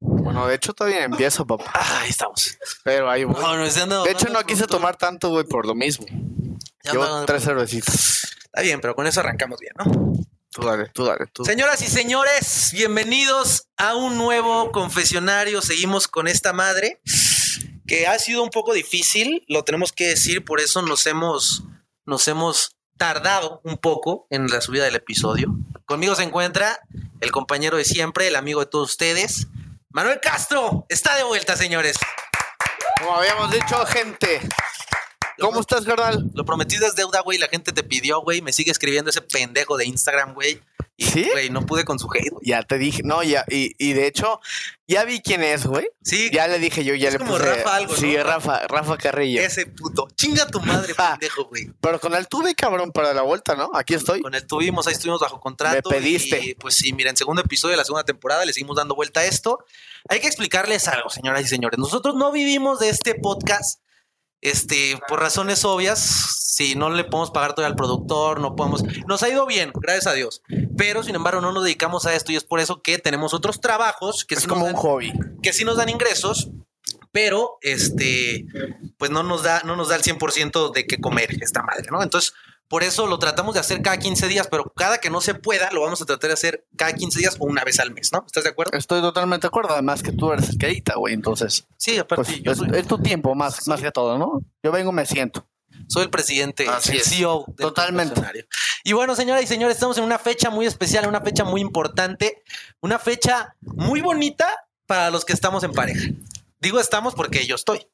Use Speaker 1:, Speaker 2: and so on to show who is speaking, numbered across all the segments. Speaker 1: no, de hecho todavía empiezo, papá.
Speaker 2: Ah, ahí estamos.
Speaker 1: Pero ahí voy.
Speaker 2: No, no, se anda
Speaker 1: De hecho,
Speaker 2: dando
Speaker 1: no quise
Speaker 2: productor.
Speaker 1: tomar tanto, güey, por lo mismo.
Speaker 2: Ya
Speaker 1: Llevo
Speaker 2: anda-
Speaker 1: tres cervecitas.
Speaker 2: Está bien, pero con eso arrancamos bien, ¿no?
Speaker 1: Tú dale, tú dale, tú.
Speaker 2: Señoras y señores, bienvenidos a un nuevo confesionario. Seguimos con esta madre que ha sido un poco difícil, lo tenemos que decir, por eso nos hemos, nos hemos tardado un poco en la subida del episodio. Conmigo se encuentra el compañero de siempre, el amigo de todos ustedes, Manuel Castro. Está de vuelta, señores.
Speaker 1: Como habíamos dicho, gente. ¿Cómo estás, carnal?
Speaker 2: Lo prometido es deuda, güey. La gente te pidió, güey. Me sigue escribiendo ese pendejo de Instagram, güey. Y,
Speaker 1: ¿Sí?
Speaker 2: güey, no pude con su hate, güey.
Speaker 1: Ya te dije, no, ya, y, y de hecho, ya vi quién es, güey.
Speaker 2: Sí,
Speaker 1: Ya le dije yo, ya
Speaker 2: Es
Speaker 1: le
Speaker 2: como
Speaker 1: puse.
Speaker 2: Rafa algo,
Speaker 1: sí,
Speaker 2: ¿no?
Speaker 1: Rafa, Rafa Carrillo.
Speaker 2: ese puto. Chinga tu madre,
Speaker 1: Ah.
Speaker 2: pendejo, güey.
Speaker 1: Pero con el tuve, cabrón, para la vuelta, ¿no? Aquí estoy.
Speaker 2: Con él tuvimos, ahí estuvimos bajo contrato.
Speaker 1: Me pediste.
Speaker 2: Y pues sí, mira, en segundo episodio de la segunda temporada le seguimos dando vuelta a esto. Hay que explicarles algo, señoras y señores. Nosotros no vivimos de este podcast, este, por razones obvias. Si no le podemos pagar todavía al productor, no podemos. Nos ha ido bien, gracias a Dios. Pero sin embargo, no nos dedicamos a esto y es por eso que tenemos otros trabajos que
Speaker 1: Es
Speaker 2: sí
Speaker 1: como
Speaker 2: nos
Speaker 1: un
Speaker 2: dan-
Speaker 1: hobby.
Speaker 2: que sí nos dan ingresos, pero este, pues no nos da, no nos da el 100% de que comer esta madre, ¿no? Entonces, por eso lo tratamos de hacer cada 15 días, pero cada que no se pueda, lo vamos a tratar de hacer cada 15 días o una vez al mes, ¿no? ¿Estás de acuerdo?
Speaker 1: Estoy totalmente de acuerdo. Además que tú eres el que edita, güey. Entonces,
Speaker 2: Sí, aparte,
Speaker 1: pues,
Speaker 2: yo
Speaker 1: es,
Speaker 2: soy,
Speaker 1: es tu tiempo más, más que todo, ¿no? Yo vengo, me siento.
Speaker 2: soy el presidente,
Speaker 1: Así
Speaker 2: el
Speaker 1: es.
Speaker 2: CEO. del
Speaker 1: Totalmente.
Speaker 2: concesionario. Y bueno, señoras y señores, estamos en una fecha muy especial, una fecha muy importante, una fecha muy bonita para los que estamos en pareja. Digo estamos porque yo estoy.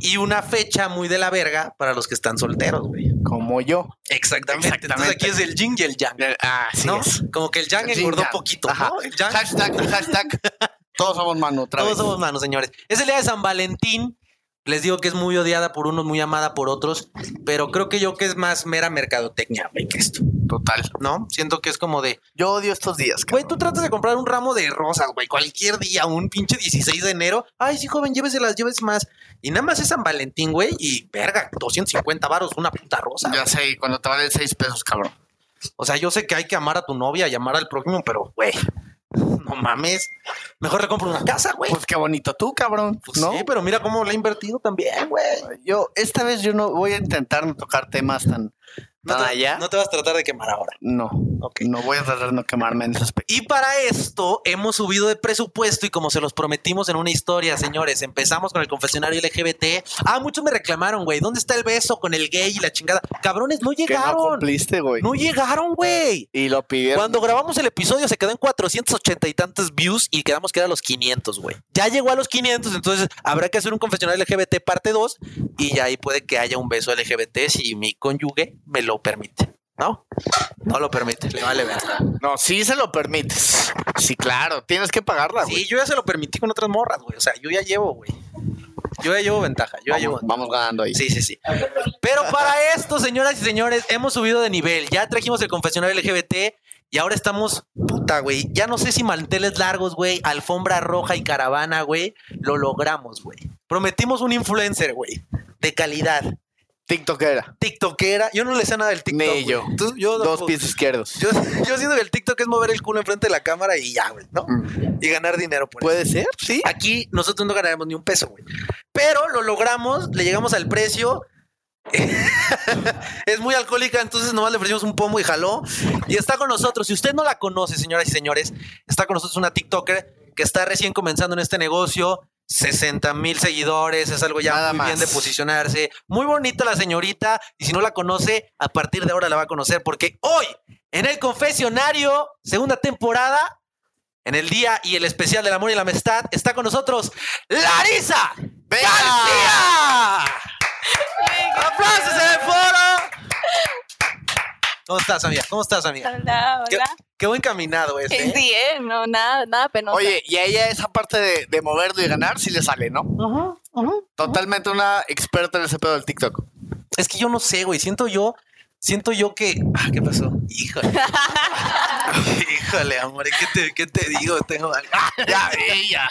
Speaker 2: Y una fecha muy de la verga para los que están solteros, güey.
Speaker 1: Como yo.
Speaker 2: Exactamente. Entonces aquí es el yin y el yang.
Speaker 1: Eh, Así
Speaker 2: ¿no? Como que el yang
Speaker 1: Yin
Speaker 2: engordó
Speaker 1: yang.
Speaker 2: poquito,
Speaker 1: Ajá.
Speaker 2: ¿no? El yang.
Speaker 1: Hashtag, hashtag. Todos somos mano otra
Speaker 2: Todos
Speaker 1: vez.
Speaker 2: somos manos, señores. Es el día de San Valentín. Les digo que es muy odiada por unos, muy amada por otros, pero creo que yo que es más mera mercadotecnia, güey, que esto,
Speaker 1: Total.
Speaker 2: ¿no? Siento que es como de,
Speaker 1: Yo odio estos días,
Speaker 2: güey,
Speaker 1: cabrón.
Speaker 2: tú tratas de comprar un ramo de rosas, güey, cualquier día, un pinche 16 de enero. Ay, sí, joven, lléveselas, llévese más. Y nada más es San Valentín, güey, y verga, 250 varos, una puta rosa.
Speaker 1: Ya sé, y cuando te valen seis pesos, cabrón.
Speaker 2: O sea, yo sé que hay que amar a tu novia y amar al prójimo, pero, güey, no mames. Mejor le compro una casa, güey.
Speaker 1: Pues qué bonito tú, cabrón.
Speaker 2: Pues
Speaker 1: ¿no?
Speaker 2: Sí, pero mira cómo la he invertido también, güey.
Speaker 1: Yo, esta vez yo no voy a intentar no tocar temas tan,
Speaker 2: No
Speaker 1: tan
Speaker 2: te,
Speaker 1: allá.
Speaker 2: no te vas a tratar de quemar ahora.
Speaker 1: No,
Speaker 2: Ok.
Speaker 1: no voy a tratar de no quemarme en ese aspecto.
Speaker 2: Y para esto hemos subido de presupuesto y como se los prometimos en una historia, señores, empezamos con el confesionario LGBT. Ah, muchos me reclamaron, güey, ¿dónde está el beso con el gay y la chingada? Cabrones, no
Speaker 1: Que no
Speaker 2: llegaron.
Speaker 1: cumpliste, güey.
Speaker 2: no llegaron, güey.
Speaker 1: Y lo pidieron.
Speaker 2: Cuando grabamos el episodio se quedó en 480 y tantos views y quedamos que era los 500, güey. Ya llegó a los 500, entonces habrá que hacer un confesionario LGBT parte 2 y ya ahí puede que haya un beso LGBT si mi cónyuge me lo permite. No, no lo permite, le vale verga.
Speaker 1: No, sí se lo permites. Sí, claro, tienes que pagarla, güey.
Speaker 2: Sí, yo ya se lo permití con otras morras, güey. O sea, yo ya llevo, güey. Yo ya llevo ventaja, yo ya llevo
Speaker 1: vamos, vamos ganando ahí.
Speaker 2: Sí, sí, sí. Pero para esto, señoras y señores, hemos subido de nivel. Ya trajimos el confesionario LGBT y ahora estamos, puta, güey. Ya no sé si manteles largos, güey, alfombra roja y caravana, güey. Lo logramos, güey. Prometimos un influencer, güey, de calidad.
Speaker 1: TikTokera.
Speaker 2: TikTokera. Yo no le sé nada del TikTok.
Speaker 1: Ni
Speaker 2: güey.
Speaker 1: yo.
Speaker 2: Tú- yo
Speaker 1: Dos
Speaker 2: tampoco.
Speaker 1: pies izquierdos.
Speaker 2: Yo, yo siento que el TikTok es mover el culo enfrente de la cámara y ya, güey, ¿no?
Speaker 1: Mm.
Speaker 2: Y ganar dinero por eso.
Speaker 1: ¿Puede ser? Sí.
Speaker 2: Aquí nosotros no ganaremos ni un peso, güey. Pero lo logramos, le llegamos al precio. es muy alcohólica, entonces nomás le ofrecimos un pomo y jaló. Y está con nosotros. Si usted no la conoce, señoras y señores, está con nosotros una TikToker que está recién comenzando en este negocio. 60 mil seguidores, es algo ya
Speaker 1: Nada
Speaker 2: muy bien
Speaker 1: más.
Speaker 2: de posicionarse. Muy bonita la señorita. Y si no la conoce, a partir de ahora la va a conocer porque hoy, en el confesionario, segunda temporada, en el día y el especial del amor y la amistad está con nosotros Larisa
Speaker 1: Venga.
Speaker 2: García. ¡Aplausos en el foro! ¿Cómo estás, amiga? ¿Cómo estás, amiga?
Speaker 3: Hola,
Speaker 2: ¿Qué,
Speaker 3: hola.
Speaker 2: qué buen caminado es. ¿eh?
Speaker 3: Sí, eh, no, nada, nada penoso.
Speaker 1: Oye, y a ella esa parte de, de moverlo y ganar sí le sale, ¿no?
Speaker 2: Ujú, ujú.
Speaker 1: Totalmente una experta en ese pedo del TikTok.
Speaker 2: Es que yo no sé, güey. Siento yo, siento yo que. Ah, ¿qué pasó? Híjole. Híjole, amor, ¿qué te, qué te digo? Tengo algo.
Speaker 1: Ya, ella.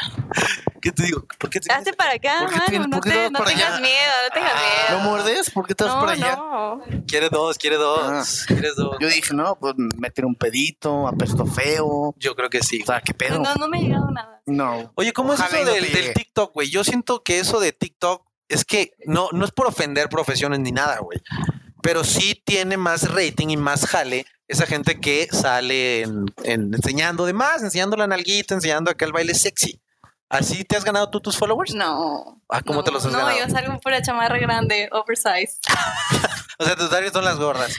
Speaker 2: qué te digo? ¿Por qué te
Speaker 3: Hazte para acá,
Speaker 1: ¿Por qué tienes-
Speaker 3: mano. no
Speaker 1: por qué te
Speaker 3: te-
Speaker 1: vas
Speaker 3: no
Speaker 1: para
Speaker 3: tengas
Speaker 1: allá?
Speaker 3: miedo, no tengas miedo.
Speaker 1: ¿Lo muerdes? ¿Por qué te vas
Speaker 3: no,
Speaker 1: para allá?
Speaker 3: No.
Speaker 2: Quiere dos, quiere dos,
Speaker 1: Ah.
Speaker 2: quiere dos.
Speaker 1: Yo
Speaker 2: Yo,
Speaker 1: dije, no, pues meter un pedito, apesto feo. O
Speaker 2: creo que sí.
Speaker 1: sea, ¿qué pedo?
Speaker 3: No, no, no me ha llegado nada.
Speaker 1: No.
Speaker 2: Oye, ¿cómo
Speaker 1: Ojalá
Speaker 2: es
Speaker 1: y no
Speaker 2: eso
Speaker 1: te
Speaker 2: del,
Speaker 1: llegue.
Speaker 2: del TikTok, güey? Yo siento que eso de TikTok es que no, no es por ofender profesiones ni nada, güey. Pero sí tiene más rating y más jale esa gente que sale en- en- enseñando de más, enseñando la nalguita, enseñando acá el baile sexy. ¿Así te has ganado tú tus followers?
Speaker 3: No.
Speaker 2: Ah, ¿cómo
Speaker 3: no,
Speaker 2: te los has
Speaker 3: No,
Speaker 2: ganado?
Speaker 3: yo salgo pura chamarra grande, oversized.
Speaker 2: O sea, tus targets son las gordas.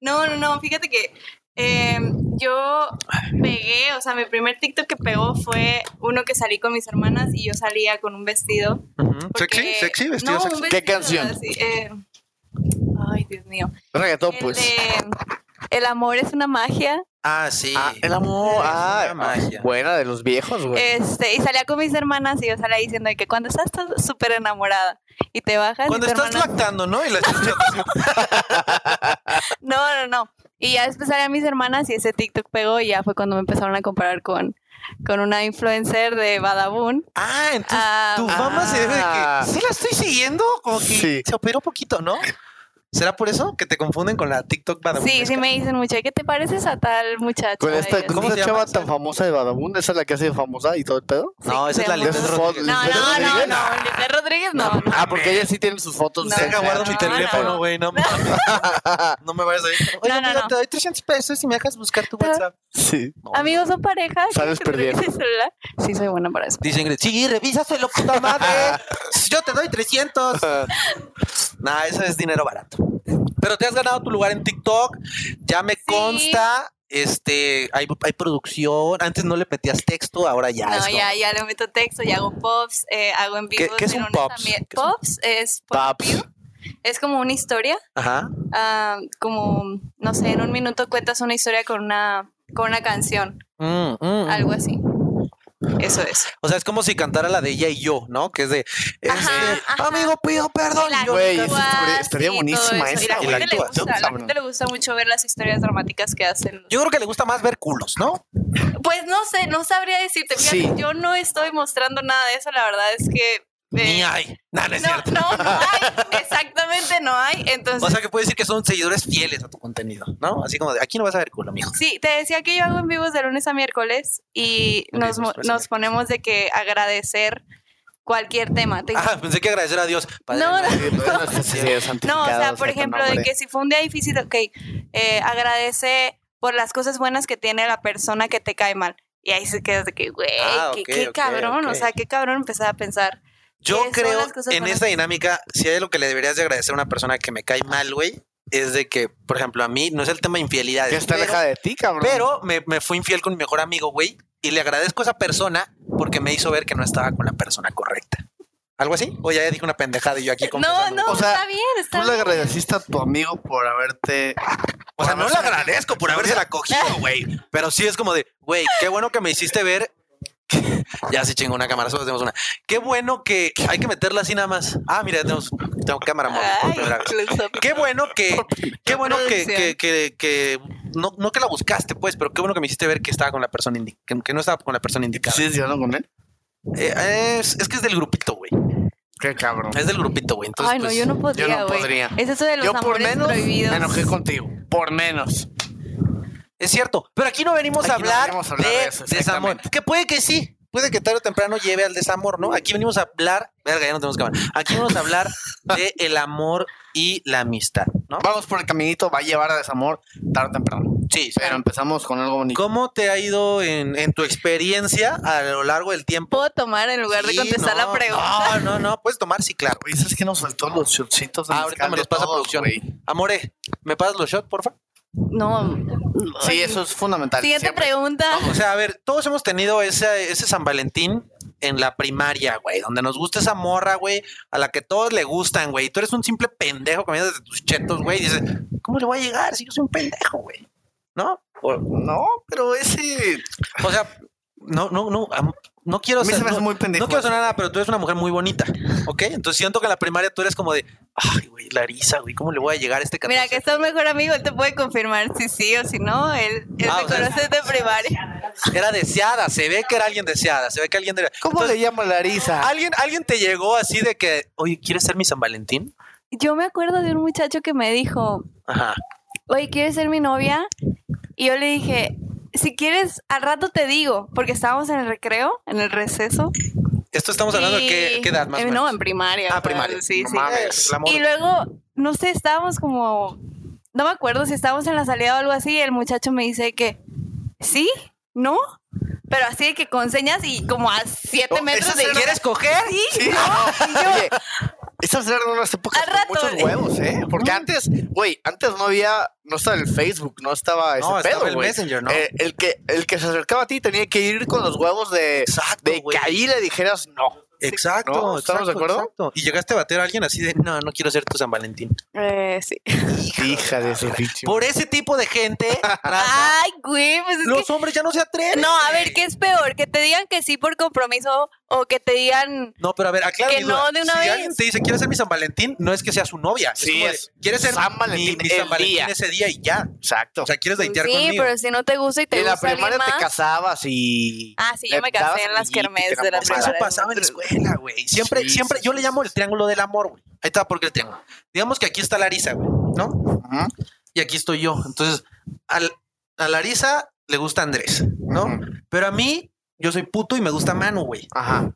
Speaker 3: No, no, no, fíjate que eh, yo pegué, o sea, mi primer TikTok que pegó fue uno que salí con mis hermanas y yo salía con un vestido.
Speaker 2: Ujú.
Speaker 3: porque-
Speaker 2: Sexy, sexy, vestido
Speaker 3: No, un
Speaker 2: sexy.
Speaker 1: ¿Qué
Speaker 3: vestido
Speaker 1: canción?
Speaker 3: así, eh, ay, Dios mío.
Speaker 1: Reggaetón,
Speaker 3: El
Speaker 1: pues.
Speaker 3: de, El amor es una magia.
Speaker 2: Ah, sí.
Speaker 1: Ah, el amor.
Speaker 2: Es
Speaker 1: Ah,
Speaker 2: una magia.
Speaker 1: buena de los viejos, güey.
Speaker 3: Este, y salía con mis hermanas y yo salía diciendo de que cuando estás estás súper enamorada y te bajas
Speaker 2: Cuando
Speaker 3: y tu
Speaker 2: estás
Speaker 3: hermana-
Speaker 2: lactando, ¿no? Y la
Speaker 3: No, no, no. Y ya después salían mis hermanas y ese TikTok pegó y ya fue cuando me empezaron a comparar con, con una influencer de Badabun.
Speaker 2: Ah, entonces
Speaker 3: Ah,
Speaker 2: tu fama se debe de
Speaker 1: Ah.
Speaker 2: que sí la estoy siguiendo, como que
Speaker 1: Sí.
Speaker 2: se operó poquito, ¿no? ¿Será por eso que te confunden con la TikTok Badabun?
Speaker 3: Sí, sí me dicen mucho, ¿qué te pareces a tal muchacha?
Speaker 1: Con
Speaker 3: Y
Speaker 1: esta,
Speaker 3: yo
Speaker 1: con
Speaker 2: ¿Cómo
Speaker 1: esta
Speaker 2: se llama
Speaker 1: chava
Speaker 2: esa?
Speaker 1: tan famosa de Badabun, esa es la que hace famosa y todo el pedo.
Speaker 3: así,
Speaker 2: No, esa es la
Speaker 3: seamos-
Speaker 1: Lisbeth
Speaker 2: Lisbeth
Speaker 1: Rodríguez.
Speaker 2: Rodríguez.
Speaker 3: No,
Speaker 1: Lisbeth
Speaker 3: no, no,
Speaker 1: Rodríguez.
Speaker 3: no, Lisbeth Rodríguez no. no.
Speaker 1: Ah, porque ella sí tiene sus fotos.
Speaker 3: No,
Speaker 1: de-
Speaker 2: Deja, guardo mi
Speaker 3: no,
Speaker 2: teléfono,
Speaker 3: no.
Speaker 2: güey, no, mames. No me vayas a decir. Oye,
Speaker 3: No, no,
Speaker 2: amiga,
Speaker 3: no.
Speaker 2: te doy 300 pesos y me dejas buscar tu
Speaker 3: No.
Speaker 2: WhatsApp.
Speaker 1: Sí.
Speaker 2: No.
Speaker 3: Amigos son pareja.
Speaker 1: Sales
Speaker 3: ¿Quieres que te
Speaker 1: perdiendo.
Speaker 3: revise el celular? Sí, soy buena para eso.
Speaker 2: Dice Ingrid, sí, revísaselo, puta madre. Yo te doy 300. Nah, eso es dinero barato. Pero te has ganado tu lugar en TikTok. Ya me consta. Este, hay, hay producción. Antes no le metías texto, ahora ya.
Speaker 3: no,
Speaker 2: Ah, es lo-
Speaker 3: ya, ya le meto texto, ya hago pops, eh, hago en
Speaker 2: ¿Qué-
Speaker 3: vivo.
Speaker 2: qué es un pops? ¿Qué es un-
Speaker 3: Pops es,
Speaker 1: Paps.
Speaker 3: es como una historia.
Speaker 2: Ajá.
Speaker 3: ah, como, no sé, en un minuto cuentas una historia con una, con una canción,
Speaker 2: Mm, mm.
Speaker 3: algo así. Eso es.
Speaker 2: O sea, es como si cantara la de ella y yo, ¿no? Que es de, este,
Speaker 3: Ajá, ajá.
Speaker 2: amigo, pido perdón.
Speaker 3: Y la
Speaker 2: yo
Speaker 1: Güey,
Speaker 2: nunca-
Speaker 1: esa estaría-
Speaker 3: actúas
Speaker 1: estaría
Speaker 3: y todo
Speaker 1: buenísima
Speaker 3: eso. Y
Speaker 1: esa,
Speaker 3: la
Speaker 2: güey.
Speaker 3: gente le
Speaker 2: La
Speaker 3: gusta,
Speaker 1: actúas,
Speaker 3: a la
Speaker 1: cabrón.
Speaker 3: gente le gusta mucho ver las historias dramáticas que hacen.
Speaker 2: yo creo que le gusta más ver culos, ¿no?
Speaker 3: Pues no sé, no sabría decirte. Fíjate,
Speaker 1: Sí.
Speaker 3: yo no estoy mostrando nada de eso, la verdad es que... eh,
Speaker 2: Ni hay. Nada, no es
Speaker 3: no,
Speaker 2: cierto.
Speaker 3: no, no hay. Exactamente, no hay. Entonces,
Speaker 2: O sea, que puedes decir que son seguidores fieles a tu contenido, ¿no? Así como de, aquí no vas a ver culo, mijo.
Speaker 3: Sí, te decía que yo hago en vivos de lunes a miércoles y
Speaker 2: Ok,
Speaker 3: nos, mo-
Speaker 2: pues,
Speaker 3: nos ponemos de que agradecer cualquier tema. Te-
Speaker 2: Ah, pensé que agradecer a Dios. Padre
Speaker 3: No,
Speaker 1: Sí,
Speaker 2: nuestro.
Speaker 1: todas las necesidades
Speaker 3: no, o sea,
Speaker 1: santificadas,
Speaker 3: por
Speaker 1: santo
Speaker 3: ejemplo, de
Speaker 1: nombre.
Speaker 3: que si fue un día difícil, ok, eh, agradece por las cosas buenas que tiene la persona que te cae mal. Y ahí se quedas de que, güey,
Speaker 2: Ah,
Speaker 3: qué-
Speaker 2: ok,
Speaker 3: qué,
Speaker 2: ok,
Speaker 3: cabrón,
Speaker 2: ok.
Speaker 3: o sea, qué cabrón empezar a pensar.
Speaker 2: Yo
Speaker 3: ¿Qué son
Speaker 2: creo
Speaker 3: las cosas
Speaker 2: en
Speaker 3: buenas?
Speaker 2: esta dinámica, si hay algo que le deberías de agradecer a una persona que me cae mal, güey, es de que, por ejemplo, a mí no es el tema de infidelidades.
Speaker 1: Que este, está
Speaker 2: pero-
Speaker 1: alejada de ti, cabrón.
Speaker 2: Pero me, me fui infiel con mi mejor amigo, güey. Y le agradezco a esa persona porque me hizo ver que no estaba con la persona correcta. ¿Algo así? O ya dije una pendejada y yo aquí
Speaker 3: No,
Speaker 2: confesando.
Speaker 3: no,
Speaker 1: O sea,
Speaker 3: está bien,
Speaker 1: Tú
Speaker 3: está
Speaker 1: le
Speaker 3: bien.
Speaker 1: agradeciste a tu amigo por haberte.
Speaker 2: O sea, no le agradezco por haberse la cogido, güey. Pero sí es como de, güey, qué bueno que me hiciste ver. ya se chingó una cámara, solo tenemos una. Qué bueno que hay que meterla así nada más. Ah, mira, tenemos tengo cámara móvil por
Speaker 3: Ay,
Speaker 2: primera vez.
Speaker 3: close up.
Speaker 2: Qué bueno que, qué bueno que,
Speaker 3: Producción.
Speaker 2: que, que, que- no, no que la buscaste, pues, pero qué bueno que me hiciste ver que estaba con la persona indi- que, que no estaba con la persona indicada.
Speaker 1: ¿Sigues hablando con él?
Speaker 2: Eh, es, es que es del grupito, güey.
Speaker 1: Qué cabrón.
Speaker 2: Es del grupito, güey. Entonces,
Speaker 3: Ay, no,
Speaker 2: pues,
Speaker 3: yo no podría,
Speaker 1: yo no
Speaker 3: güey.
Speaker 1: podría.
Speaker 3: Es eso de los
Speaker 1: Yo por
Speaker 3: amores
Speaker 1: menos
Speaker 3: prohibidos.
Speaker 1: me enojé contigo. Por menos.
Speaker 2: Es cierto, pero aquí no venimos a
Speaker 1: Aquí no
Speaker 2: hablar,
Speaker 1: venimos a hablar
Speaker 2: de,
Speaker 1: de eso,
Speaker 2: desamor.
Speaker 1: exactamente.
Speaker 2: Que puede que sí, puede que tarde o temprano lleve al desamor, ¿no? Aquí venimos a hablar, verga, ya no tenemos que hablar. Aquí venimos a hablar de el amor y la amistad, ¿no?
Speaker 1: Vamos por el caminito, va a llevar a desamor tarde o temprano.
Speaker 2: Sí,
Speaker 1: Pero empezamos con algo bonito.
Speaker 2: ¿Cómo te ha ido en, en tu experiencia a lo largo del tiempo?
Speaker 3: Puedo tomar en lugar de
Speaker 2: Sí,
Speaker 3: contestar
Speaker 2: no,
Speaker 3: la pregunta.
Speaker 2: No, no, no, puedes tomar, sí, claro.
Speaker 1: Oye, ¿sabes que nos faltó los shotcitos de
Speaker 2: Ah, ahorita
Speaker 1: mezcal
Speaker 2: me
Speaker 1: de
Speaker 2: los pasa
Speaker 1: todos,
Speaker 2: producción.
Speaker 1: güey?
Speaker 2: Amore, ¿me pasas los shots, porfa?
Speaker 3: No.
Speaker 1: Sí,
Speaker 3: Ay,
Speaker 1: eso es fundamental.
Speaker 3: Siguiente
Speaker 1: siempre.
Speaker 3: pregunta.
Speaker 2: O sea, a ver, todos hemos tenido ese, ese San Valentín en la primaria, güey, donde nos gusta esa morra, güey, a la que todos le gustan, güey. Y tú eres un simple pendejo comiendo desde tus chetos, güey, y dices, ¿cómo le voy a llegar si yo soy un pendejo, güey? ¿No? O,
Speaker 1: No, pero ese.
Speaker 2: o sea, no, no, no, am- no quiero
Speaker 1: A mí se
Speaker 2: ser-
Speaker 1: me hace
Speaker 2: no-
Speaker 1: muy pendejo.
Speaker 2: no quiero sonar nada, pero tú eres una mujer muy bonita, ¿ok? Entonces siento que en la primaria tú eres como de, ay, güey, Larisa, güey, ¿cómo le voy a llegar a este
Speaker 3: Mira,
Speaker 2: 14?
Speaker 3: que está un mejor amigo, él te puede confirmar si sí o si no. Él, él
Speaker 2: Ah,
Speaker 3: te
Speaker 2: o sea,
Speaker 3: conoce de primaria.
Speaker 2: Era deseada, se ve que era alguien deseada, se ve que alguien era.
Speaker 1: ¿Cómo
Speaker 2: Entonces,
Speaker 1: le llama Larisa?
Speaker 2: ¿alguien, alguien te llegó así de que, oye, ¿quieres ser mi San Valentín?
Speaker 3: Yo me acuerdo de un muchacho que me dijo,
Speaker 2: Ajá.
Speaker 3: oye, ¿quieres ser mi novia? Y yo le dije, si quieres, al rato te digo, porque estábamos en el recreo, en el receso.
Speaker 2: Esto estamos hablando de
Speaker 3: y-
Speaker 2: qué, qué edad más o
Speaker 3: eh,
Speaker 2: menos.
Speaker 3: No, en primaria.
Speaker 2: Ah,
Speaker 3: pues,
Speaker 2: primaria.
Speaker 3: Sí,
Speaker 1: No
Speaker 3: sí.
Speaker 1: mames, la morra.
Speaker 3: Y luego, no sé, estábamos como, no me acuerdo si estábamos en la salida o algo así, y el muchacho me dice que, ¿sí? ¿No? Pero así de que con señas y como a siete
Speaker 1: No,
Speaker 3: metros
Speaker 1: esas
Speaker 3: de...
Speaker 1: eran-
Speaker 2: ¿Quieres coger?
Speaker 3: Sí,
Speaker 1: Sí,
Speaker 3: no, y yo-
Speaker 1: Oye, estas eran unas épocas
Speaker 3: Al
Speaker 1: con
Speaker 3: rato.
Speaker 1: muchos huevos, ¿eh? Porque antes, güey, antes no había, no estaba el Facebook, no estaba ese
Speaker 2: No, estaba
Speaker 1: pedo,
Speaker 2: el
Speaker 1: güey.
Speaker 2: Messenger, ¿no?
Speaker 1: Eh, el, que, el que se acercaba a ti tenía que ir con los huevos de,
Speaker 2: Exacto,
Speaker 1: de
Speaker 2: güey.
Speaker 1: que ahí le dijeras no.
Speaker 2: Exacto,
Speaker 1: ¿No? ¿Estamos de
Speaker 2: exacto,
Speaker 1: acuerdo?
Speaker 2: exacto. Y llegaste a bater a alguien así de, no, no quiero ser tu San Valentín.
Speaker 3: Eh, sí.
Speaker 1: Hija de su bicho.
Speaker 2: Por ese tipo de gente,
Speaker 1: Ah,
Speaker 2: raza,
Speaker 3: Ay, güey, pues es que...
Speaker 2: los hombres ya no se atreven.
Speaker 3: No, a ver, ¿qué es peor? ¿Que te digan que sí por compromiso o que te digan...
Speaker 2: No, pero a ver, aclara
Speaker 3: Que
Speaker 2: mi duda.
Speaker 3: no, de una
Speaker 2: si
Speaker 3: vez.
Speaker 2: alguien te dice, ¿quieres ser mi San Valentín? No es que sea su novia.
Speaker 1: Sí,
Speaker 2: como de,
Speaker 1: es
Speaker 2: ¿Quieres ser
Speaker 1: San
Speaker 2: mi-
Speaker 1: Valentín
Speaker 2: mi, San
Speaker 1: el
Speaker 2: Valentín
Speaker 1: día".
Speaker 2: ese día y ya?
Speaker 1: Exacto.
Speaker 2: O sea, ¿quieres
Speaker 3: Sí,
Speaker 2: datear conmigo?
Speaker 3: pero si no te gusta y te
Speaker 1: en la
Speaker 3: gusta alguien
Speaker 1: primaria te
Speaker 3: más,
Speaker 1: casabas y.
Speaker 3: Ah, sí,
Speaker 1: le
Speaker 3: yo me casé
Speaker 1: dabas
Speaker 3: en las
Speaker 1: amiguito y te
Speaker 3: kermés de la
Speaker 1: enamorabas.
Speaker 2: Eso
Speaker 3: primaria.
Speaker 2: pasaba en la escuela, güey. Siempre,
Speaker 1: Sí,
Speaker 2: siempre,
Speaker 1: sí,
Speaker 2: yo
Speaker 1: sí,
Speaker 2: le llamo el triángulo del amor, güey. Ahí está, porque el triángulo. Digamos que aquí está Larisa, güey, ¿no?
Speaker 1: Ujú.
Speaker 2: Y aquí estoy yo. Entonces, al- a Larisa le gusta Andrés, ¿no? Pero a mí, yo soy puto y me gusta Manu, güey.
Speaker 1: Ajá.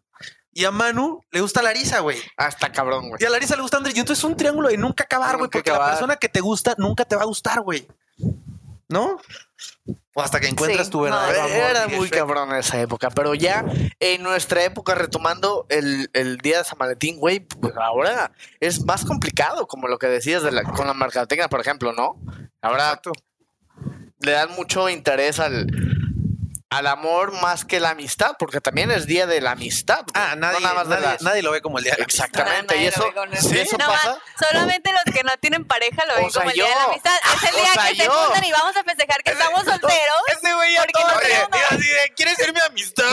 Speaker 2: Y a Manu le gusta Larisa, güey.
Speaker 1: Hasta cabrón, güey.
Speaker 2: Y a Larisa le gusta Andrés. Y entonces es un triángulo de nunca acabar, güey.
Speaker 1: Nunca
Speaker 2: Porque la
Speaker 1: acabar.
Speaker 2: persona que te gusta nunca te va a gustar, güey. ¿No? O hasta que encuentras
Speaker 3: Sí,
Speaker 2: tu
Speaker 3: no,
Speaker 2: verdadero amor. Ah,
Speaker 1: Era
Speaker 2: diría
Speaker 1: muy
Speaker 2: Shrek.
Speaker 1: cabrón en esa época, pero ya en nuestra época, retomando el, el día de San Valentín, güey, pues ahora es más complicado, como lo que decías de la- con la mercadotecnia, por ejemplo, ¿no? Ahora le dan mucho interés al, al amor más que la amistad, porque también es día de la amistad. güey,
Speaker 2: Ah,
Speaker 1: no
Speaker 2: nadie,
Speaker 1: nada más de
Speaker 2: nadie,
Speaker 1: las-
Speaker 2: nadie lo ve como el día. de la amistad.
Speaker 1: Exactamente,
Speaker 3: Nadie
Speaker 1: y
Speaker 3: lo
Speaker 1: eso,
Speaker 3: ve con
Speaker 1: si
Speaker 3: eso.
Speaker 1: eso
Speaker 3: No,
Speaker 1: pasa,
Speaker 3: va- solamente los que no tienen pareja lo
Speaker 1: O
Speaker 3: ven
Speaker 1: sea,
Speaker 3: como el día de
Speaker 1: yo.
Speaker 3: la amistad. Es el
Speaker 1: O
Speaker 3: día
Speaker 1: sea,
Speaker 3: que se
Speaker 1: yo.
Speaker 3: juntan y vamos a festejar que estamos solteros.
Speaker 2: Ese güey ya
Speaker 3: Porque
Speaker 2: todo
Speaker 3: no
Speaker 2: re-
Speaker 3: tenemos-
Speaker 2: y así de, ¿Quieres ser mi amistad?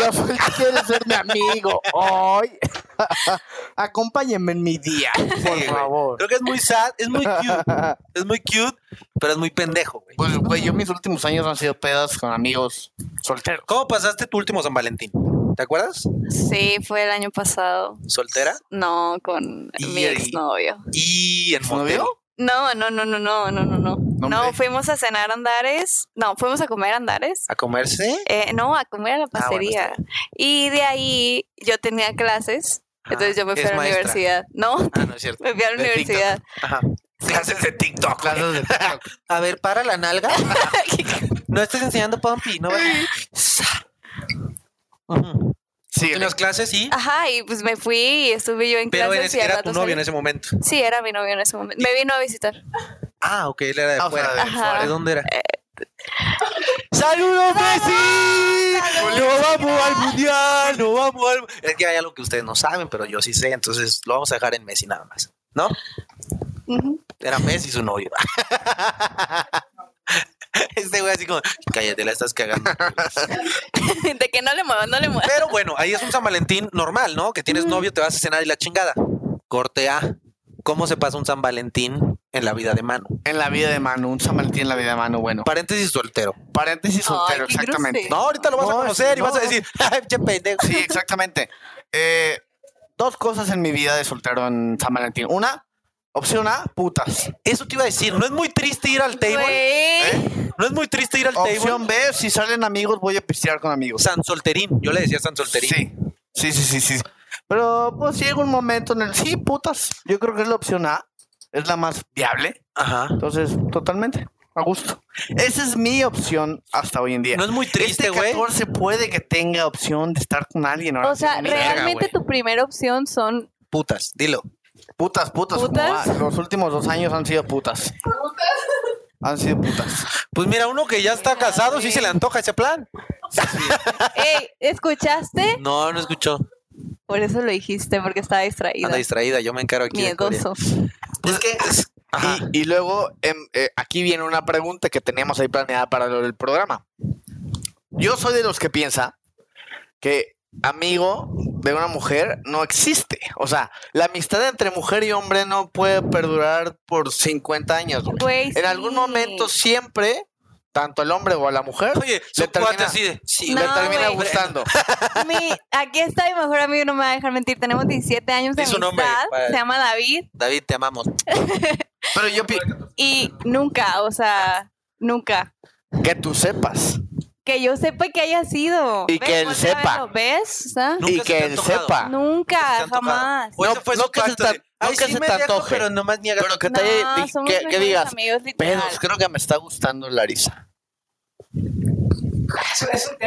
Speaker 1: quieres ser mi amigo hoy. Acompáñenme en mi día, por
Speaker 2: güey.
Speaker 1: favor.
Speaker 2: Creo que es muy sad, es muy cute. Es muy cute, pero es muy pendejo, güey.
Speaker 1: Pues, güey, yo mis últimos años han sido pedas con amigos solteros.
Speaker 2: ¿Cómo pasaste tu último San Valentín? ¿Te acuerdas?
Speaker 3: Sí, fue el año pasado.
Speaker 2: ¿Soltera?
Speaker 3: No, con
Speaker 2: Y-
Speaker 3: mi exnovio.
Speaker 2: Y en motel.
Speaker 1: ¿Novio?
Speaker 3: No, no, no, no, no, no, no, no. No,
Speaker 1: hombre. Ah.
Speaker 3: fuimos a cenar a Andares. No, fuimos a comer a Andares.
Speaker 2: ¿A comerse?
Speaker 3: Eh, no, a comer a la
Speaker 2: Ah, bueno, está
Speaker 3: pastería. y de ahí yo tenía clases.
Speaker 2: Ajá.
Speaker 3: Entonces yo me fui
Speaker 2: Es
Speaker 3: a la
Speaker 2: maestra.
Speaker 3: universidad. No,
Speaker 2: Ah, no es cierto.
Speaker 3: me fui a
Speaker 1: Ah,
Speaker 3: la
Speaker 1: De TikTok.
Speaker 3: universidad.
Speaker 2: Ajá. Clases de TikTok. güey.
Speaker 1: Clases de TikTok.
Speaker 2: A ver, para la nalga. no estés enseñando Pompi, no ¿verdad? Sa. Ujú.
Speaker 1: Sí,
Speaker 2: En las clases sí.
Speaker 3: Ajá, y pues me fui y estuve yo en
Speaker 2: Pero
Speaker 3: clases.
Speaker 2: eres-
Speaker 3: y al
Speaker 2: era
Speaker 3: rato
Speaker 2: tu novio en
Speaker 3: salí.
Speaker 2: ese momento.
Speaker 3: Sí, era mi novio en ese momento. Me vino a visitar.
Speaker 2: Ah, ok, él era de
Speaker 1: Ah, o sea,
Speaker 2: fuera.
Speaker 1: de
Speaker 2: ¿De
Speaker 3: fuera.
Speaker 2: dónde era?
Speaker 1: ¡Saludos, Messi!
Speaker 2: ¡No vamos al mundial! ¡No vamos al Es que hay algo que ustedes no saben, pero yo sí sé, entonces lo vamos a dejar en Messi nada más. ¿No?
Speaker 3: Ujú.
Speaker 2: Era Messi su novio. Este güey así como, cállate, la estás cagando.
Speaker 3: De que no le muevo, no le muevo.
Speaker 2: Pero bueno, ahí es un San Valentín normal, ¿no? Que tienes novio, te vas a cenar y la chingada. Corte A. ¿Cómo se pasa un San Valentín en la vida de mano?
Speaker 1: En la vida de Manu, un San Valentín en la vida de Manu, bueno.
Speaker 2: Paréntesis soltero.
Speaker 1: Paréntesis
Speaker 3: Ay,
Speaker 1: soltero,
Speaker 3: qué
Speaker 1: exactamente.
Speaker 2: No, ahorita lo vas a
Speaker 1: No,
Speaker 2: conocer y
Speaker 1: no,
Speaker 2: vas a
Speaker 1: no.
Speaker 2: decir, ¡ay, che pendejo!
Speaker 1: Sí, exactamente. Eh, dos cosas en mi vida de soltero en San Valentín. Una, opción A, putas.
Speaker 2: Eso te iba a decir, no es muy triste ir al table.
Speaker 3: Güey.
Speaker 2: No es muy triste ir al table.
Speaker 1: Opción B, si salen amigos, voy a pistear con amigos.
Speaker 2: San Solterín, yo le decía San Solterín.
Speaker 1: Sí. Sí, sí, sí, sí. Pero pues llega un momento en el sí, putas. Yo creo que es la opción A. Es la más viable.
Speaker 2: Ajá.
Speaker 1: Entonces, totalmente. A gusto. Esa es mi opción hasta hoy en día.
Speaker 2: No es muy triste,
Speaker 1: este
Speaker 2: güey.
Speaker 1: 14 puede que tenga opción de estar con alguien. ahora
Speaker 3: O sea,
Speaker 1: sí, verga,
Speaker 3: realmente
Speaker 1: güey.
Speaker 3: tu primera opción son
Speaker 2: Putas, dilo.
Speaker 1: Putas, putas. como
Speaker 3: ¿Putas?
Speaker 1: va, Los últimos dos años han sido putas. ¿Putas? Han sido putas.
Speaker 2: Pues mira, uno que ya está casado, sí se le antoja ese plan.
Speaker 3: Ey, ¿escuchaste?
Speaker 2: No, no escuchó.
Speaker 3: Por eso lo dijiste, porque estaba distraída.
Speaker 2: Anda distraída, yo me encargo aquí. de Corea.
Speaker 3: Miedoso.
Speaker 2: Pues que. Ajá.
Speaker 1: Y, y luego, em, eh, aquí viene una pregunta que teníamos ahí planeada para lo del programa. Yo soy de los que piensa que amigo de una mujer no existe. O sea, la amistad entre mujer y hombre no puede perdurar por 50 años. güey.
Speaker 3: Güey,
Speaker 1: En algún
Speaker 3: sí.
Speaker 1: momento siempre tanto al hombre o a la mujer le
Speaker 2: Oye, su cuate
Speaker 1: termina,
Speaker 2: así de. Sí,
Speaker 1: le
Speaker 3: No,
Speaker 1: termina
Speaker 3: güey.
Speaker 1: gustando.
Speaker 3: Mi, aquí está mi mejor amigo, no me va a dejar mentir. Tenemos 17 años de
Speaker 2: Di su nombre,
Speaker 3: amistad.
Speaker 2: para-
Speaker 3: Se llama David
Speaker 2: David, te amamos.
Speaker 1: Pero yo pi-
Speaker 3: y nunca, o sea, nunca.
Speaker 1: que tú sepas
Speaker 3: Que yo sepa que haya sido.
Speaker 1: Y que él
Speaker 3: voltea a
Speaker 1: sepa.
Speaker 3: verlo, ¿Ves? O sea,
Speaker 2: Nunca
Speaker 1: y
Speaker 2: se
Speaker 1: que
Speaker 2: te ha
Speaker 1: él
Speaker 2: antojado.
Speaker 1: sepa,
Speaker 3: Nunca,
Speaker 2: Están tocados.
Speaker 3: jamás.
Speaker 2: O Pues ese
Speaker 1: No-
Speaker 2: fue su
Speaker 1: no que se
Speaker 2: pacto
Speaker 1: te-
Speaker 2: de,
Speaker 1: no
Speaker 2: "Ay,
Speaker 1: que
Speaker 2: sí
Speaker 1: se
Speaker 2: me
Speaker 1: te
Speaker 2: dejo,
Speaker 1: antoje".
Speaker 2: Pero nomás ni agarro".
Speaker 1: pero que te haya-
Speaker 3: No,
Speaker 1: di-
Speaker 3: somos
Speaker 1: que- que,
Speaker 3: mejores
Speaker 1: digas,
Speaker 3: amigos, literal.
Speaker 1: pedos, creo que me está gustando Larisa.
Speaker 2: Es un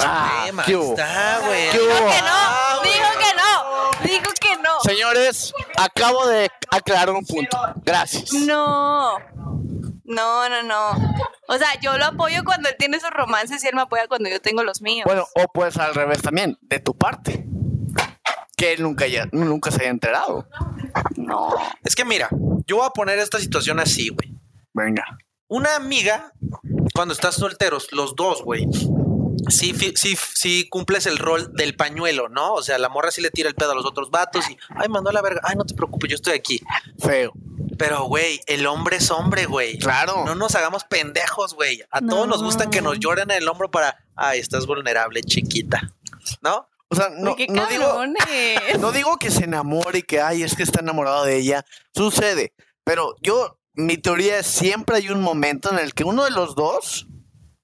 Speaker 1: Ah,
Speaker 2: tema.
Speaker 1: ¿qué hubo?
Speaker 2: Está, güey.
Speaker 1: ¿Qué hubo?
Speaker 3: Dijo que
Speaker 2: Ah,
Speaker 3: no,
Speaker 2: güey.
Speaker 3: dijo que no, dijo que no.
Speaker 1: Señores, acabo de aclarar un punto. Gracias.
Speaker 3: No. No, no, no. O sea, yo lo apoyo cuando él tiene sus romances y él me apoya cuando yo tengo los míos.
Speaker 1: Bueno, o puedes al revés también, de tu parte. Que él nunca, haya- nunca se haya enterado.
Speaker 3: No.
Speaker 2: Es que mira, yo voy a poner esta situación así, güey.
Speaker 1: Venga.
Speaker 2: Una amiga, cuando estás solteros, los dos, güey, sí, fi- sí, sí cumples el rol del pañuelo, ¿no? O sea, la morra sí le tira el pedo a los otros vatos y, ay, mandó a la verga, ay, no te preocupes, yo estoy aquí.
Speaker 1: Feo.
Speaker 2: Pero, güey, el hombre es hombre, güey.
Speaker 1: Claro.
Speaker 2: No nos hagamos pendejos, güey. A todos nos gusta que nos lloren en el hombro para, ay, estás vulnerable, chiquita. ¿No?
Speaker 1: O sea, no,
Speaker 3: Uy, qué
Speaker 1: no digo,
Speaker 3: cabrones.
Speaker 1: no digo que se enamore y que, ay, es que está enamorado de ella. Sucede. Pero yo, mi teoría es siempre hay un momento en el que uno de los dos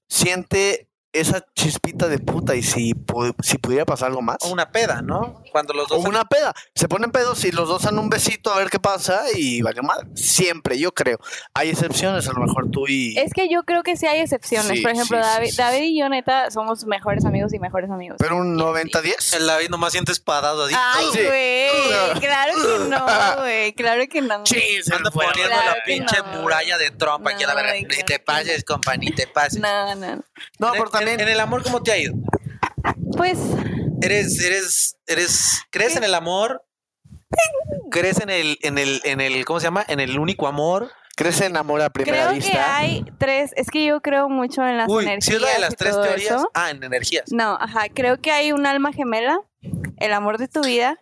Speaker 1: siente esa chispita de puta y si, pu- si pudiera pasar algo más.
Speaker 2: O una peda, ¿no? Cuando los
Speaker 1: O
Speaker 2: dos...
Speaker 1: una peda. Se ponen pedos y los dos dan un besito a ver qué pasa y vale madre. Siempre, yo creo. Hay excepciones, a lo mejor tú y...
Speaker 3: Es que yo creo que sí hay excepciones.
Speaker 1: Sí,
Speaker 3: Por ejemplo,
Speaker 1: sí, sí,
Speaker 3: David,
Speaker 1: sí, sí.
Speaker 3: David y yo, neta, somos mejores amigos y mejores amigos.
Speaker 1: Pero un 90-10.
Speaker 2: El David nomás siente espadado. así.
Speaker 3: Ay,
Speaker 1: Sí.
Speaker 3: güey. Claro que no, güey. Claro que no.
Speaker 1: Sí, se
Speaker 2: Anda
Speaker 1: me fue.
Speaker 2: poniendo
Speaker 3: Claro
Speaker 2: la
Speaker 3: que
Speaker 2: pinche
Speaker 3: no.
Speaker 2: muralla de trompa aquí a la
Speaker 3: No,
Speaker 2: verga.
Speaker 3: ay,
Speaker 2: Ni te
Speaker 3: claro que
Speaker 2: pases, compa, ni te pases.
Speaker 3: No, no.
Speaker 1: No,
Speaker 2: En-
Speaker 1: pero
Speaker 2: en,
Speaker 1: también...
Speaker 2: en el amor, ¿cómo te ha ido?
Speaker 3: Pues
Speaker 2: ¿Eres, eres, eres, crees en el amor? ¿Crees en el, en el, en el, ¿cómo se llama? En el único amor.
Speaker 1: ¿Crees en amor a primera
Speaker 3: creo que
Speaker 1: vista?
Speaker 3: hay tres. Es que yo creo mucho en las
Speaker 2: Uy,
Speaker 3: energías.
Speaker 2: si es la de las
Speaker 3: y
Speaker 2: tres
Speaker 3: todo
Speaker 2: teorías.
Speaker 3: eso.
Speaker 2: Ah, en energías.
Speaker 3: No, ajá, creo que hay un alma gemela, el amor de tu vida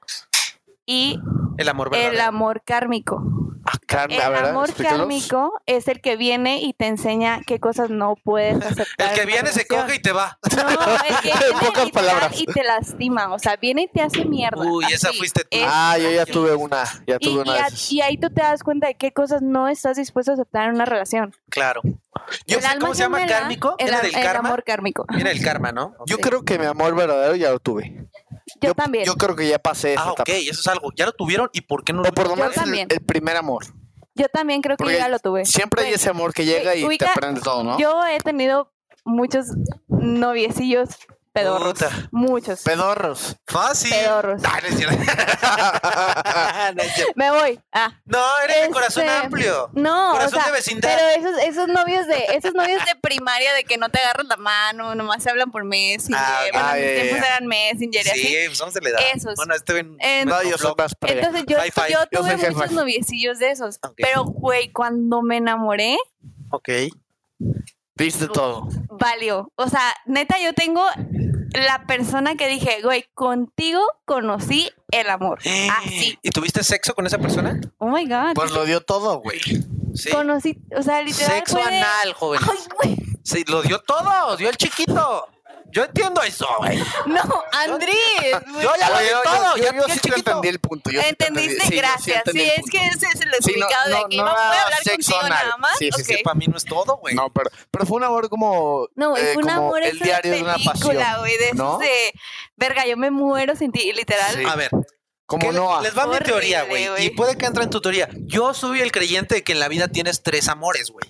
Speaker 3: y
Speaker 2: El amor
Speaker 3: el
Speaker 2: verdadero.
Speaker 3: amor kármico.
Speaker 1: Ah, car-
Speaker 3: El
Speaker 1: a ver,
Speaker 3: amor
Speaker 1: explícalos.
Speaker 3: kármico es el que viene y te enseña qué cosas no puedes aceptar.
Speaker 2: el que
Speaker 3: en una
Speaker 2: viene se
Speaker 3: relación.
Speaker 2: coge y te va.
Speaker 3: No, el que viene
Speaker 1: pocas
Speaker 3: literal
Speaker 1: palabras.
Speaker 3: y te lastima, o sea, viene y te hace mierda.
Speaker 2: Uy, esa
Speaker 3: así,
Speaker 2: fuiste tú.
Speaker 3: es-
Speaker 1: Ah, yo ya tuve una. Ya
Speaker 3: y,
Speaker 1: tuve una
Speaker 3: y
Speaker 1: de
Speaker 3: a-
Speaker 1: esas.
Speaker 3: y ahí tú te das cuenta de qué cosas no estás dispuesto a aceptar en una relación.
Speaker 2: Claro. Yo
Speaker 3: El
Speaker 2: sé
Speaker 3: alma
Speaker 2: cómo se llama
Speaker 3: gemela,
Speaker 2: kármico.
Speaker 3: El,
Speaker 2: Viene
Speaker 3: am-
Speaker 2: del
Speaker 3: el
Speaker 2: karma.
Speaker 3: amor kármico.
Speaker 2: Viene del karma, ¿no?
Speaker 1: Yo
Speaker 2: Ok.
Speaker 1: creo que mi amor verdadero ya lo tuve.
Speaker 3: Yo, también.
Speaker 1: Yo creo que ya pasé esa
Speaker 2: Ah, ok,
Speaker 1: etapa.
Speaker 2: eso es algo. ¿Ya lo tuvieron y por qué no lo
Speaker 1: O por lo
Speaker 3: Yo
Speaker 1: menos el,
Speaker 3: también.
Speaker 1: el primer amor.
Speaker 3: Yo también creo que
Speaker 1: Porque
Speaker 3: yo ya lo tuve.
Speaker 1: Siempre hay
Speaker 3: Bueno,
Speaker 1: ese amor que llega y
Speaker 3: pues, ubica-
Speaker 1: te prende todo, ¿no?
Speaker 3: Yo he tenido muchos noviecillos pedorros.
Speaker 2: Puta.
Speaker 3: Muchos
Speaker 1: Pedorros.
Speaker 2: Fácil.
Speaker 3: pedorros.
Speaker 2: Ah, no es cierto. No es cierto.
Speaker 3: Me voy. Ah.
Speaker 2: No, eres de
Speaker 3: Este,
Speaker 2: corazón amplio.
Speaker 3: No, o
Speaker 2: Corazón
Speaker 3: sea,
Speaker 2: de vecindad.
Speaker 3: pero esos, esos novios de esos novios de primaria de que no te agarran la mano, nomás se hablan por Messenger,
Speaker 2: Ah,
Speaker 3: bueno,
Speaker 1: ah,
Speaker 3: en mis
Speaker 1: ya, ya,
Speaker 3: tiempos
Speaker 1: ya.
Speaker 3: eran Messenger
Speaker 2: Sí,
Speaker 3: y así.
Speaker 2: pues vamos a la edad.
Speaker 3: Esos.
Speaker 2: Bueno, este ven.
Speaker 3: En-
Speaker 1: No, yo soy más pre-
Speaker 3: Entonces yo,
Speaker 2: Hi-Fi.
Speaker 3: yo
Speaker 1: Yo
Speaker 3: tuve
Speaker 1: soy
Speaker 3: muchos
Speaker 1: hi-fi.
Speaker 3: noviecillos de esos,
Speaker 2: Ok.
Speaker 3: pero güey, cuando me enamoré,
Speaker 2: Ok.
Speaker 1: Viste todo.
Speaker 3: valió. O sea, neta yo tengo la persona que dije, güey, contigo conocí el amor. Así.
Speaker 2: ¿Y tuviste sexo con esa persona?
Speaker 3: Oh my god.
Speaker 1: Pues lo dio todo, güey.
Speaker 2: Sí.
Speaker 3: Conocí, o sea, literal
Speaker 2: Sexo
Speaker 3: fue de-
Speaker 2: anal, joven.
Speaker 3: Ay, güey.
Speaker 2: Sí, lo dio todo, dio el chiquito. Yo entiendo eso, güey.
Speaker 3: No, Andrés. güey.
Speaker 2: Yo ya lo
Speaker 1: Oye,
Speaker 2: di todo,
Speaker 1: yo,
Speaker 2: ya
Speaker 1: yo
Speaker 2: tiene
Speaker 1: sí te
Speaker 2: chiquito.
Speaker 1: entendí el punto. yo sí te
Speaker 3: ¿Entendiste?
Speaker 1: entendí. Sí, yo
Speaker 3: Gracias. Sí,
Speaker 1: entendí el
Speaker 3: es que
Speaker 1: punto.
Speaker 3: ese es el
Speaker 1: Sí, no,
Speaker 3: desubicado
Speaker 1: no,
Speaker 3: de aquí.
Speaker 1: no
Speaker 3: No, voy
Speaker 1: era
Speaker 3: a hablar
Speaker 1: sexo
Speaker 3: contigo
Speaker 1: anal.
Speaker 3: nada más.
Speaker 1: Sí, sí, sí,
Speaker 3: Ok.
Speaker 2: Para mí no es todo, güey.
Speaker 1: No, pero, pero fue un amor como.
Speaker 3: No, güey,
Speaker 1: eh,
Speaker 3: fue un
Speaker 1: como
Speaker 3: amor
Speaker 1: El
Speaker 3: es una
Speaker 1: diario de una pasión.
Speaker 3: película, güey, de esos
Speaker 1: ¿no?
Speaker 3: de verga, yo me muero sin ti, literal.
Speaker 1: Sí.
Speaker 2: A ver,
Speaker 1: Como
Speaker 2: ¿qué le-
Speaker 1: Noah.
Speaker 2: les va mi
Speaker 3: Horrible,
Speaker 2: teoría, güey.
Speaker 3: güey.
Speaker 2: Y puede que entre en tu teoría. Yo soy el creyente de que en la vida tienes tres amores, güey.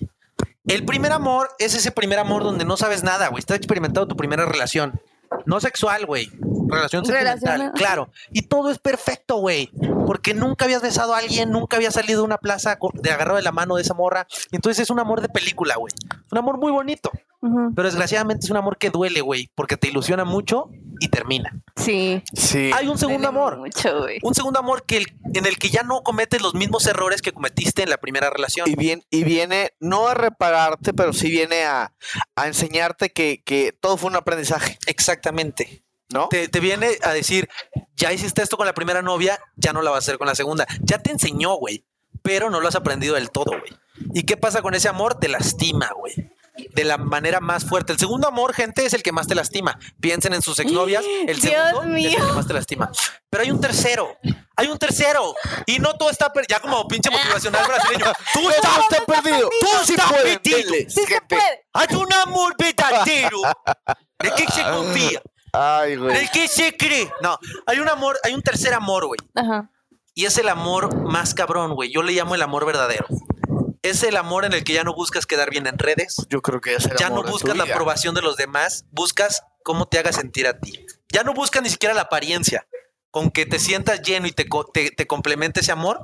Speaker 2: El primer amor es ese primer amor donde no sabes nada, güey. Estás experimentando tu primera relación. No sexual, güey. Relación sentimental,
Speaker 3: Relación-
Speaker 2: claro. Y todo es perfecto, güey. Porque nunca habías besado a alguien, nunca habías salido de una plaza co- de agarrado de la mano de esa morra. Entonces es un amor de película, güey. Es un amor muy bonito.
Speaker 3: Ujú.
Speaker 2: Pero desgraciadamente es un amor que duele, güey. Porque te ilusiona mucho y termina.
Speaker 3: Sí.
Speaker 1: Sí.
Speaker 2: Hay un segundo
Speaker 3: duele
Speaker 2: amor
Speaker 3: Mucho, güey.
Speaker 2: un segundo amor que el- en el que ya no cometes los mismos errores que cometiste en la primera relación.
Speaker 1: Y, bien, y viene, no a repararte, pero sí viene a, a enseñarte que, que todo fue un aprendizaje,
Speaker 2: Exactamente.
Speaker 1: ¿no?
Speaker 2: Te, te viene a decir, ya hiciste esto con la primera novia, ya no la vas a hacer con la segunda. Ya te enseñó, güey, pero no lo has aprendido del todo, güey. ¿Y qué pasa con ese amor? Te lastima, güey. de la manera más fuerte. El segundo amor, gente, es el que más te lastima. Piensen en sus exnovias. El
Speaker 3: Dios
Speaker 2: segundo
Speaker 3: mío.
Speaker 2: es el que más te lastima. Pero hay un tercero. Hay un tercero. Y no todo está per- Ya como pinche motivacional brasileño. Tú
Speaker 1: Está
Speaker 2: estás
Speaker 1: usted perdido.
Speaker 2: Tú
Speaker 1: sí
Speaker 2: estás
Speaker 1: puedes,
Speaker 2: perdido.
Speaker 1: dile,
Speaker 3: Sí se
Speaker 1: gente.
Speaker 3: puede.
Speaker 2: Hay un amor verdadero. ¿De qué se confía?
Speaker 1: Ay, güey.
Speaker 2: ¿De qué se cree? No, hay un amor, hay un tercer amor, güey.
Speaker 3: Ajá.
Speaker 2: Y es el amor más cabrón, güey. Yo le llamo el amor verdadero. Es el amor en el que ya no buscas quedar bien en redes.
Speaker 1: Yo creo que ya será.
Speaker 2: Ya no buscas la aprobación de los demás, buscas cómo te haga sentir a ti. Ya no buscas ni siquiera la apariencia. Con que te sientas lleno y te, co- te, te complemente ese amor,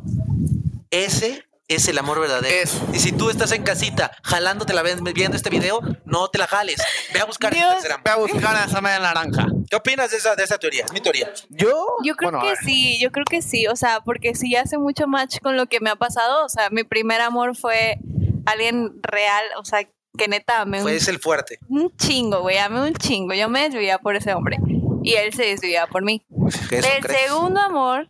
Speaker 2: ese es el amor verdadero.
Speaker 1: Eso.
Speaker 2: Y si tú estás en casita jalándote la ven- viendo este video, no te la jales. Ve a buscar ese
Speaker 3: Dios.
Speaker 2: tercer amor.
Speaker 1: Voy a buscar a esa media naranja.
Speaker 2: ¿Qué opinas de esa, de esa teoría? Es mi teoría.
Speaker 1: Yo.
Speaker 3: Yo creo
Speaker 1: bueno, a
Speaker 3: que
Speaker 1: ver.
Speaker 3: sí, yo creo que sí, o sea, porque sí hace mucho match con lo que me ha pasado, o sea, mi primer amor fue alguien real, o sea, que neta amé
Speaker 2: Fue
Speaker 3: un,
Speaker 2: ese Pues el fuerte.
Speaker 3: un chingo, güey, amé un chingo, yo me desvivía por ese hombre y él se desvivía por mí.
Speaker 2: ¿Qué eso
Speaker 3: El
Speaker 2: crees?
Speaker 3: segundo amor,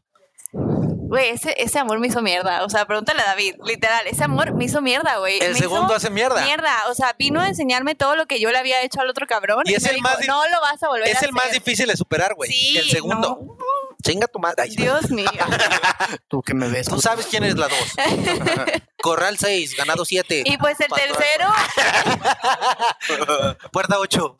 Speaker 3: güey, ese, ese amor me hizo mierda, o sea, pregúntale a David, literal, ese amor me hizo mierda, güey.
Speaker 2: El
Speaker 3: me
Speaker 2: segundo
Speaker 3: hizo
Speaker 2: hace mierda.
Speaker 3: Mierda, o sea, vino a enseñarme todo lo que yo le había hecho al otro cabrón
Speaker 2: Y es
Speaker 3: me
Speaker 2: el más di-
Speaker 3: no lo vas a volver a
Speaker 2: Es el más
Speaker 3: hacer".
Speaker 2: difícil de superar, güey.
Speaker 3: Sí,
Speaker 2: el segundo.
Speaker 3: no.
Speaker 2: Chinga tu madre. Ay,
Speaker 3: Dios mío.
Speaker 1: Tú que me ves. pues,
Speaker 2: Tú sabes quién es la dos. Corral 6, ganado 7.
Speaker 3: Y pues el tercero,
Speaker 2: Puerta 8.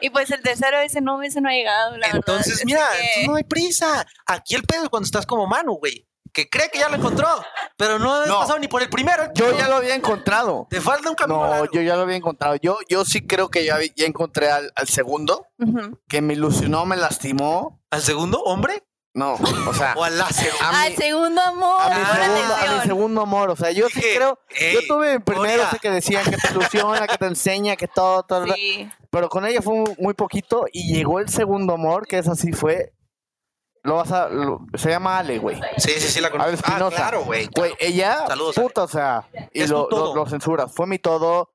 Speaker 3: y pues el tercero ese no, ese no ha llegado, la verdad.
Speaker 2: Entonces,
Speaker 3: Así
Speaker 2: mira,
Speaker 3: que-
Speaker 2: entonces no hay prisa. Aquí el pedo es cuando estás como Manu, güey. Que cree que ya lo encontró, pero no has
Speaker 1: No.
Speaker 2: pasado ni por el primero.
Speaker 1: Yo ya lo había encontrado.
Speaker 2: Te falta un camino.
Speaker 1: No,
Speaker 2: largo.
Speaker 1: yo ya lo había encontrado. Yo, yo sí creo que ya, vi- ya encontré al, al segundo,
Speaker 3: Ujú.
Speaker 1: que me ilusionó, me lastimó.
Speaker 2: ¿Al segundo hombre
Speaker 1: No, o sea,
Speaker 2: o al láser?
Speaker 1: A
Speaker 3: Al
Speaker 1: mí-
Speaker 3: segundo amor,
Speaker 1: a mi, segundo,
Speaker 3: ahora
Speaker 1: a mi
Speaker 3: atención.
Speaker 1: segundo amor. O sea, yo sí
Speaker 2: Dije,
Speaker 1: creo.
Speaker 2: "Ey,
Speaker 1: yo tuve el primero
Speaker 2: Gloria".
Speaker 1: sé que decían que te ilusiona, que te enseña, que todo, todo. todo.
Speaker 3: Sí.
Speaker 1: Pero con ella fue muy- muy poquito y llegó el segundo amor, que es así fue. Lo vas a. lo- se llama Ale, güey.
Speaker 2: Sí, sí, sí, la
Speaker 1: Ale
Speaker 2: conozco. Ah,
Speaker 1: Espinosa.
Speaker 2: claro, güey.
Speaker 1: Güey, ella.
Speaker 2: Saludos,
Speaker 1: puta, o sea. Y
Speaker 2: Es tu
Speaker 1: lo, lo,
Speaker 2: todo.
Speaker 1: lo censura. Fue mi todo.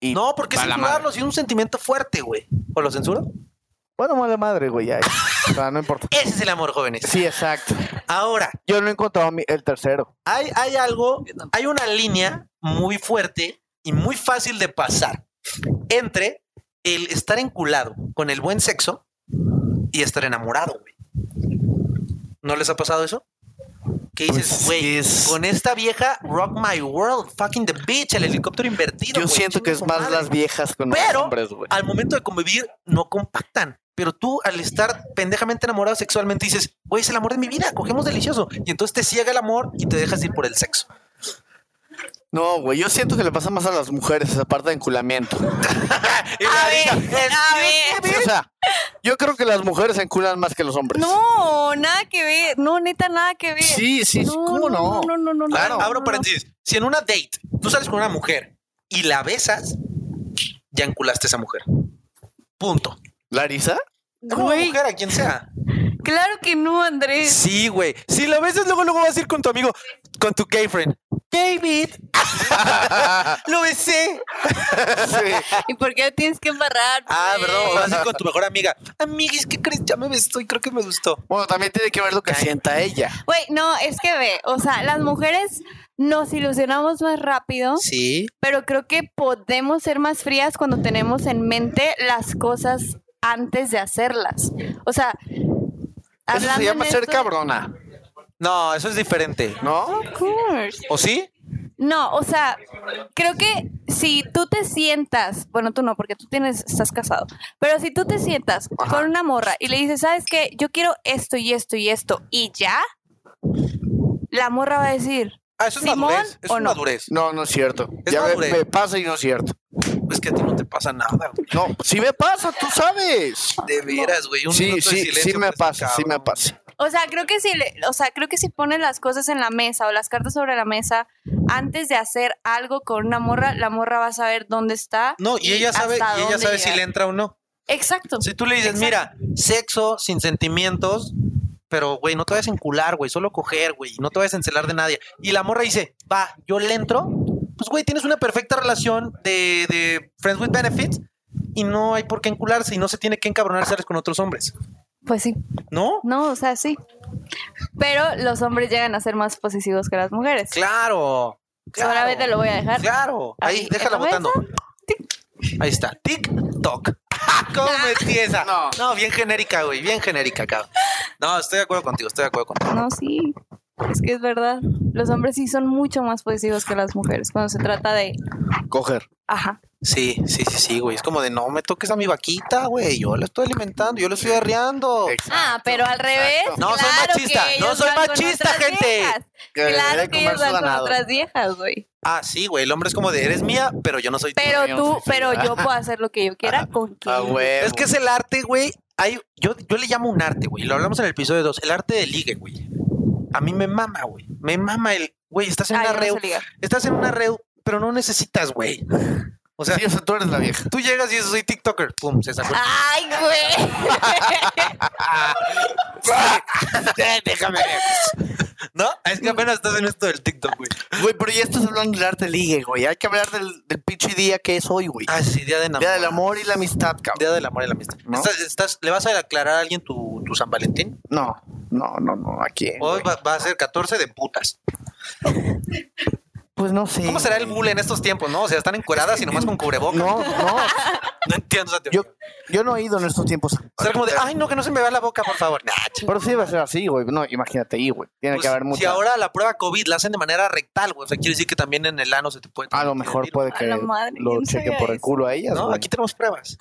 Speaker 1: Y
Speaker 2: No, porque
Speaker 1: va
Speaker 2: sin
Speaker 1: la madre.
Speaker 2: jugarlo, sin un sentimiento fuerte, güey. ¿O lo censuro?
Speaker 1: Bueno, mala madre, güey. ya. O sea, no importa.
Speaker 2: Ese es el amor, jóvenes.
Speaker 1: Sí, exacto.
Speaker 2: Ahora,
Speaker 1: Yo no he encontrado mi- el tercero.
Speaker 2: hay, hay algo, hay una línea muy fuerte y muy fácil de pasar entre el estar enculado con el buen sexo y estar enamorado, güey. ¿No les ha pasado eso? Que dices,
Speaker 1: Pues,
Speaker 2: güey,
Speaker 1: es-
Speaker 2: con esta vieja rock my world, fucking the bitch, el helicóptero invertido.
Speaker 1: Yo
Speaker 2: güey,
Speaker 1: siento que
Speaker 2: chinga
Speaker 1: es
Speaker 2: su
Speaker 1: más
Speaker 2: madre".
Speaker 1: las viejas con los
Speaker 2: Pero-
Speaker 1: hombres, güey.
Speaker 2: Al momento de convivir, no compactan. Pero tú, al estar pendejamente enamorado sexualmente, dices, güey, es el amor de mi vida, cogemos delicioso. Y entonces te ciega el amor y te dejas ir por el sexo.
Speaker 1: No, güey, yo siento que le pasa más a las mujeres esa parte de enculamiento.
Speaker 2: Y
Speaker 3: A
Speaker 2: la "Eh,
Speaker 3: ver,
Speaker 2: diga,
Speaker 3: a
Speaker 2: "Excuse
Speaker 3: ver.
Speaker 2: me,
Speaker 1: O sea, yo creo que las mujeres se enculan más que los hombres.
Speaker 3: No, nada que ver. No, neta, nada que ver.
Speaker 1: Sí, sí, sí, ¿cómo no?
Speaker 3: No, no, no, no.
Speaker 2: Claro,
Speaker 3: no,
Speaker 2: abro
Speaker 3: no.
Speaker 2: paréntesis. Si en una date tú sales con una mujer y la besas, ya enculaste a esa mujer. Punto.
Speaker 1: ¿Larisa?
Speaker 2: Como
Speaker 3: Güey,
Speaker 2: mujer, a quien sea.
Speaker 3: claro que no, Andrés.
Speaker 2: Sí, güey. Si la besas, luego, luego vas a ir con tu amigo, con tu gay friend. David, lo besé.
Speaker 1: Sí.
Speaker 3: ¿Y por qué tienes que embarrar?
Speaker 2: Ah,
Speaker 3: pues?
Speaker 2: perdón, vas a ir con tu mejor amiga. Amiguis, ¿qué crees? Ya me besó y creo que me gustó.
Speaker 1: Bueno, también tiene que ver lo que sienta ella.
Speaker 3: Güey, no, es que ve, o sea, las mujeres nos ilusionamos más rápido.
Speaker 2: Sí.
Speaker 3: pero creo que podemos ser más frías cuando tenemos en mente las cosas antes de hacerlas. O sea,
Speaker 1: Eso se
Speaker 3: hablando
Speaker 1: llama
Speaker 3: en
Speaker 1: ser
Speaker 3: esto- Oh,
Speaker 1: cabrona,
Speaker 2: No, eso es diferente.
Speaker 1: ¿no?
Speaker 3: Of course.
Speaker 2: ¿O sí?
Speaker 3: No, o sea, creo que si tú te sientas, bueno, tú no, porque tú tienes, estás casado, pero si tú te sientas con una morra y le dices, ¿sabes qué? Yo quiero esto y esto y esto y ya, la morra va a decir,
Speaker 2: Ah, eso es
Speaker 3: ¿Simón
Speaker 2: madurez. Eso
Speaker 3: o
Speaker 2: es
Speaker 3: no?
Speaker 2: madurez.
Speaker 1: No, no es cierto.
Speaker 2: Es
Speaker 1: ya me,
Speaker 2: madurez.
Speaker 1: me pasa y no es cierto.
Speaker 2: Es que a ti no te pasa nada, güey.
Speaker 1: No, sí me pasa, tú sabes.
Speaker 2: De veras, güey. Un
Speaker 1: Sí,
Speaker 2: minuto de
Speaker 1: sí,
Speaker 2: silencio
Speaker 1: sí me
Speaker 2: por este
Speaker 1: pasa, sí
Speaker 2: cabrón.
Speaker 1: me pasa.
Speaker 3: O sea, creo que si, le- o sea, creo que si pones las cosas en la mesa o las cartas sobre la mesa antes de hacer algo con una morra, la morra va a saber dónde está.
Speaker 2: No, y ella sabe,
Speaker 3: hasta
Speaker 2: y ella
Speaker 3: dónde
Speaker 2: sabe si
Speaker 3: llegar.
Speaker 2: le entra o no.
Speaker 3: Exacto.
Speaker 2: Si tú le dices, mira, sexo sin sentimientos, pero güey, no te vayas a encular, güey, solo coger, güey, no te vayas a encelar de nadie. Y la morra dice, va, yo le entro, pues güey, tienes una perfecta relación de, de Friends with Benefits y no hay por qué encularse y no se tiene que encabronar sales con otros hombres,
Speaker 3: Pues sí.
Speaker 2: ¿no?
Speaker 3: No, o sea, sí. Pero los hombres llegan a ser más posesivos que las mujeres.
Speaker 2: Claro. claro
Speaker 3: Solamente lo voy a dejar.
Speaker 2: Claro.
Speaker 3: Ahí,
Speaker 2: Ahí,
Speaker 3: en
Speaker 2: déjala
Speaker 3: la mesa.
Speaker 2: votando. Ahí está. TikTok. ¿Cómo metí esa?
Speaker 1: No.
Speaker 2: No, bien genérica, güey. Bien genérica, cabrón. No, estoy de acuerdo contigo, estoy de acuerdo contigo.
Speaker 3: No, sí. Es que es verdad. Los hombres sí son mucho más posesivos que las mujeres cuando se trata de.
Speaker 1: Coger.
Speaker 3: Ajá.
Speaker 2: Sí, sí, sí, sí, güey. Es como de no me toques a mi vaquita, güey. Yo la estoy alimentando, yo la estoy arriando.
Speaker 3: Ah, pero al revés.
Speaker 2: No, soy
Speaker 3: claro que
Speaker 2: machista, no
Speaker 3: ellos
Speaker 2: soy
Speaker 3: van con
Speaker 2: machista,
Speaker 3: otras
Speaker 2: gente.
Speaker 3: viejas.
Speaker 1: Que
Speaker 3: Claro
Speaker 1: debería
Speaker 3: que
Speaker 1: comer
Speaker 3: ellos
Speaker 1: su
Speaker 3: van con
Speaker 1: ganado.
Speaker 3: otras viejas, güey.
Speaker 2: Ah, sí, güey. El hombre es como de eres mía, pero yo no soy tuya.
Speaker 3: Pero
Speaker 1: mío,
Speaker 3: tú,
Speaker 1: sí, sí.
Speaker 3: pero yo puedo hacer lo que yo quiera con quien.
Speaker 1: Ah, huevo.
Speaker 2: Es que es el arte, güey. Hay, yo, yo le llamo un arte, güey. Lo hablamos en el episodio 2. El arte de ligue, güey. A mí me mama, güey. Me mama el. Güey, estás en
Speaker 3: Ah,
Speaker 2: una
Speaker 3: yo no sé
Speaker 2: reu.
Speaker 3: ligar.
Speaker 2: Estás en una reu, pero no necesitas, güey. O sea,
Speaker 1: Sí, o sea, tú eres la vieja.
Speaker 2: tú llegas y dices, soy TikToker. Pum, se sacó.
Speaker 3: Ay, güey.
Speaker 1: Déjame.
Speaker 2: ¿No? Es que apenas estás en esto del TikTok, güey.
Speaker 1: Güey, pero ya estás hablando del arte ligue, güey. Hay que hablar del, del pinche día que es hoy, güey.
Speaker 2: Ah, sí, día de
Speaker 1: Día del amor y la amistad, cabrón.
Speaker 2: Día del amor y la amistad.
Speaker 1: ¿No?
Speaker 2: ¿Estás, estás- le vas a aclarar a alguien tu, tu San Valentín?
Speaker 1: No, no, no, no. ¿A quién?
Speaker 2: Hoy
Speaker 1: güey?
Speaker 2: va, va a ser 14 de putas.
Speaker 1: Pues no sé.
Speaker 2: ¿Cómo será el mule en estos tiempos, no? O sea, están encueradas y nomás con cubrebocas.
Speaker 1: No, no.
Speaker 2: No entiendo esa teoría.
Speaker 1: Yo, yo no he ido en estos tiempos.
Speaker 2: O sea, como de, ay, no, que no se me vea la boca, por favor. Nah, ch-
Speaker 1: Pero sí va a ser así, güey. No, imagínate ahí, güey. Tiene
Speaker 2: pues,
Speaker 1: que haber mucha...
Speaker 2: Si ahora la prueba COVID la hacen de manera rectal, güey. O sea, quiere decir que también en el ano se te puede.
Speaker 1: A lo mejor puede
Speaker 3: A
Speaker 1: que
Speaker 3: la madre, yo
Speaker 1: lo
Speaker 3: no
Speaker 1: chequen
Speaker 3: sabía
Speaker 1: por el
Speaker 3: eso.
Speaker 1: culo a ellas,
Speaker 2: No,
Speaker 1: güey.
Speaker 2: aquí tenemos pruebas.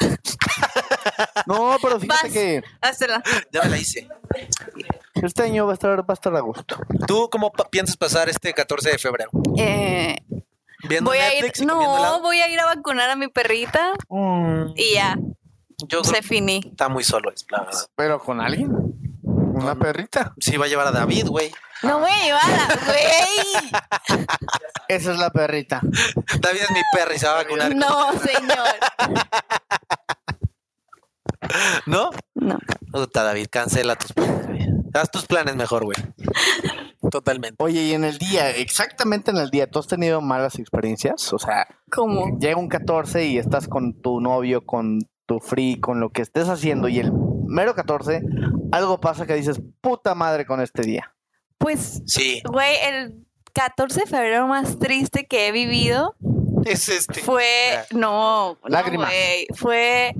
Speaker 1: No, pero fíjate
Speaker 3: Vas.
Speaker 1: que
Speaker 3: Hazla.
Speaker 2: Ya me la hice.
Speaker 1: este año va a estar, va a, estar a gusto.
Speaker 2: ¿Tú cómo pa- piensas pasar este 14 de febrero?
Speaker 3: Eh,
Speaker 2: ¿Viendo
Speaker 3: voy a ir.
Speaker 2: Netflix y comiendo helado?
Speaker 3: No, voy a ir a vacunar a mi perrita
Speaker 2: Mm,
Speaker 3: y ya.
Speaker 2: yo creo
Speaker 3: Se
Speaker 2: que
Speaker 3: finí.
Speaker 2: está muy solo, es la verdad.
Speaker 1: ¿Pero con alguien? ¿Una perrita?
Speaker 2: Sí, va a llevar a David, güey.
Speaker 3: No voy a llevarla, güey.
Speaker 1: Esa es la perrita.
Speaker 2: David es mi perra y se va a vacunar.
Speaker 3: No, señor.
Speaker 2: ¿No?
Speaker 3: No.
Speaker 2: Puta, David, cancela tus planes, güey. Haz tus planes mejor, güey. Totalmente.
Speaker 1: Oye, y en el día, exactamente en el día, ¿tú has tenido malas experiencias? O sea,
Speaker 3: ¿Cómo?
Speaker 1: llega un 14 y estás con tu novio, con tu free, con lo que estés haciendo y el mero 14, algo pasa que dices, puta madre con este día.
Speaker 3: Pues,
Speaker 2: Sí.
Speaker 3: güey, el 14 de febrero más triste que he vivido
Speaker 2: Es este.
Speaker 3: fue. No, no,
Speaker 1: Lágrimas.
Speaker 3: güey, Fue.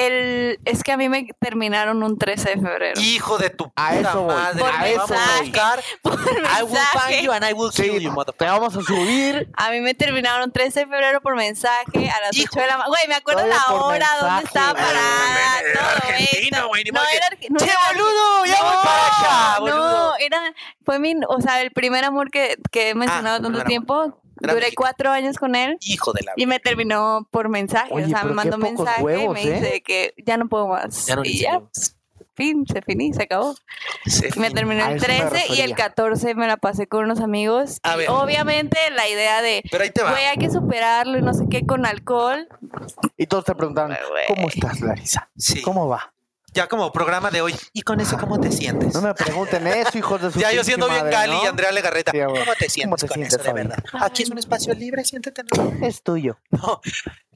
Speaker 3: El, es que a mí me terminaron un 13 de febrero.
Speaker 2: Hijo de tu puta
Speaker 1: A eso voy,
Speaker 2: madre.
Speaker 3: a
Speaker 2: te
Speaker 3: eso
Speaker 2: vamos a
Speaker 3: voy.
Speaker 2: buscar.
Speaker 3: Por
Speaker 2: I will
Speaker 3: mensaje.
Speaker 2: find you and I will kill you,
Speaker 1: te
Speaker 2: motherfucker.
Speaker 1: vamos a subir.
Speaker 3: A mí me terminaron 13 de febrero por mensaje a las
Speaker 2: Hijo.
Speaker 3: 8 de la mañana. Güey, me acuerdo
Speaker 1: Todavía
Speaker 3: la
Speaker 1: por
Speaker 3: hora,
Speaker 1: mensaje,
Speaker 3: dónde estaba
Speaker 1: güey.
Speaker 3: parada.
Speaker 2: Era
Speaker 3: todo
Speaker 2: argentino,
Speaker 3: eso.
Speaker 2: güey, ni
Speaker 3: No
Speaker 2: modo que-
Speaker 3: era arge- no
Speaker 2: ¡Che,
Speaker 3: era arge-
Speaker 2: boludo! ¡Ya voy para allá, boludo!
Speaker 3: No, era, fue mi, o sea, el primer amor que, que he mencionado
Speaker 2: Ah,
Speaker 3: tanto
Speaker 2: primer
Speaker 3: tiempo.
Speaker 2: Era
Speaker 3: Duré
Speaker 2: mexicano.
Speaker 3: cuatro años con él
Speaker 2: Hijo de la.
Speaker 3: y me terminó por mensaje.
Speaker 1: Oye,
Speaker 3: o sea,
Speaker 1: pero
Speaker 3: me
Speaker 1: qué
Speaker 3: mandó
Speaker 1: pocos
Speaker 3: mensaje
Speaker 1: huevos,
Speaker 3: y me
Speaker 1: ¿eh?
Speaker 3: dice que ya no puedo más.
Speaker 2: Ya no le
Speaker 3: y ya,
Speaker 2: sigo.
Speaker 3: pues, fin, se finí, se acabó.
Speaker 2: Se
Speaker 3: Me
Speaker 2: fin.
Speaker 3: terminó
Speaker 1: A
Speaker 3: el
Speaker 1: eso me
Speaker 3: 13 y el
Speaker 1: refería.
Speaker 3: 14 me la pasé con unos amigos.
Speaker 2: A
Speaker 3: Y
Speaker 2: ver.
Speaker 3: obviamente la idea de,
Speaker 2: Pero ahí te va.
Speaker 3: güey, hay que superarlo y no sé qué con alcohol.
Speaker 1: Y todos te preguntaron,
Speaker 3: Ay, güey.
Speaker 1: ¿cómo estás, Larisa?
Speaker 2: Sí.
Speaker 1: ¿Cómo va?
Speaker 2: Ya como programa de hoy. ¿Y con eso cómo te sientes?
Speaker 1: No me pregunten eso, hijos de su
Speaker 2: ya yo
Speaker 1: pinche
Speaker 2: siendo bien
Speaker 1: madre,
Speaker 2: Cali
Speaker 1: ¿no?
Speaker 2: y Andrea Legarreta.
Speaker 1: Sí, güey.
Speaker 2: ¿Cómo te sientes
Speaker 1: ¿Cómo te
Speaker 2: con
Speaker 1: sientes
Speaker 2: eso, de
Speaker 1: hoy?
Speaker 2: verdad? Aquí es un espacio libre, siéntete. en-
Speaker 1: Es tuyo.
Speaker 2: No,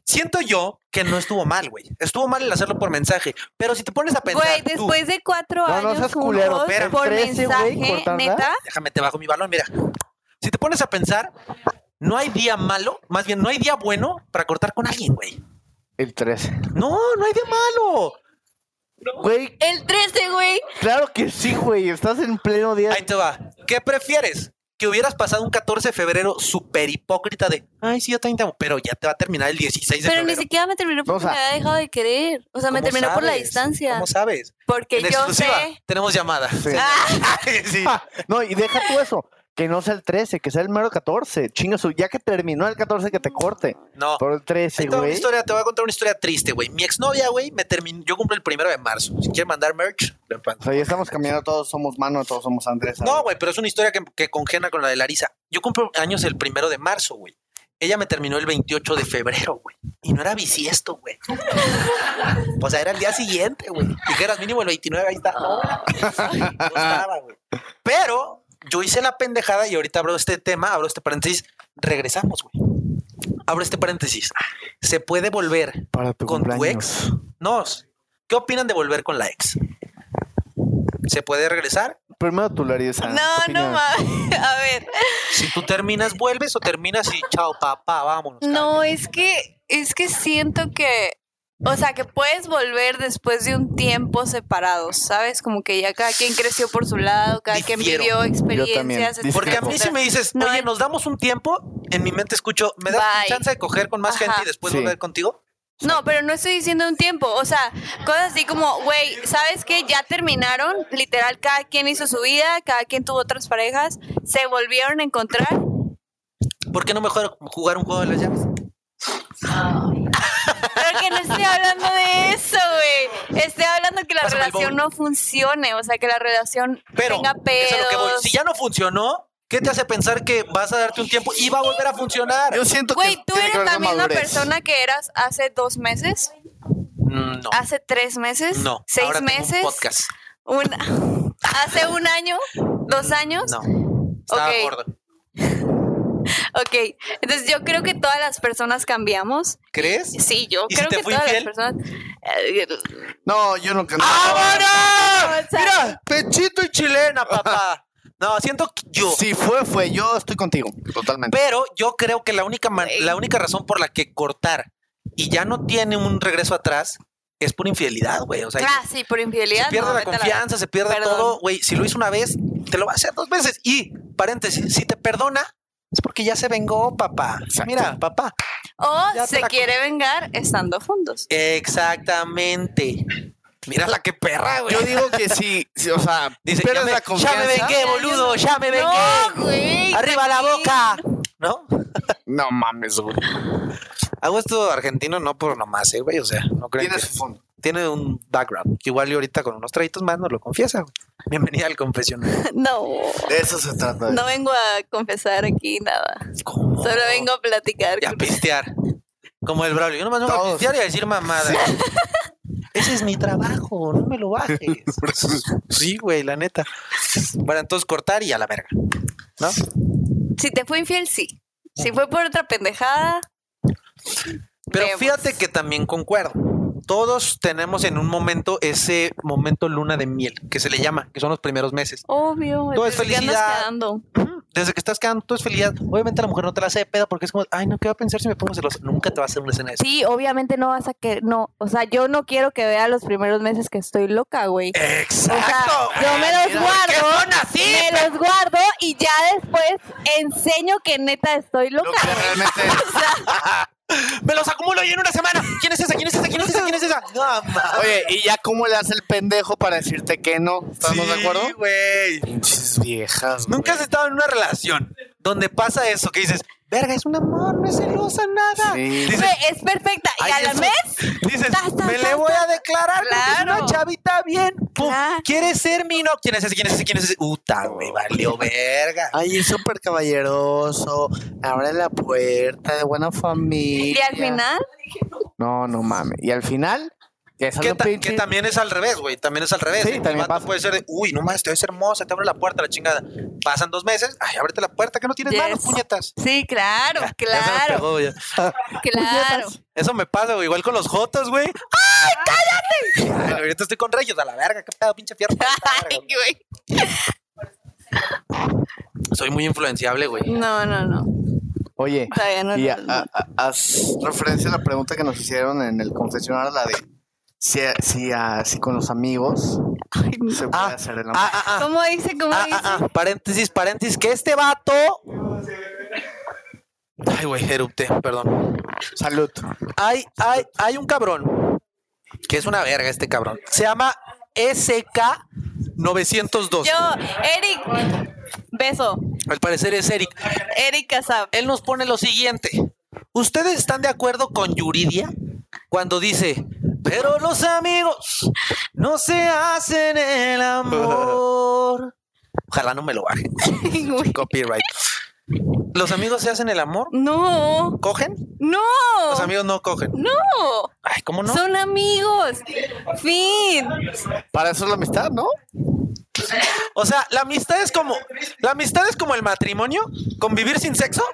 Speaker 2: siento yo que no estuvo mal, güey. Estuvo mal el hacerlo por mensaje. Pero si te pones a pensar.
Speaker 3: Güey,
Speaker 2: tú,
Speaker 3: después de
Speaker 1: No,
Speaker 3: cuatro
Speaker 1: no
Speaker 3: años
Speaker 1: seas culero,
Speaker 3: juntos,
Speaker 2: espera,
Speaker 3: por
Speaker 1: 13, güey,
Speaker 3: mensaje,
Speaker 1: cortarla.
Speaker 3: neta,
Speaker 2: déjame te bajo mi balón, mira. Si te pones a pensar, no hay día malo, más bien no hay día bueno para cortar con alguien, güey.
Speaker 1: El 13.
Speaker 2: No, no hay día malo.
Speaker 1: Güey,
Speaker 3: el 13, güey.
Speaker 1: claro que sí, güey. Estás en pleno día.
Speaker 2: Ahí te va. ¿Qué prefieres? Que hubieras pasado un 14 de febrero súper hipócrita de, ay, sí, yo también te amo, pero ya te va a terminar el 16 de
Speaker 3: Pero ni
Speaker 2: febrero.
Speaker 3: siquiera me terminó porque
Speaker 1: O sea,
Speaker 3: me había dejado de querer. O sea, me
Speaker 2: ¿Cómo
Speaker 3: terminó por la
Speaker 2: sabes?
Speaker 3: distancia.
Speaker 2: ¿Cómo sabes?
Speaker 3: Porque
Speaker 2: En
Speaker 3: yo
Speaker 2: exclusiva,
Speaker 3: sé.
Speaker 2: tenemos llamada.
Speaker 1: Sí.
Speaker 3: Ah,
Speaker 2: sí.
Speaker 1: Ah, no, y deja tú eso. Que no sea el 13, que sea el mero 14. Chinga su, ya que terminó el 14, que te corte.
Speaker 2: No,
Speaker 1: Por el 13,
Speaker 2: Ahí te va una
Speaker 1: güey.
Speaker 2: historia, te voy a contar una historia triste, güey. Mi exnovia, güey, me terminó. Yo cumplo el primero de marzo. Si quieres mandar merch, le
Speaker 1: O
Speaker 2: mando.
Speaker 1: sea, ya estamos cambiando, todos somos mano, todos somos Andrés.
Speaker 2: No, güey, pero es una historia que, que congena con la de Larisa. Yo cumplo años el primero de marzo, güey. Ella me terminó el 28 de febrero, güey. Y no era bisiesto, güey. O sea, era el día siguiente, güey. Dijeras mínimo el 29, ahí está. No, no estaba, güey. Pero yo hice la pendejada y ahorita abro este tema, abro este paréntesis. Regresamos, güey. Abro este paréntesis. Se puede volver
Speaker 1: Para tu
Speaker 2: con tu
Speaker 1: cumpleaños.
Speaker 2: ex. Nos, ¿qué opinan de volver con la ex? ¿Se puede regresar?
Speaker 1: Primero tu Larisa.
Speaker 3: no, no
Speaker 1: opinión.
Speaker 3: mames. A ver.
Speaker 2: Si tú terminas, vuelves o terminas y chao, papá, vámonos.
Speaker 3: No, es que es que siento que, o sea, que puedes volver después de un tiempo separados, ¿sabes? Como que ya cada quien creció por su lado, cada quien
Speaker 2: Difiero.
Speaker 3: vivió
Speaker 1: Yo también.
Speaker 3: experiencias.
Speaker 1: Discrepo.
Speaker 2: Porque a mí
Speaker 3: etcétera.
Speaker 2: si me dices,
Speaker 3: No,
Speaker 2: oye,
Speaker 3: en-
Speaker 2: nos damos un tiempo, en mi mente escucho, ¿me das
Speaker 3: Bye.
Speaker 2: chance de coger con más
Speaker 3: Ajá.
Speaker 2: gente y después
Speaker 1: Sí.
Speaker 2: volver contigo?
Speaker 3: No, pero no estoy diciendo un tiempo, o sea, cosas así como, güey, ¿sabes qué? Ya terminaron, literal, cada quien hizo su vida, cada quien tuvo otras parejas, se volvieron a encontrar.
Speaker 2: ¿Por qué no mejor jugar un juego de las llaves?
Speaker 3: Pero que no estoy hablando de eso, güey. Estoy hablando que la
Speaker 2: Pásame el
Speaker 3: relación
Speaker 2: bowl.
Speaker 3: no funcione, o sea, que la relación
Speaker 2: Pero,
Speaker 3: tenga pedos.
Speaker 2: es a lo que voy. si ya no funcionó, ¿qué te hace pensar que vas a darte un tiempo y va a volver a funcionar?
Speaker 1: Yo siento que.
Speaker 3: Güey, tú
Speaker 1: tiene que
Speaker 3: eres
Speaker 1: ver
Speaker 3: la
Speaker 1: con
Speaker 3: misma
Speaker 1: madurez.
Speaker 3: persona que eras hace dos meses,
Speaker 2: Mm, No,
Speaker 3: hace tres meses,
Speaker 2: no.
Speaker 3: seis
Speaker 2: Ahora tengo un
Speaker 3: meses,
Speaker 2: podcast.
Speaker 3: un- hace un año, dos años.
Speaker 2: Mm, No, estaba
Speaker 3: Ok.
Speaker 2: gordo.
Speaker 3: Ok, entonces yo creo que todas las personas cambiamos.
Speaker 2: ¿Crees?
Speaker 3: Sí, yo
Speaker 2: ¿Y si
Speaker 3: creo
Speaker 2: te
Speaker 3: que
Speaker 2: fui
Speaker 3: todas
Speaker 2: infiel?
Speaker 3: las personas. eh,
Speaker 1: No, yo nunca.
Speaker 2: ¡Vámonos!
Speaker 3: O sea-
Speaker 2: ¡Ah, Mira, pechito y chilena, papá. No, siento que yo.
Speaker 1: Si fue, fue. Yo estoy contigo. Totalmente.
Speaker 2: Pero yo creo que la única, man- la única razón por la que cortar y ya no tiene un regreso atrás es por infidelidad, güey. O sea,
Speaker 3: Ah, sí, por infidelidad.
Speaker 2: se pierde
Speaker 3: no,
Speaker 2: la
Speaker 3: vete a
Speaker 2: confianza, se pierde
Speaker 3: Perdón.
Speaker 2: todo, güey. Si lo hizo una vez, te lo va a hacer dos veces. Y, paréntesis, si te perdona, es porque ya se vengó, papá.
Speaker 1: Exacto.
Speaker 2: Mira, papá.
Speaker 3: O
Speaker 2: Ya te
Speaker 3: se
Speaker 2: la-
Speaker 3: quiere vengar estando juntos.
Speaker 2: Exactamente. Mira la que perra, güey.
Speaker 1: Yo digo que sí. sí, o sea,
Speaker 2: Dice, ya
Speaker 1: pierdes
Speaker 2: me,
Speaker 1: la
Speaker 2: ya me
Speaker 1: confianza.
Speaker 2: vengué, boludo, ya me vengué.
Speaker 3: No, güey.
Speaker 2: Arriba la boca. ¿No?
Speaker 1: No mames, güey.
Speaker 2: Hago esto argentino no por nomás, eh, güey. O sea, no creo que...
Speaker 1: Tiene su fondo.
Speaker 2: Tiene un background. Igual y ahorita con unos traguitos más nos lo confiesa, güey. Bienvenida al confesionario.
Speaker 3: No,
Speaker 1: De eso se trata.
Speaker 3: no vengo a confesar aquí nada.
Speaker 2: ¿Cómo?
Speaker 3: Solo vengo a platicar.
Speaker 2: Y a pistear. Como el Braulio. Yo nomás vengo a
Speaker 1: Todos.
Speaker 2: pistear y a decir mamada. Ese es mi trabajo, no me lo bajes. sí, güey, la neta. Bueno, entonces cortar y a la verga. ¿No?
Speaker 3: Si te fue infiel, sí. Si fue por otra pendejada,
Speaker 2: Pero
Speaker 3: Vemos.
Speaker 2: fíjate que también concuerdo. Todos tenemos en un momento ese momento luna de miel, que se le llama, que son los primeros meses.
Speaker 3: obvio.
Speaker 2: Todo es
Speaker 3: ¿desde qué andas
Speaker 2: felicidad.
Speaker 3: quedando?
Speaker 2: Desde que estás quedando, tú es felicidad. Obviamente la mujer no te la hace de pedo porque es como, ay, no, ¿qué va a pensar si me pongo celosa? Nunca te va a hacer una escena de eso.
Speaker 3: Sí, obviamente no vas a que no, o sea, yo no quiero que vea los primeros meses que estoy loca, güey.
Speaker 2: Eh,
Speaker 3: O sea,
Speaker 2: ¡Exacto!
Speaker 3: yo me los guardo, me los guardo y ya después enseño que neta estoy
Speaker 1: Lo
Speaker 3: loca.
Speaker 1: que realmente es.
Speaker 2: ¡Me los acumulo y en una semana! ¿Quién es esa? ¿Quién es esa? ¿Quién es esa? ¿Quién es esa? No, ma-
Speaker 1: Oye, ¿y ya cómo le hace el pendejo para decirte que no? ¿Estamos de
Speaker 2: Sí,
Speaker 1: acuerdo?
Speaker 2: güey.
Speaker 1: Pinches viejas.
Speaker 2: Nunca has
Speaker 1: güey.
Speaker 2: estado en una relación donde pasa eso, que dices, verga, es un amor, no es celosa, nada.
Speaker 1: Sí.
Speaker 2: Dices,
Speaker 3: Güey, es perfecta y
Speaker 2: Ay,
Speaker 3: a la
Speaker 2: eso-
Speaker 3: mes
Speaker 2: Dices,
Speaker 3: Ta, ta,
Speaker 2: me
Speaker 3: ta,
Speaker 2: le voy
Speaker 3: ta.
Speaker 2: a declarar porque es
Speaker 3: Claro.
Speaker 2: una chavita bien. Pum,
Speaker 3: Claro.
Speaker 2: ¿Quieres ser mi no? ¿Quién es ese? ¿Quién es ese? ¿Quién es ese? Uta, güey, valió verga.
Speaker 1: Ay, es súper caballeroso. Abre la puerta de buena
Speaker 3: y
Speaker 1: familia.
Speaker 3: al final
Speaker 1: No, no mames. Y al final, ya es
Speaker 2: Que,
Speaker 1: algo
Speaker 2: ta-
Speaker 1: pinche.
Speaker 2: que también es al revés, güey. También es al revés.
Speaker 1: Sí,
Speaker 2: El
Speaker 1: también
Speaker 2: vato
Speaker 1: pasa.
Speaker 2: puede ser de, uy, no mames, te ves hermosa, te abre la puerta, la chingada. Pasan dos meses, ay, ábrete la puerta, que no tienes
Speaker 3: Yes.
Speaker 2: manos, puñetas.
Speaker 3: Sí, claro,
Speaker 2: Ya se me
Speaker 3: claro,
Speaker 2: pegó, ya.
Speaker 3: claro.
Speaker 2: Eso me pasa, güey. Igual con los Jotos, güey. ¡Ay, cállate! Ay, ahorita estoy con Reyes, a la verga, qué pedo, pinche fierro.
Speaker 3: Ay, güey.
Speaker 2: Soy muy influenciable, güey.
Speaker 3: No, no, no.
Speaker 1: Oye,
Speaker 3: Todavía no.
Speaker 1: y
Speaker 3: no,
Speaker 1: a-
Speaker 3: no.
Speaker 1: a- a- haz referencia a la pregunta que nos hicieron en el confesionario, la de si, si, ah, si con los amigos
Speaker 3: Ay, no.
Speaker 1: se puede
Speaker 2: Ah,
Speaker 1: hacer el amor.
Speaker 2: Ah, ah, ah.
Speaker 3: ¿Cómo dice? ¿Cómo
Speaker 2: Ah,
Speaker 3: dice?
Speaker 2: ah, ah, paréntesis, paréntesis, que este vato. Ay, güey, erupté, perdón.
Speaker 1: Salud.
Speaker 2: Hay, hay, hay un cabrón, que es una verga este cabrón. Se llama E SK902.
Speaker 3: Yo, Eric, beso.
Speaker 2: Al parecer es Eric.
Speaker 3: Eric Casab.
Speaker 2: Él nos pone lo siguiente. ¿Ustedes están de acuerdo con Yuridia cuando dice, pero los amigos no se hacen el amor? Ojalá no me lo baje. Copyright. ¿Los amigos se hacen el amor?
Speaker 3: No,
Speaker 2: ¿Cogen?
Speaker 3: no.
Speaker 2: Los amigos no cogen.
Speaker 3: No.
Speaker 2: Ay, ¿cómo no?
Speaker 3: Son amigos. Fin.
Speaker 1: Para eso es la amistad, ¿no?
Speaker 2: O sea, la amistad es como. La amistad es como el matrimonio. ¿Convivir sin sexo?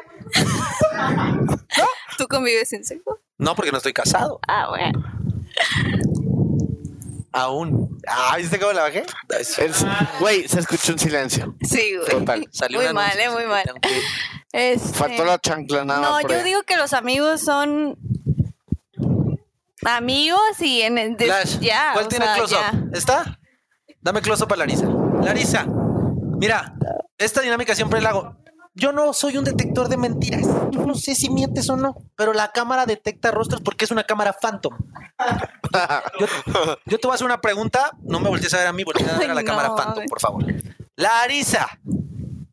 Speaker 3: ¿Tú convives sin sexo?
Speaker 2: No, porque no estoy casado.
Speaker 3: Ah, bueno.
Speaker 2: Aún. Ah, ¿viste cómo la bajé? Ay, sí.
Speaker 1: Es- Güey, se escuchó un silencio.
Speaker 3: Sí, güey.
Speaker 1: Total.
Speaker 2: Salió
Speaker 3: muy
Speaker 2: un
Speaker 3: mal,
Speaker 2: anuncio,
Speaker 3: eh, muy
Speaker 2: así que
Speaker 3: mal.
Speaker 2: tengo que-
Speaker 3: Este,
Speaker 1: Faltó la chanclanada.
Speaker 3: No,
Speaker 1: por
Speaker 3: yo
Speaker 1: ahí.
Speaker 3: digo que los amigos son amigos y en el. de-
Speaker 2: Lash,
Speaker 3: ya.
Speaker 2: ¿cuál
Speaker 3: o
Speaker 2: tiene
Speaker 3: sea,
Speaker 2: close-up? ¿Está? Dame close-up a Larisa. Larisa, mira, esta dinámica siempre la hago. Yo no soy un detector de mentiras. Yo no sé si mientes o no, pero la cámara detecta rostros porque es una cámara phantom. Yo, yo te voy a hacer una pregunta. No me voltees a ver a mí, voltea a ver a la
Speaker 3: Ay,
Speaker 2: cámara
Speaker 3: no, a
Speaker 2: phantom,
Speaker 3: ver.
Speaker 2: por favor. Larisa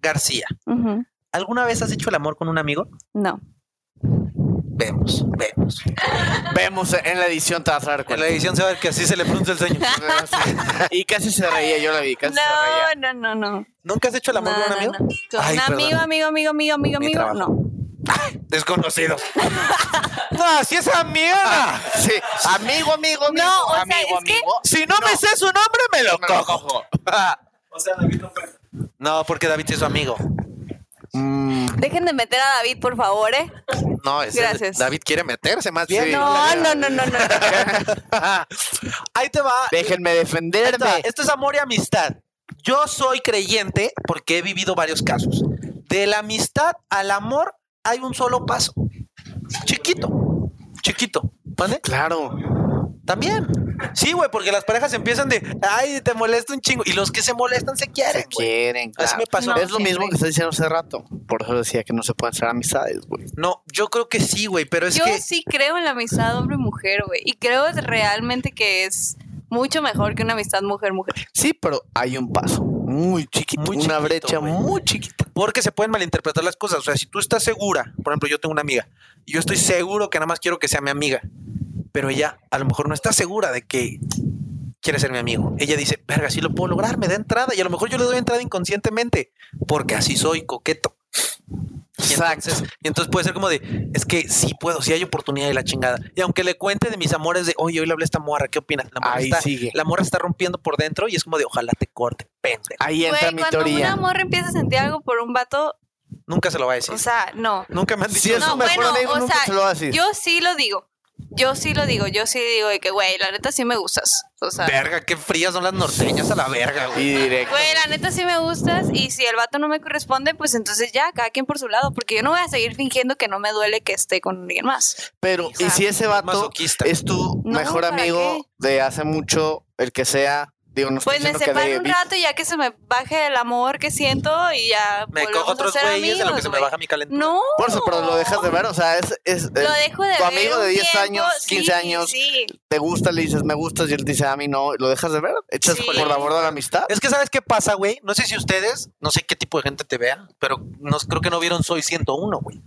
Speaker 2: García,
Speaker 3: ya. Ujú.
Speaker 2: ¿alguna vez has hecho el amor con un amigo?
Speaker 3: No.
Speaker 2: Vemos, vemos.
Speaker 1: Vemos en la edición, te vas a dar
Speaker 2: En la
Speaker 1: cuenta.
Speaker 2: edición se va a ver que así se le pronuncia el sueño.
Speaker 1: y casi se reía, yo la vi, casi se reía.
Speaker 3: No, no, no, no.
Speaker 2: ¿Nunca has hecho el amor con
Speaker 3: No,
Speaker 2: un
Speaker 3: no,
Speaker 2: amigo?
Speaker 3: no. Con
Speaker 2: Ay,
Speaker 3: un
Speaker 2: perdón.
Speaker 3: amigo, amigo, amigo, amigo, amigo,
Speaker 2: Mi
Speaker 3: amigo,
Speaker 2: trabajo.
Speaker 3: no.
Speaker 2: Desconocidos. no, si Ah, esa mierda.
Speaker 1: Sí, amigo, amigo, amigo,
Speaker 3: No, o sea,
Speaker 1: amigo,
Speaker 3: es que-
Speaker 1: amigo.
Speaker 2: Si no, me sé su nombre, me lo
Speaker 1: Me lo
Speaker 2: cojo.
Speaker 1: cojo.
Speaker 2: No, porque David sí es su amigo.
Speaker 1: Mm.
Speaker 3: Dejen de meter a David, por favor, ¿eh?
Speaker 2: No, es
Speaker 3: Gracias.
Speaker 2: David quiere meterse más bien.
Speaker 1: Sí.
Speaker 3: No, no, no, no, no.
Speaker 2: Ahí te va.
Speaker 1: Déjenme defenderme.
Speaker 2: Ahí está. Esto es amor y amistad. Yo soy creyente porque he vivido varios casos. De la amistad al amor hay un solo paso. Chiquito. Chiquito. ¿Vale?
Speaker 1: Claro.
Speaker 2: También. Sí, güey, porque las parejas empiezan de, ay, te molesta un chingo. Y los que se molestan se quieren.
Speaker 1: Se
Speaker 2: güey.
Speaker 1: quieren.
Speaker 2: Así
Speaker 1: claro.
Speaker 2: me pasó.
Speaker 1: es lo mismo
Speaker 3: No, siempre.
Speaker 1: que está diciendo hace rato. Por eso decía que no se pueden hacer amistades, güey.
Speaker 2: No, yo creo que sí, güey, pero es
Speaker 3: Yo
Speaker 2: que
Speaker 3: sí creo en la amistad hombre y mujer, güey. Y creo realmente que es mucho mejor que una amistad mujer-mujer.
Speaker 1: Sí, pero hay un paso muy chiquito,
Speaker 2: Muy
Speaker 1: una
Speaker 2: chiquito,
Speaker 1: brecha
Speaker 2: güey.
Speaker 1: muy chiquita.
Speaker 2: porque se pueden malinterpretar las cosas. O sea, si tú estás segura, por ejemplo, yo tengo una amiga y yo estoy seguro que nada más quiero que sea mi amiga, pero ella a lo mejor no está segura de que quiere ser mi amigo. Ella dice, verga, sí lo puedo lograr, me da entrada y a lo mejor yo le doy entrada inconscientemente porque así soy coqueto. Y
Speaker 1: Exacto.
Speaker 2: entonces, y entonces puede ser como de, es que sí puedo, sí hay oportunidad y la chingada. Y aunque le cuente de mis amores de, oye, hoy le hablé a esta morra, ¿qué opinas? La morra,
Speaker 1: Ahí
Speaker 2: está,
Speaker 1: sigue.
Speaker 2: la morra está rompiendo por dentro y es como de, ojalá te corte, pendejo.
Speaker 1: Ahí entra
Speaker 3: Güey,
Speaker 1: mi
Speaker 3: cuando un
Speaker 1: teoría.
Speaker 3: amor empieza a sentir algo por un vato,
Speaker 2: Nunca se lo va a decir.
Speaker 3: o sea, no.
Speaker 2: Nunca me han dicho
Speaker 1: Si es
Speaker 2: eso.
Speaker 1: su mejor
Speaker 3: bueno,
Speaker 1: amigo,
Speaker 3: o
Speaker 1: nunca
Speaker 3: sea,
Speaker 1: se lo va a decir.
Speaker 3: Yo sí lo digo. Yo sí lo digo. Yo sí digo de que, güey, la neta sí me gustas. O sea,
Speaker 2: Verga, qué frías son las norteñas a la verga, güey.
Speaker 1: Y directo.
Speaker 3: Güey, la neta sí me gustas y si el vato no me corresponde, pues entonces ya, cada quien por su lado, porque yo no voy a seguir fingiendo que no me duele que esté con alguien más.
Speaker 1: Pero,
Speaker 3: o
Speaker 1: ¿y
Speaker 3: sea,
Speaker 1: si ese vato
Speaker 2: masoquista.
Speaker 1: es tu
Speaker 3: No,
Speaker 1: mejor
Speaker 3: ¿para
Speaker 1: amigo de hace mucho, el que sea? Digo, no estoy
Speaker 3: Pues me
Speaker 1: diciendo que de
Speaker 3: separo un rato y ya que se me baje el amor que siento y ya
Speaker 2: Me
Speaker 3: volvemos
Speaker 2: cojo
Speaker 3: a
Speaker 2: otros
Speaker 3: ser
Speaker 2: güeyes de lo que
Speaker 3: amigos,
Speaker 2: se me
Speaker 3: güey.
Speaker 2: baja mi calentura.
Speaker 3: No.
Speaker 1: Por eso, pero lo dejas de ver, o sea, es, es,
Speaker 3: Lo
Speaker 1: es-
Speaker 3: dejo de
Speaker 1: tu
Speaker 3: ver
Speaker 1: amigo de
Speaker 3: un
Speaker 1: 10
Speaker 3: tiempo,
Speaker 1: años, 15
Speaker 3: sí,
Speaker 1: años.
Speaker 3: Sí.
Speaker 1: te gusta, le dices me gustas y él te dice a mí no, lo dejas de ver, echas
Speaker 3: Sí.
Speaker 1: por la borda la amistad.
Speaker 2: Es que sabes qué pasa, güey. No sé si ustedes, no sé qué tipo de gente te vea, pero no, creo que no vieron Soy 101, güey.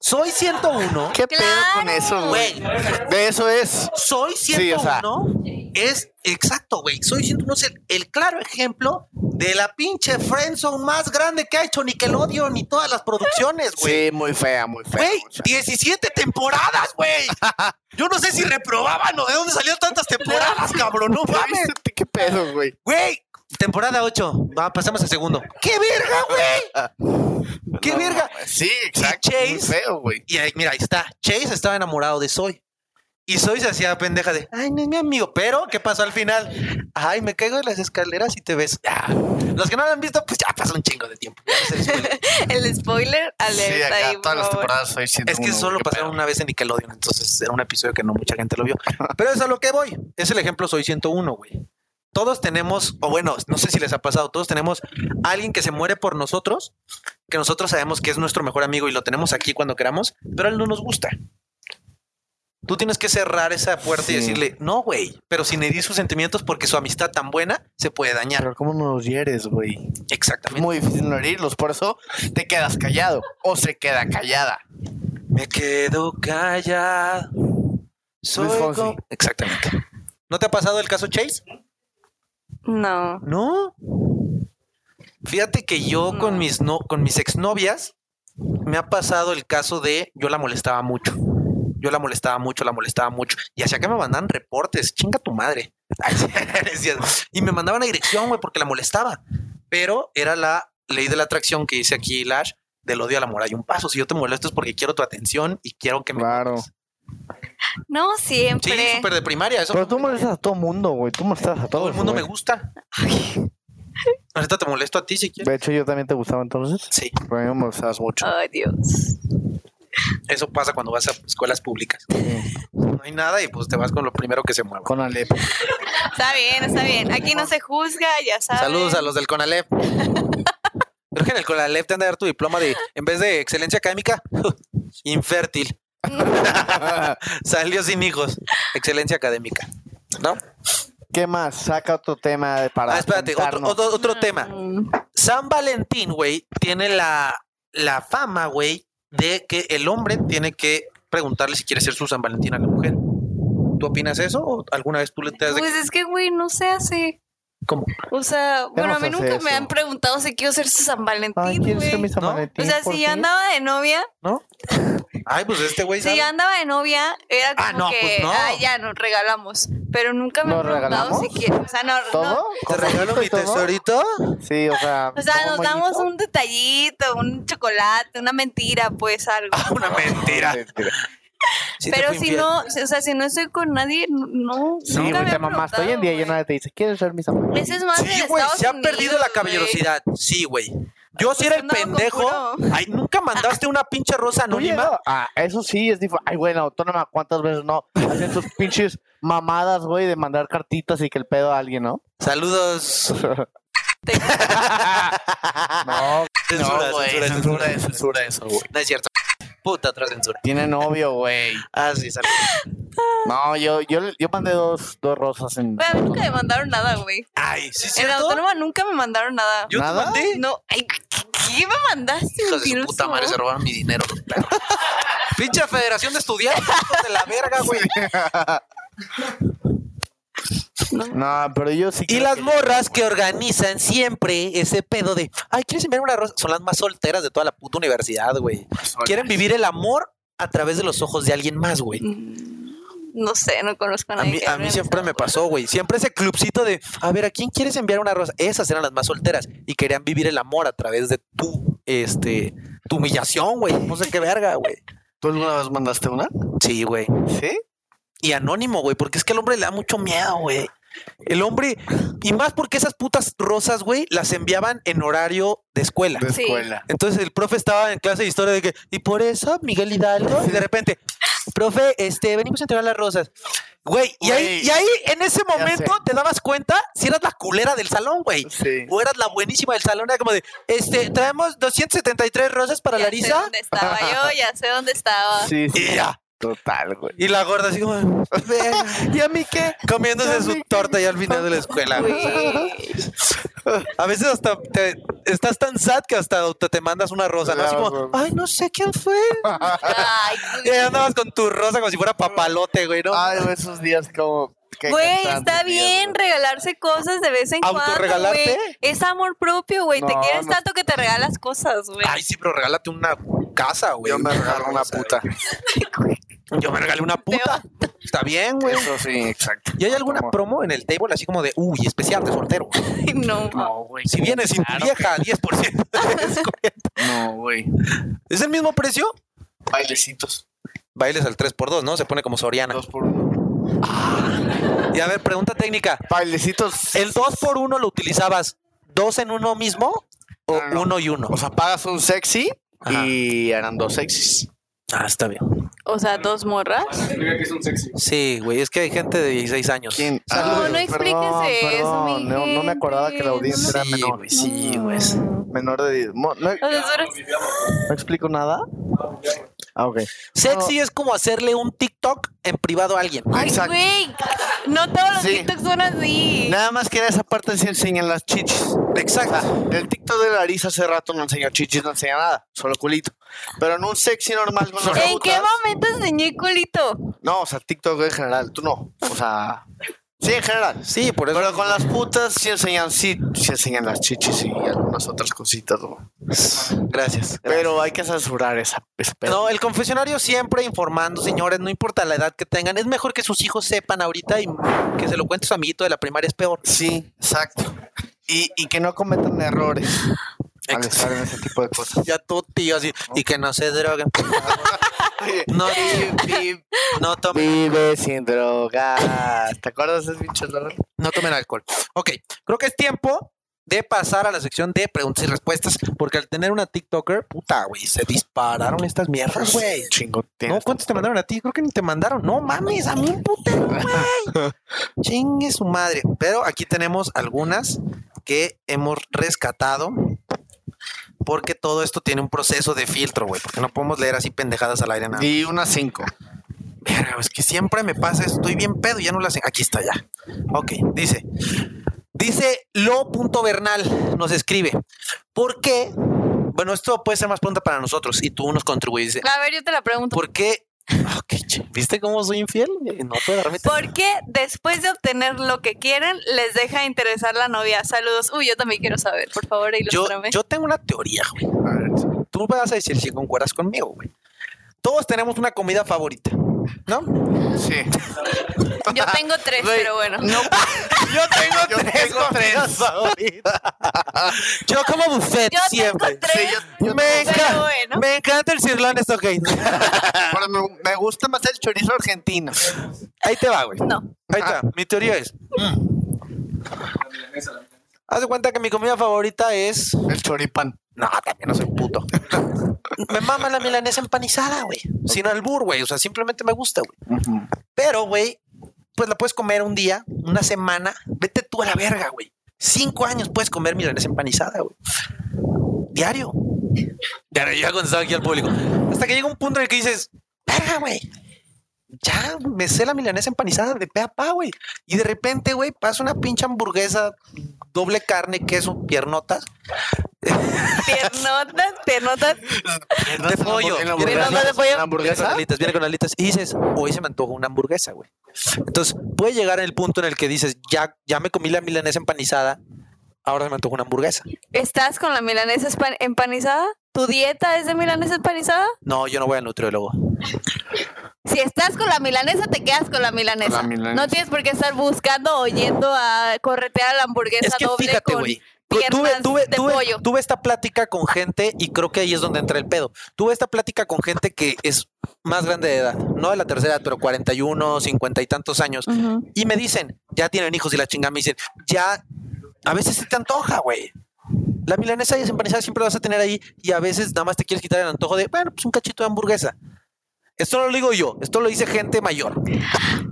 Speaker 2: Soy 101.
Speaker 1: ¿Qué pedo con
Speaker 3: Claro.
Speaker 1: eso, güey?
Speaker 2: Güey,
Speaker 1: De eso es.
Speaker 2: Soy
Speaker 1: Sí, o sea.
Speaker 2: 101 es exacto, güey. Soy 101 es el, el claro ejemplo de la pinche friendzone más grande que ha hecho Nickelodeon y todas las producciones, güey.
Speaker 1: Sí, muy fea, muy fea.
Speaker 2: Güey,
Speaker 1: muy fea.
Speaker 2: 17 temporadas, güey. Yo no sé si reprobaban o de dónde salieron tantas temporadas, cabrón. No mames.
Speaker 1: ¿Qué, qué pedo, güey?
Speaker 2: Güey, temporada 8. Va, pasamos al segundo. ¡Qué verga, güey! ¡Qué
Speaker 1: No,
Speaker 2: verga!
Speaker 1: no, sí, exacto.
Speaker 2: Chase.
Speaker 1: Muy feo, güey.
Speaker 2: Y ahí, mira, ahí está. Chase estaba enamorado de Soy. Y Soy se hacía pendeja de, ay, no es mi amigo. Pero, ¿qué pasó al final? Ay, me caigo de las escaleras y te ves. Ya. Los que no lo han visto, pues ya pasó un chingo de tiempo. Ya se les fue.
Speaker 3: El spoiler alerta
Speaker 1: Sí,
Speaker 3: ahí,
Speaker 1: acá
Speaker 3: por
Speaker 1: todas las
Speaker 3: favor.
Speaker 1: temporadas soy 101.
Speaker 2: Es que
Speaker 1: güey,
Speaker 2: solo
Speaker 1: qué
Speaker 2: pasaron
Speaker 1: pedo.
Speaker 2: una vez en Nickelodeon, entonces era un episodio que no mucha gente lo vio. Pero es a lo que voy. Es el ejemplo Soy 101, güey. Todos tenemos, o bueno, no sé si les ha pasado, todos tenemos alguien que se muere por nosotros, que nosotros sabemos que es nuestro mejor amigo y lo tenemos aquí cuando queramos, pero a él no nos gusta. Tú tienes que cerrar esa puerta y
Speaker 1: Sí.
Speaker 2: decirle, no, güey, pero sin herir sus sentimientos porque su amistad tan buena se puede dañar.
Speaker 1: Pero ¿cómo nos hieres, güey? Es
Speaker 2: Exactamente.
Speaker 1: muy difícil no herirlos, por eso te quedas callado o se queda callada.
Speaker 2: Me quedo callado. Soy
Speaker 1: Fonsi.
Speaker 2: co- Exactamente. ¿No te ha pasado el caso Chase?
Speaker 3: No.
Speaker 2: No. Fíjate que yo
Speaker 3: No.
Speaker 2: con mis no, con mis exnovias me ha pasado el caso de yo la molestaba mucho. Yo la molestaba mucho, la molestaba mucho. Y hacía que me mandaban reportes. Chinga tu madre. Decía, y me mandaban a dirección, güey, porque la molestaba. Pero era la ley de la atracción que dice aquí Lash, del odio al amor. Hay un paso. Si yo te molesto es porque quiero tu atención y quiero que me...
Speaker 1: Claro.
Speaker 3: No
Speaker 2: Sí,
Speaker 3: siempre.
Speaker 2: súper de primaria. Eso
Speaker 1: tú molestas a todo mundo, güey. Tú molestas a todos.
Speaker 2: todo el mundo me gusta. Ahorita te molesto a ti si quieres.
Speaker 1: hecho, yo también te gustaba entonces.
Speaker 2: Sí.
Speaker 1: Pero a mí me molestabas mucho.
Speaker 3: Ay, Dios.
Speaker 2: Eso pasa cuando vas a escuelas públicas. No hay nada y pues te vas con lo primero que se mueva.
Speaker 1: Con Alep.
Speaker 3: Está bien, está bien. Aquí no se juzga, ya sabes.
Speaker 2: Saludos a los del CONALEP. Creo que en el CONALEP te han de dar tu diploma de, en vez de excelencia académica, infértil. Salió sin hijos. Excelencia académica. ¿No?
Speaker 1: ¿Qué más? Saca otro tema de para.
Speaker 2: Ah, espérate, otro,
Speaker 1: juntarnos.
Speaker 2: otro, otro tema.
Speaker 3: Mm.
Speaker 2: San Valentín, güey, tiene la, la fama, güey, de que el hombre tiene que preguntarle si quiere ser su San Valentín a la mujer. ¿Tú opinas eso? ¿O alguna vez tú le te has de...
Speaker 3: Pues es que, güey, no se hace.
Speaker 2: ¿Cómo?
Speaker 3: O sea, bueno, a
Speaker 1: se
Speaker 3: mí
Speaker 1: hace
Speaker 3: nunca me
Speaker 1: eso?
Speaker 3: han preguntado si quiero ser su San
Speaker 1: Ay,
Speaker 3: Valentín,
Speaker 1: ¿quieres ser
Speaker 3: güey.
Speaker 1: mi San
Speaker 2: ¿No?
Speaker 1: Valentín,
Speaker 3: O sea,
Speaker 1: por
Speaker 3: si yo
Speaker 1: fin?
Speaker 3: andaba de novia,
Speaker 2: ¿No? Ay, pues este güey
Speaker 3: si
Speaker 2: sabe.
Speaker 3: yo andaba de novia, era como
Speaker 2: Ah, no,
Speaker 3: que,
Speaker 2: pues no.
Speaker 3: ah, ya nos regalamos. Pero nunca me
Speaker 1: ¿Nos
Speaker 3: han preguntado
Speaker 1: regalamos?
Speaker 3: si quiero. O sea, no, no.
Speaker 1: ¿Todo?
Speaker 2: ¿Te
Speaker 1: ¿Cómo?
Speaker 2: regalo mi
Speaker 1: ¿Todo?
Speaker 2: tesorito?
Speaker 1: Sí, o sea.
Speaker 3: O sea,
Speaker 1: ¿todo
Speaker 3: nos damos
Speaker 1: moñito?
Speaker 3: un detallito, un chocolate, una mentira, pues algo.
Speaker 2: Una mentira. Ah, Sí te
Speaker 3: Pero
Speaker 2: fui
Speaker 3: si
Speaker 2: infiel.
Speaker 3: no, o sea, si no estoy con nadie, no.
Speaker 1: Sí,
Speaker 3: nunca
Speaker 1: güey,
Speaker 3: me
Speaker 1: te
Speaker 3: han
Speaker 1: mamaste. Hoy en día
Speaker 3: preguntado,
Speaker 1: yo
Speaker 3: güey.
Speaker 1: nadie te dice, ¿quieres ser mi San Valentín?
Speaker 3: Ese es más
Speaker 2: Sí,
Speaker 3: en
Speaker 2: güey,
Speaker 3: Estados
Speaker 2: se ha perdido
Speaker 3: Unidos,
Speaker 2: la
Speaker 3: güey.
Speaker 2: caballerosidad. Sí, güey. Yo sí era el
Speaker 3: Pues andaba con
Speaker 2: pendejo.
Speaker 3: puro-
Speaker 2: Ay, nunca mandaste una pinche rosa
Speaker 1: ¿Tú
Speaker 2: anónima.
Speaker 1: llegado? Ah, eso sí es diferente. Ay, güey, la autónoma, ¿cuántas veces no? Hacen sus pinches mamadas, güey, de mandar cartitas y que el pedo a alguien, ¿no?
Speaker 2: Saludos.
Speaker 3: Te-
Speaker 2: Ah,
Speaker 1: No,
Speaker 2: Censura,
Speaker 1: güey,
Speaker 2: censura, censura,
Speaker 1: censura, censura eso, güey.
Speaker 2: No es cierto. Puta otra censura.
Speaker 1: Tiene novio, güey.
Speaker 2: Ah, sí, saludos.
Speaker 1: No, yo, yo, yo mandé dos, dos rosas en.
Speaker 3: Güey, a mí nunca me mandaron nada, güey.
Speaker 2: Ay, sí,
Speaker 3: En la
Speaker 2: cierto.
Speaker 3: autónoma nunca me mandaron nada.
Speaker 2: Yo
Speaker 1: ¿Nada?
Speaker 2: te mandé.
Speaker 3: No, ay, ¿qué- ¿qué me mandaste?
Speaker 2: Hijos de su
Speaker 3: mentiroso?
Speaker 2: puta madre, se robaron mi dinero. los perros. Pinche federación de estudiantes hijos de la verga, güey.
Speaker 1: No, pero yo sí.
Speaker 2: Y
Speaker 1: creo
Speaker 2: las
Speaker 1: que-
Speaker 2: morras que organizan siempre ese pedo de, ay, ¿quieres enviarme una rosa? Son las más solteras de toda la puta universidad, güey. Quieren vivir el amor a través de los ojos de alguien más, güey.
Speaker 3: Mm, No sé, no conozco a
Speaker 2: A
Speaker 3: nadie.
Speaker 2: mí,
Speaker 3: que
Speaker 2: a
Speaker 3: hable
Speaker 2: mí
Speaker 3: de
Speaker 2: siempre
Speaker 3: eso.
Speaker 2: me pasó, güey. Siempre ese clubcito de, a ver, ¿a quién quieres enviar una rosa? Esas eran las más solteras y querían vivir el amor a través de tu, este, tu humillación, güey. No sé qué verga, güey.
Speaker 1: ¿Tú alguna vez mandaste una?
Speaker 2: Sí, güey.
Speaker 1: Sí.
Speaker 2: Y anónimo, güey, porque es que el hombre le da mucho miedo, güey. El hombre, y más porque esas putas rosas, güey, las enviaban en horario de escuela.
Speaker 1: De
Speaker 3: Sí.
Speaker 1: escuela.
Speaker 2: Entonces el profe estaba en clase de historia de que, y por eso Miguel Hidalgo, y de repente, profe, este, venimos a entregar las rosas. Güey, y ahí,
Speaker 1: Güey,
Speaker 2: y ahí en ese
Speaker 1: sé.
Speaker 2: momento te dabas cuenta si eras la culera del salón, güey.
Speaker 1: Sí.
Speaker 2: O eras la buenísima del salón, era como de, este, traemos 273 rosas para
Speaker 3: Ya sé
Speaker 2: Larisa.
Speaker 3: dónde estaba yo, ya sé dónde estaba.
Speaker 1: Sí, sí.
Speaker 2: Y ya.
Speaker 1: Total, güey.
Speaker 2: Y la gorda así como, "Verga".
Speaker 1: ¿Y a mí qué?
Speaker 2: comiéndose su torta ya al final de la escuela.
Speaker 3: Güey.
Speaker 2: A veces hasta te- estás tan sad que hasta auto- te mandas una rosa, ¿no? Así como,
Speaker 1: Claro.
Speaker 2: ay, no sé quién fue.
Speaker 3: Ay,
Speaker 2: Y ahí andabas con tu rosa como si fuera papalote, güey, ¿no?
Speaker 1: Ay, güey, esos días como. que
Speaker 3: Güey,
Speaker 1: cantan,
Speaker 3: está
Speaker 1: tío,
Speaker 3: bien
Speaker 1: güey.
Speaker 3: regalarse cosas de vez en cuando,
Speaker 2: ¿Autorregalarte?
Speaker 3: güey. Es amor propio, güey. te
Speaker 1: No,
Speaker 3: quieres
Speaker 1: no.
Speaker 3: tanto que te regalas cosas, güey.
Speaker 2: Ay, sí, pero regálate una casa, güey.
Speaker 1: Yo me regalé una
Speaker 2: rosa,
Speaker 1: puta.
Speaker 2: güey. Yo me regalé una puta. Está bien, güey.
Speaker 1: Eso sí, exacto.
Speaker 2: ¿Y hay alguna promo en el table así como de, uy, especial de soltero?
Speaker 3: Ay, no.
Speaker 1: No, güey.
Speaker 2: Si vienes sin tu vieja, 10%. de descuento.
Speaker 1: No, güey.
Speaker 2: ¿Es el mismo precio?
Speaker 1: Bailecitos.
Speaker 2: Bailes al 3x2, ¿no? Se pone como Soriana.
Speaker 1: Dos por uno.
Speaker 2: Y a ver, pregunta técnica.
Speaker 1: Bailecitos.
Speaker 2: ¿El 2 por 1 lo utilizabas dos en uno mismo o
Speaker 1: No, no, no.
Speaker 2: uno y uno?
Speaker 1: O sea, pagas un sexy
Speaker 2: Ajá.
Speaker 1: y eran dos sexys.
Speaker 2: ah, está bien.
Speaker 3: O sea, dos morras.
Speaker 2: Sí, güey, es que hay gente de 16 años.
Speaker 1: ¿Quién? Ah,
Speaker 3: No, no expliques eso, mi
Speaker 1: no, no me acordaba que la
Speaker 3: gente,
Speaker 1: audiencia era
Speaker 2: Sí,
Speaker 1: menor.
Speaker 2: güey, sí, güey.
Speaker 1: Menor de 10. Mo- No,
Speaker 3: O sea, tú eres-
Speaker 1: no explico nada. Ah, ok.
Speaker 2: Sexy es como hacerle un TikTok en privado a alguien.
Speaker 3: Ay,
Speaker 1: Exacto.
Speaker 3: güey. No todos los
Speaker 1: Sí.
Speaker 3: TikToks son así.
Speaker 1: Nada más que en esa parte se enseñan las chichis.
Speaker 2: Exacto.
Speaker 1: El TikTok de Larisa hace rato no enseñó chichis, no enseña nada, solo culito. Pero en un sexy normal con las
Speaker 3: ¿En qué
Speaker 1: putas-
Speaker 3: momento enseñé culito?
Speaker 1: No, o sea, TikTok en general, tú no. O sea, sí, en general.
Speaker 2: Sí, por eso.
Speaker 1: Pero con las putas sí enseñan, sí, sí enseñan las chichis y algunas otras cositas. ¿no?
Speaker 2: Gracias.
Speaker 1: Pero hay que censurar esa ese pedo.
Speaker 2: No, el confesionario siempre informando, señores, no importa la edad que tengan, es mejor que sus hijos sepan ahorita y que se lo cuente su amiguito de la primaria es peor.
Speaker 1: Sí, exacto. Y, y que no cometan errores al
Speaker 2: Ex-
Speaker 1: estar en ese tipo de cosas.
Speaker 2: Ya tú, tío, así, y que no se droguen. por favor. No, no tomen
Speaker 1: Vive sin drogas. ¿Te acuerdas de ese pinche error?
Speaker 2: No tomen alcohol. Ok, creo que es tiempo de pasar a la sección de preguntas y respuestas, porque al tener una TikToker, puta, güey, se dispararon estas mierdas, güey.
Speaker 1: Chingo,
Speaker 2: No,
Speaker 1: tienes
Speaker 2: ¿cuántos te mandaron a ti? Creo que ni te mandaron. No mames, a mí un putero, güey. Chingue su madre. Pero aquí tenemos algunas que hemos rescatado. Porque todo esto tiene un proceso de filtro, güey. Porque no podemos leer así pendejadas al aire nada.
Speaker 1: Y una cinco.
Speaker 2: Verga, es que siempre me pasa eso. Estoy bien pedo, ya no lo hacen. Aquí está ya. Ok, dice. Dice lo.bernal nos escribe. ¿Por qué? Bueno, esto puede ser más pregunta para nosotros y tú nos contribuyes. Dice,
Speaker 3: A ver, yo te la pregunto.
Speaker 2: ¿Por qué? Ok, ch- ¿Viste cómo soy infiel? Eh, No puedo darme
Speaker 3: ¿Por qué después de obtener lo que quieren les deja interesar la novia? Saludos. Uy, yo también quiero saber, por favor,
Speaker 2: yo,
Speaker 3: ilústrame.
Speaker 2: yo tengo una teoría, güey.
Speaker 1: A ver,
Speaker 2: Tú me vas a decir si concuerdas conmigo, güey. Todos tenemos una comida favorita, ¿no?
Speaker 1: Sí.
Speaker 3: Yo, tengo tres,
Speaker 1: Güey,
Speaker 3: pero bueno.
Speaker 2: Yo tengo
Speaker 1: tres comidas
Speaker 2: favoritas. Yo como buffet
Speaker 3: Yo
Speaker 2: siempre.
Speaker 3: tengo tres,
Speaker 2: me,
Speaker 3: pero
Speaker 2: encanta,
Speaker 3: bueno.
Speaker 2: me encanta el cirlón estocaino.
Speaker 1: Pero me, me gusta más el chorizo argentino.
Speaker 2: Ahí te va, güey.
Speaker 3: No.
Speaker 2: Ahí está. Mi teoría es. Haz de cuenta que mi comida favorita es.
Speaker 1: El choripán.
Speaker 2: No, también no soy puto. me mama la milanesa empanizada, güey. Sin albur, güey. O sea, simplemente me gusta, güey. Pero, güey, pues la puedes comer un día, una semana. Vete tú a la verga, güey. Cinco años puedes comer milanesa empanizada, güey. Diario. Diario, yo ya contestaba aquí al público. Hasta que llega un punto en el que dices, verga, güey. Ya me sé la milanesa empanizada de pe a pa, güey. Y de repente, güey, pasa una pinche hamburguesa, doble carne, queso, piernotas,
Speaker 3: Piernotas, piernotas.
Speaker 2: de pollo.
Speaker 1: en la
Speaker 2: Viene
Speaker 1: hamburguesa.
Speaker 2: con-
Speaker 1: ¿En la hamburguesa?
Speaker 2: Viene con alitas, viene con alitas. Y dices, hoy se me antoja una hamburguesa, güey. Entonces, puede llegar el punto en el que dices, ya, ya me comí la milanesa empanizada, ahora se me antoja una hamburguesa.
Speaker 3: ¿Estás con la milanesa espan- empanizada? ¿Tu dieta es de milanesa empanizada?
Speaker 2: No, yo no voy al nutriólogo.
Speaker 3: Si estás con la milanesa, te quedas con la milanesa.
Speaker 1: Con la milanesa.
Speaker 3: No tienes por qué estar buscando o yendo a corretear a la hamburguesa
Speaker 2: Es que
Speaker 3: doble
Speaker 2: fíjate,
Speaker 3: con
Speaker 2: güey. Tuve,
Speaker 3: piernas
Speaker 2: tuve,
Speaker 3: de
Speaker 2: tuve,
Speaker 3: pollo.
Speaker 2: tuve esta plática con gente y creo que ahí es donde entra el pedo. Tuve esta plática con gente que es más grande de edad, no de la tercera edad, pero 41, 50 y tantos años.
Speaker 3: Ujú.
Speaker 2: Y me dicen, ya tienen hijos y la chingada me dicen, ya, a veces se te antoja, güey. La milanesa y empanizada siempre la vas a tener ahí y a veces nada más te quieres quitar el antojo de, bueno, pues un cachito de hamburguesa. Esto no lo digo yo, esto lo dice gente mayor.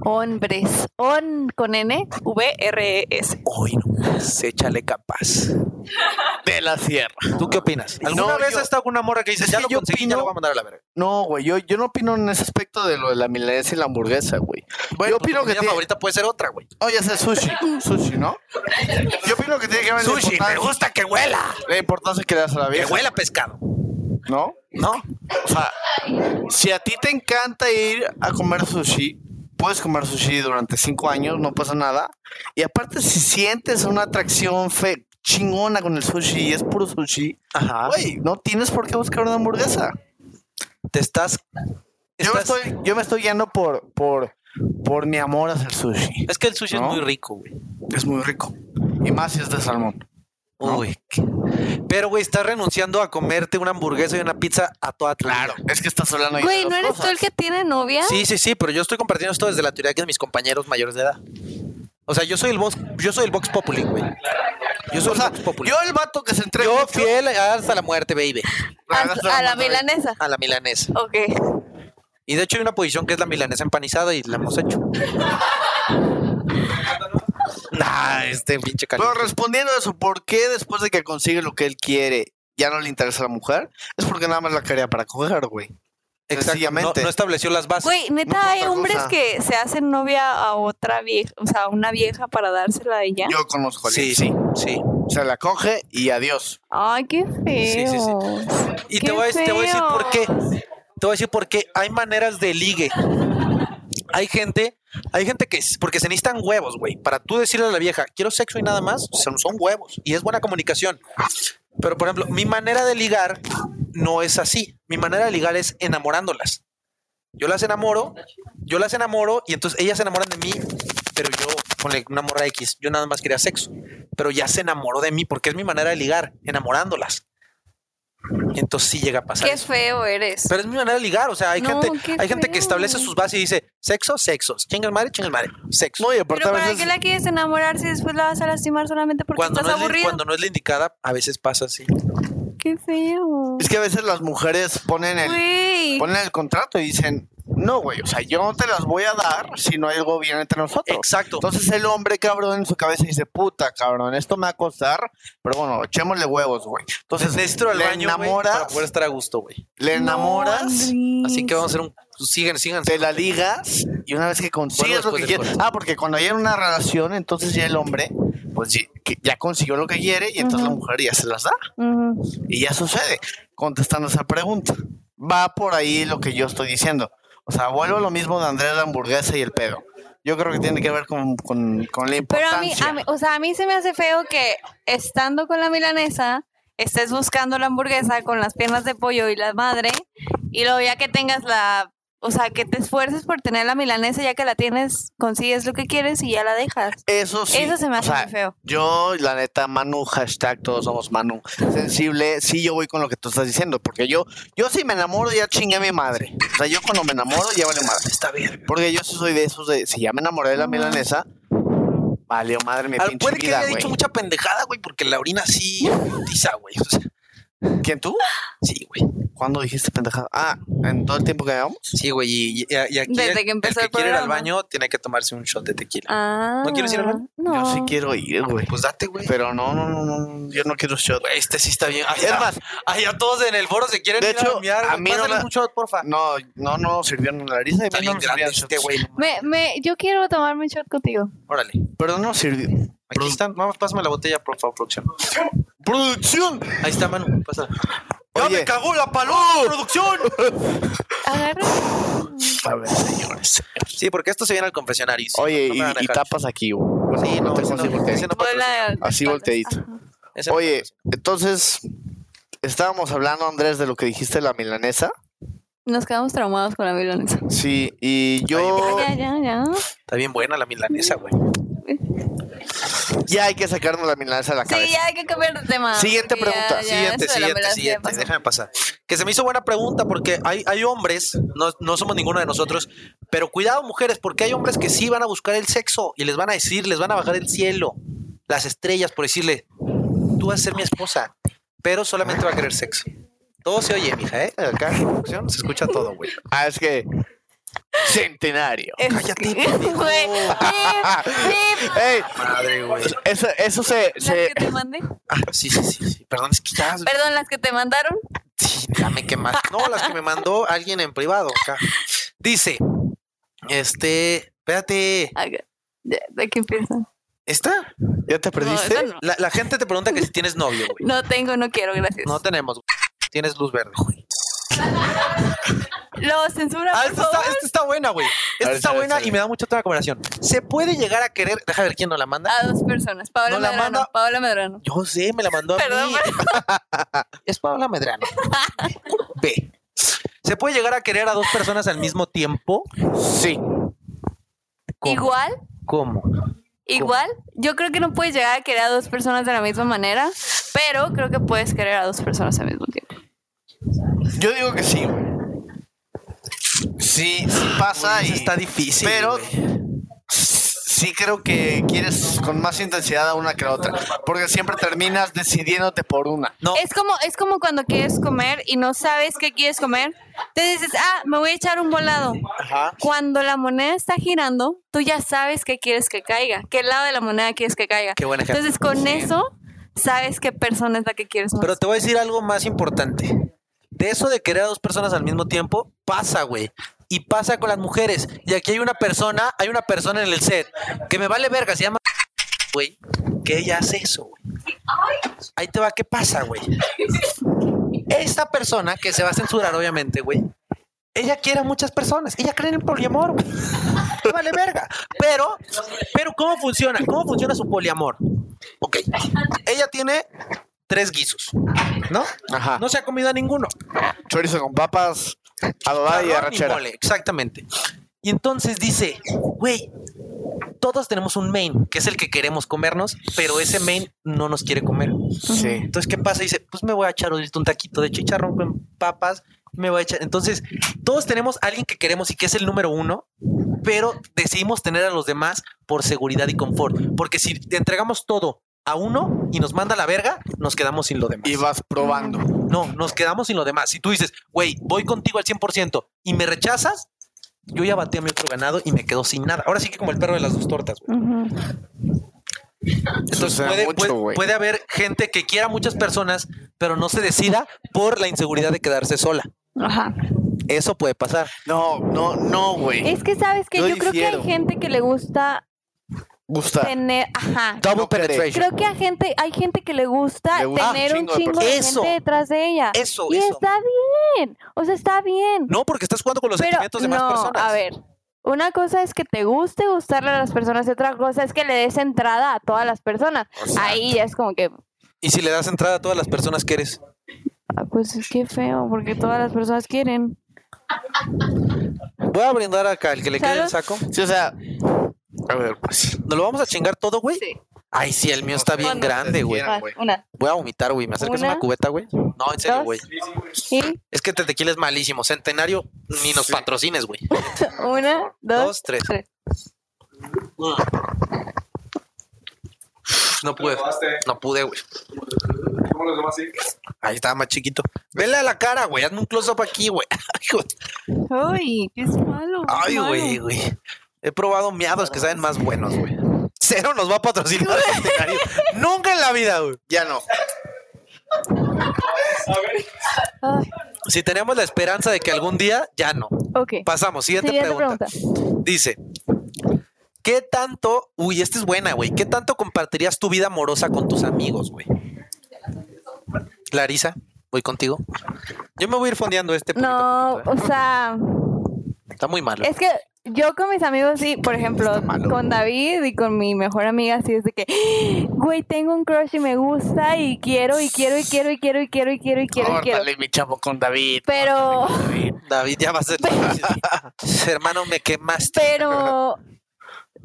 Speaker 3: Hombres. On con N, V, R, E, S.
Speaker 2: Hoy no, se échale capaz.
Speaker 1: De la sierra.
Speaker 2: ¿Tú qué opinas? ¿Alguna
Speaker 1: No,
Speaker 2: vez
Speaker 1: yo-
Speaker 2: has estado con una morra que dices,
Speaker 1: Es
Speaker 2: ya
Speaker 1: que
Speaker 2: lo
Speaker 1: yo
Speaker 2: conseguí, ya
Speaker 1: opino-
Speaker 2: lo voy a mandar a la verga?
Speaker 1: No, güey, yo, yo no opino en ese aspecto de lo de la milanesa y la hamburguesa, güey. yo opino que
Speaker 2: mi
Speaker 1: tiene...
Speaker 2: favorita puede ser otra, güey.
Speaker 1: Oye, es sushi. Sushi, ¿no? Yo opino que tiene que ver la
Speaker 2: Sushi, me
Speaker 1: importancia-
Speaker 2: gusta que huela.
Speaker 1: la importancia que le das a la
Speaker 2: Que
Speaker 1: vieja,
Speaker 2: huela a pescado.
Speaker 1: ¿no?
Speaker 2: No,
Speaker 1: O sea, si a ti te encanta ir a comer sushi, puedes comer sushi durante cinco años, no pasa nada. Y aparte, si sientes una atracción fe chingona con el sushi y es puro sushi,
Speaker 2: ajá.
Speaker 1: güey, no tienes por qué buscar una hamburguesa.
Speaker 2: Te estás.
Speaker 1: Yo me,
Speaker 2: estás-
Speaker 1: estoy, yo me estoy guiando por, por, por mi amor hacia el sushi.
Speaker 2: Es que el sushi
Speaker 1: ¿No?
Speaker 2: es muy rico, güey.
Speaker 1: Es muy rico. Y más si es de salmón. ¿no?
Speaker 2: Uy, qué- pero güey, estás renunciando a comerte una hamburguesa y una pizza a toda tu vida.
Speaker 1: Es que estás hablando ahí de
Speaker 3: Güey,
Speaker 1: dos
Speaker 3: ¿no eres tú
Speaker 1: cosas.
Speaker 3: el que tiene novia?
Speaker 2: Sí, sí, sí, pero yo estoy compartiendo esto desde la teoría que de mis compañeros mayores de edad. O sea, yo soy el box, yo soy el box populi, güey. Yo soy
Speaker 1: O sea,
Speaker 2: el box populi.
Speaker 1: yo el vato que se
Speaker 2: Yo,
Speaker 1: entrega mucho-
Speaker 2: fiel hasta la muerte, baby,
Speaker 3: A,
Speaker 1: Ah,
Speaker 3: a la
Speaker 1: no, no,
Speaker 3: milanesa.
Speaker 2: a la milanesa.
Speaker 3: Ok.
Speaker 2: Y de hecho hay una posición que es la milanesa empanizada y la hemos hecho. Nah, este pinche
Speaker 1: Pero
Speaker 2: caliente.
Speaker 1: respondiendo a eso, ¿por qué después de que consigue lo que él quiere ya no le interesa a la mujer? Es porque nada más la quería para coger, güey.
Speaker 2: Exacto, no,
Speaker 1: sencillamente.
Speaker 2: no estableció las bases.
Speaker 3: Güey, neta,
Speaker 1: No fue
Speaker 3: hay
Speaker 1: otra
Speaker 3: hombres
Speaker 1: cosa.
Speaker 3: que se hacen novia a otra vieja, o sea, a una vieja para dársela a ella.
Speaker 1: Yo conozco a alguien.
Speaker 2: sí, sí, sí.
Speaker 1: Se la coge y adiós.
Speaker 3: Ay, qué feo.
Speaker 2: sí, sí. Y te voy, a, te voy a decir por qué. Te voy a decir por qué. Hay maneras de ligue. Hay gente, hay gente que es porque se necesitan huevos, güey. Para tú decirle a la vieja, quiero sexo y nada más, son, son huevos. Y es buena comunicación. Pero, por ejemplo, mi manera de ligar no es así. Mi manera de ligar es enamorándolas. Yo las enamoro, yo las enamoro y entonces ellas se enamoran de mí, pero yo, ponle una morra X, yo nada más quería sexo. Pero ya se enamoró de mí porque es mi manera de ligar, enamorándolas. Entonces sí llega a pasar.
Speaker 3: Qué
Speaker 2: eso.
Speaker 3: feo eres.
Speaker 2: Pero es mi manera de ligar, o sea, hay
Speaker 3: No,
Speaker 2: gente,
Speaker 3: qué
Speaker 2: hay gente que
Speaker 3: feo.
Speaker 2: establece sus bases y dice, Sexo, sexos. Chinga el madre, chinga el madre. Sexo.
Speaker 1: No, y aparte
Speaker 3: Pero
Speaker 1: a
Speaker 3: ¿para
Speaker 1: veces-
Speaker 3: qué la quieres enamorar si después la vas a lastimar solamente porque
Speaker 2: cuando, no
Speaker 3: estás
Speaker 2: es la,
Speaker 3: aburrido?
Speaker 2: cuando no es la indicada, a veces pasa así.
Speaker 3: Qué feo.
Speaker 1: Es que a veces las mujeres ponen el,
Speaker 3: Güey.
Speaker 1: ponen el contrato y dicen, no, güey, o sea, yo no te las voy a dar si no hay algo bien entre nosotros.
Speaker 2: Exacto.
Speaker 1: Entonces el hombre, cabrón, en su cabeza dice, puta, cabrón, esto me va a costar, pero bueno, echémosle huevos, güey. Entonces
Speaker 2: Necesito ir al
Speaker 1: le
Speaker 2: baño, güey, para
Speaker 1: enamoras,
Speaker 2: poder estar a gusto, güey.
Speaker 1: le
Speaker 3: No,
Speaker 1: enamoras,
Speaker 3: Andrés.
Speaker 2: Así que vamos a hacer un... Sigan, sigan.
Speaker 1: te la ligas y una vez que consigues
Speaker 2: Bueno,
Speaker 1: lo que
Speaker 2: después,
Speaker 1: quieres...
Speaker 2: después.
Speaker 1: Ah, porque cuando hay una relación, entonces ya el hombre, pues ya, que ya consiguió lo que quiere y entonces
Speaker 3: Ujú.
Speaker 1: la mujer ya se las da.
Speaker 3: Ujú.
Speaker 1: Y ya sucede, contestando esa pregunta. Va por ahí lo que yo estoy diciendo. O sea, vuelvo a lo mismo de Andrés la hamburguesa y el pedo. Yo creo que tiene que ver con, con, con la
Speaker 3: Pero
Speaker 1: importancia.
Speaker 3: a mí, a mí- o sea, a mí se me hace feo que estando con la milanesa, estés buscando la hamburguesa con las piernas de pollo y la madre, y luego ya que tengas la, o sea, que te esfuerces por tener la milanesa, ya que la tienes, consigues lo que quieres y ya la dejas.
Speaker 1: Eso sí.
Speaker 3: Eso se me
Speaker 1: o
Speaker 3: hace
Speaker 1: sea,
Speaker 3: muy feo.
Speaker 1: Yo, la neta, Manu, hashtag, todos somos Manu. Sensible, sí, yo voy con lo que tú estás diciendo. Porque yo, yo si me enamoro, ya chingué a mi madre. O sea, yo cuando me enamoro, ya vale madre.
Speaker 2: Está bien.
Speaker 1: Porque yo sí soy de esos de, si ya me enamoré de la
Speaker 3: Ajá.
Speaker 1: milanesa, valió madre mi
Speaker 2: Ah,
Speaker 1: pinche
Speaker 2: puede que
Speaker 1: vida,
Speaker 2: haya
Speaker 1: güey.
Speaker 2: dicho mucha pendejada, güey, porque la orina sí tiza, güey. O sea,
Speaker 1: ¿Quién tú?
Speaker 2: sí, güey.
Speaker 1: ¿Cuándo dijiste pendejada? Ah, en todo el tiempo que llevamos.
Speaker 2: Sí, güey. Y, y- y aquí
Speaker 3: Desde
Speaker 2: el-
Speaker 3: que empezó
Speaker 2: el
Speaker 3: el
Speaker 2: que quiere ir al
Speaker 3: programa.
Speaker 2: baño tiene que tomarse un shot de tequila.
Speaker 3: Ah,
Speaker 2: ¿No quieres ir al baño?
Speaker 3: No.
Speaker 1: Yo sí quiero ir, güey.
Speaker 2: Pues date, güey.
Speaker 1: Pero no, no, no, no, yo no quiero shot.
Speaker 2: Güey, este sí está bien. Ay,
Speaker 1: Es
Speaker 2: ya-
Speaker 1: más-
Speaker 2: ay, ya todos en el foro se quieren
Speaker 1: De
Speaker 2: ir
Speaker 1: hecho,
Speaker 2: a mirar.
Speaker 1: a mí no me-
Speaker 2: un shot, porfa.
Speaker 1: No, no, no sirvió en la nariz. a mí
Speaker 2: Está
Speaker 1: no
Speaker 2: bien
Speaker 1: me
Speaker 2: grande
Speaker 1: servían
Speaker 2: este,
Speaker 1: shots.
Speaker 2: güey.
Speaker 3: Me, me, yo quiero tomarme un shot contigo.
Speaker 2: Órale.
Speaker 1: Pero no sirvió.
Speaker 2: Aquí están. Vamos, pásame la botella, por favor, producción.
Speaker 1: ¡Producción!
Speaker 2: Ahí está, Manu. Pásala.
Speaker 1: Oye.
Speaker 2: cagó la paloma, producción!
Speaker 3: Agarra.
Speaker 1: A ver, señores.
Speaker 2: Sí, porque esto se viene al confesionario. sí,
Speaker 1: Oye,
Speaker 2: no me
Speaker 1: y,
Speaker 2: van a
Speaker 1: y
Speaker 2: dejar.
Speaker 1: tapas aquí, güey.
Speaker 2: Sí, Pues, no,
Speaker 1: te
Speaker 2: ese no,
Speaker 1: consigo
Speaker 2: ese
Speaker 1: que-
Speaker 2: no
Speaker 3: Vuela de-
Speaker 1: Así volteadito.
Speaker 2: Ese no
Speaker 1: Oye,
Speaker 2: patrocina.
Speaker 1: entonces, estábamos hablando, Andrés, de lo que dijiste de la milanesa.
Speaker 3: Nos quedamos traumados con la milanesa.
Speaker 1: Sí, y yo...
Speaker 3: Ya, ya, ya.
Speaker 2: Está bien buena la milanesa, güey.
Speaker 1: Ya hay que sacarnos la milanesa de la
Speaker 3: Sí,
Speaker 1: cabeza.
Speaker 3: ya hay que cambiar de tema.
Speaker 1: Siguiente
Speaker 3: porque
Speaker 1: pregunta,
Speaker 3: ya- ya
Speaker 2: Ah, Siguiente,
Speaker 3: eso de la
Speaker 2: siguiente,
Speaker 3: milanesa ya
Speaker 2: siguiente.
Speaker 3: pasó.
Speaker 2: Déjame pasar. Que se me hizo buena pregunta porque hay, hay hombres, no, no somos ninguno de nosotros, pero cuidado, mujeres, porque hay hombres que sí van a buscar el sexo y les van a decir, les van a bajar el cielo, las estrellas, por decirle, tú vas a ser mi esposa, pero solamente va a querer sexo. Todo se oye, mija, ¿eh? Acá en producción se escucha todo, güey.
Speaker 1: Ah, es que... Centenario.
Speaker 2: Eh,
Speaker 3: Es
Speaker 2: Cállate,
Speaker 3: que-
Speaker 2: pendejo.
Speaker 3: güey. Pip, pip.
Speaker 1: ¡Ey!
Speaker 2: Madre, güey.
Speaker 1: Eso, eso se...
Speaker 3: Las
Speaker 1: se-
Speaker 3: que te mandé.
Speaker 2: Ah, sí, sí, sí, sí. Perdón, es que ya,
Speaker 3: Perdón, las que te mandaron.
Speaker 2: Sí, ya me quemaste. No, las que me mandó alguien en privado acá. Dice, este, espérate,
Speaker 3: Ah, ya, De aquí empiezan.
Speaker 2: ¿esta?
Speaker 1: ¿Ya te perdiste?
Speaker 3: No, esa no.
Speaker 2: La, la gente te pregunta que si tienes novio, güey.
Speaker 3: No tengo, no quiero, gracias.
Speaker 2: No tenemos, güey. Tienes luz verde, güey.
Speaker 3: Lo censura,
Speaker 2: Ah,
Speaker 3: por
Speaker 2: esta está,
Speaker 3: favor.
Speaker 2: esta está buena, güey.
Speaker 1: A
Speaker 2: Esta
Speaker 1: ver,
Speaker 2: está
Speaker 1: sale,
Speaker 2: buena
Speaker 1: sale.
Speaker 2: y me da mucho otra comparación. Se puede llegar a querer. Deja ver quién nos la manda.
Speaker 3: A dos personas. Paola
Speaker 2: No la
Speaker 3: Medrano.
Speaker 2: manda-
Speaker 3: Paola Medrano.
Speaker 2: Yo sé, me la mandó a
Speaker 3: Perdón,
Speaker 2: mí. es Paola Medrano. B. Se puede llegar a querer a dos personas al mismo tiempo.
Speaker 1: Sí.
Speaker 2: ¿Cómo?
Speaker 3: Igual,
Speaker 2: ¿Cómo?
Speaker 3: igual. Yo creo que no puedes llegar a querer a dos personas de la misma manera, pero creo que puedes querer a dos personas al mismo tiempo.
Speaker 1: Yo digo que sí, güey. Sí, sí pasa y...
Speaker 2: Eso está difícil.
Speaker 1: pero
Speaker 2: güey.
Speaker 1: sí creo que quieres con más intensidad a una que a otra. Porque siempre terminas decidiéndote por una.
Speaker 2: No,
Speaker 3: Es como, es como cuando quieres comer y no sabes qué quieres comer. Entonces dices, ah, me voy a echar un volado.
Speaker 2: Ajá.
Speaker 3: Cuando la moneda está girando, tú ya sabes qué quieres que caiga, qué lado de la moneda quieres que caiga.
Speaker 2: Qué buen ejemplo.
Speaker 3: Entonces con
Speaker 2: Sí.
Speaker 3: eso sabes qué persona es la que quieres más.
Speaker 2: Pero te voy a decir algo más importante. De eso de querer a dos personas al mismo tiempo, pasa, güey. Y pasa con las mujeres. Y aquí hay una persona, hay una persona en el set que me vale verga, se llama güey, que ella hace eso, güey. Ahí te va, ¿qué pasa, güey? Esta persona que se va a censurar, obviamente, güey. Ella quiere a muchas personas. Ella cree en el poliamor, güey. Le Vale verga. Pero, pero ¿cómo funciona? ¿Cómo funciona su poliamor? Ok. Ella tiene tres guisos, ¿no?
Speaker 1: Ajá.
Speaker 2: No se ha comido a ninguno.
Speaker 1: Chorizo con papas, adobada y
Speaker 2: Arroz ni
Speaker 1: arrachera.
Speaker 2: mole, exactamente. Y entonces dice, güey, todos tenemos un main, que es el que queremos comernos, pero ese main no nos quiere comer.
Speaker 1: Sí.
Speaker 2: Entonces, ¿qué pasa? Dice, pues me voy a echar ahorita un taquito de chicharrón con papas, me voy a echar. Entonces, todos tenemos a alguien que queremos y que es el número uno, pero decidimos tener a los demás por seguridad y confort. Porque si te entregamos todo a uno y nos manda a la verga, nos quedamos sin lo demás.
Speaker 1: Y vas probando.
Speaker 2: No, nos quedamos sin lo demás. Si tú dices, güey, voy contigo al 100% y me rechazas, yo ya batí a mi otro ganado y me quedo sin nada. Ahora sí que como el perro de las dos tortas, güey.
Speaker 3: Ujú.
Speaker 2: Entonces
Speaker 1: Sucede
Speaker 2: puede,
Speaker 1: mucho,
Speaker 2: puede-
Speaker 1: güey.
Speaker 2: puede haber gente que quiera a muchas personas, pero no se decida por la inseguridad de quedarse sola.
Speaker 3: Ajá.
Speaker 2: Eso puede pasar.
Speaker 1: No, no, no, güey.
Speaker 3: Es que sabes que
Speaker 1: Yo
Speaker 3: yo, creo que hay
Speaker 1: difiero.
Speaker 3: gente que le gusta
Speaker 2: Ah.
Speaker 1: Gusta.
Speaker 3: tener, ajá.
Speaker 2: Double
Speaker 1: No creo.
Speaker 2: penetration.
Speaker 3: Creo que hay gente, hay gente que le gusta
Speaker 1: Le gusta
Speaker 3: tener
Speaker 1: un
Speaker 3: un
Speaker 1: chingo de
Speaker 3: chingo de
Speaker 2: personas.
Speaker 3: gente
Speaker 2: Eso.
Speaker 3: detrás de ella.
Speaker 2: Eso,
Speaker 3: y
Speaker 2: eso.
Speaker 3: está bien. O sea, está bien.
Speaker 2: No, porque estás jugando con los
Speaker 3: pero
Speaker 2: sentimientos de
Speaker 3: no,
Speaker 2: más personas.
Speaker 3: a ver. Una cosa es que te guste gustarle a las personas y otra cosa es que le des entrada a todas las personas. Ahí ya es como que,
Speaker 2: Y si le das entrada a todas las personas que eres.
Speaker 3: ah, pues es que feo, porque todas las personas quieren.
Speaker 2: Voy a brindar acá el que le quede el
Speaker 3: ¿Salud?
Speaker 2: saco.
Speaker 1: Sí, o sea. A ver, pues.
Speaker 2: ¿Nos lo vamos a chingar todo, güey?
Speaker 3: Sí.
Speaker 2: Ay, sí, el mío está
Speaker 1: No sé,
Speaker 2: bien
Speaker 3: no sé,
Speaker 2: grande, güey.
Speaker 1: Quieran,
Speaker 3: Vas,
Speaker 1: güey.
Speaker 3: una.
Speaker 2: Voy a vomitar, güey. ¿Me acercas
Speaker 3: Una,
Speaker 2: una cubeta, güey? No, en serio,
Speaker 3: dos.
Speaker 2: güey.
Speaker 3: Y
Speaker 2: Es que este tequila es malísimo. Centenario, ni nos patrocines, güey.
Speaker 3: una, dos,
Speaker 2: Dos, tres.
Speaker 3: tres.
Speaker 2: No pude. No pude, güey.
Speaker 4: ¿Cómo los demás así?
Speaker 2: Ahí estaba más chiquito. Vele a la cara, güey. Hazme un close-up aquí, güey. Hijo de-
Speaker 3: Uy, qué es malo. qué
Speaker 2: Ay,
Speaker 3: malo.
Speaker 2: güey, güey. He probado miados que saben más buenos, güey. Cero nos va a patrocinar el Centenario. Nunca en la vida, güey.
Speaker 1: Ya no.
Speaker 4: A ver.
Speaker 3: Ay,
Speaker 2: Si teníamos la esperanza de que algún día, ya no.
Speaker 3: ok.
Speaker 2: Pasamos, siguiente,
Speaker 3: Siguiente
Speaker 2: pregunta.
Speaker 3: pregunta.
Speaker 2: Dice, ¿qué tanto, uy, esta es buena, güey, ¿qué tanto compartirías tu vida amorosa con tus amigos, güey? Clarisa, voy contigo. Yo me voy a ir fondeando este. poquito a
Speaker 3: No,
Speaker 2: poquito,
Speaker 3: o sea,
Speaker 2: ¿eh? Está muy malo.
Speaker 3: es que yo con mis amigos, sí, por ejemplo, con David y con mi mejor amiga, sí, es de que, güey, tengo un crush y me gusta y quiero y quiero y quiero y quiero y quiero y quiero y quiero. Y quiero.
Speaker 1: Córtale, mi chavo, con David.
Speaker 3: Pero,
Speaker 2: David, ya va a ser... Hermano, me quemaste.
Speaker 3: pero,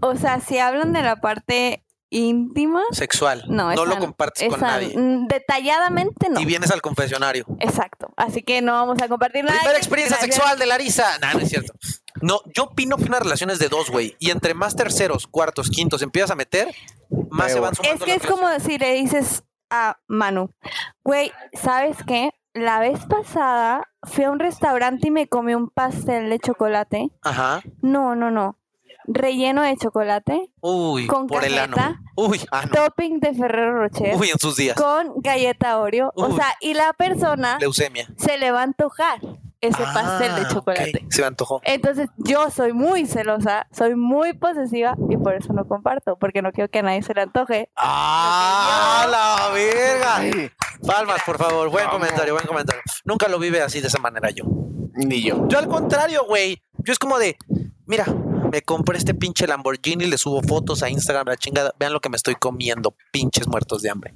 Speaker 3: o sea, si hablan de la parte íntima,
Speaker 2: Sexual.
Speaker 3: no, esa
Speaker 2: lo compartes con
Speaker 3: esa-
Speaker 2: nadie.
Speaker 3: mm, Detalladamente no.
Speaker 2: Y vienes al confesionario.
Speaker 3: Exacto. Así que no vamos a compartir nada.
Speaker 2: Primera experiencia
Speaker 3: Gracias.
Speaker 2: sexual de Larisa. No, no es cierto. No, yo opino que unas relaciones de dos, güey. Y entre más terceros, cuartos, quintos empiezas a meter, más se van sumando.
Speaker 3: Es que
Speaker 2: las
Speaker 3: es como si le dices a Manu, güey, ¿sabes qué? La vez pasada fui a un restaurante y me comí un pastel de chocolate.
Speaker 2: relaciones. Ajá.
Speaker 3: No, no, no. Relleno de chocolate,
Speaker 2: Uy,
Speaker 3: Con
Speaker 2: por el ano.
Speaker 3: cajeta.
Speaker 2: Uy, ah, no.
Speaker 3: topping de Ferrero Rocher,
Speaker 2: Uy, en sus días.
Speaker 3: con galleta Oreo.
Speaker 2: Uy.
Speaker 3: O sea, y la persona
Speaker 2: Leucemia.
Speaker 3: se le va a antojar ese
Speaker 2: Ah,
Speaker 3: pastel de
Speaker 2: ok,
Speaker 3: chocolate.
Speaker 2: Se me antojó.
Speaker 3: Entonces yo soy muy celosa, soy muy posesiva y por eso no comparto, porque no quiero que a nadie se le antoje.
Speaker 2: ¡Ah, la verga!
Speaker 1: Ay,
Speaker 2: Palmas, por favor. Buen
Speaker 1: Vamos.
Speaker 2: comentario, buen comentario. Nunca lo vive así de esa manera yo.
Speaker 1: Ni yo.
Speaker 2: Yo al contrario, güey. Yo es como de, mira, me compré este pinche Lamborghini, le subo fotos a Instagram, la chingada. Vean lo que me estoy comiendo, pinches muertos de hambre.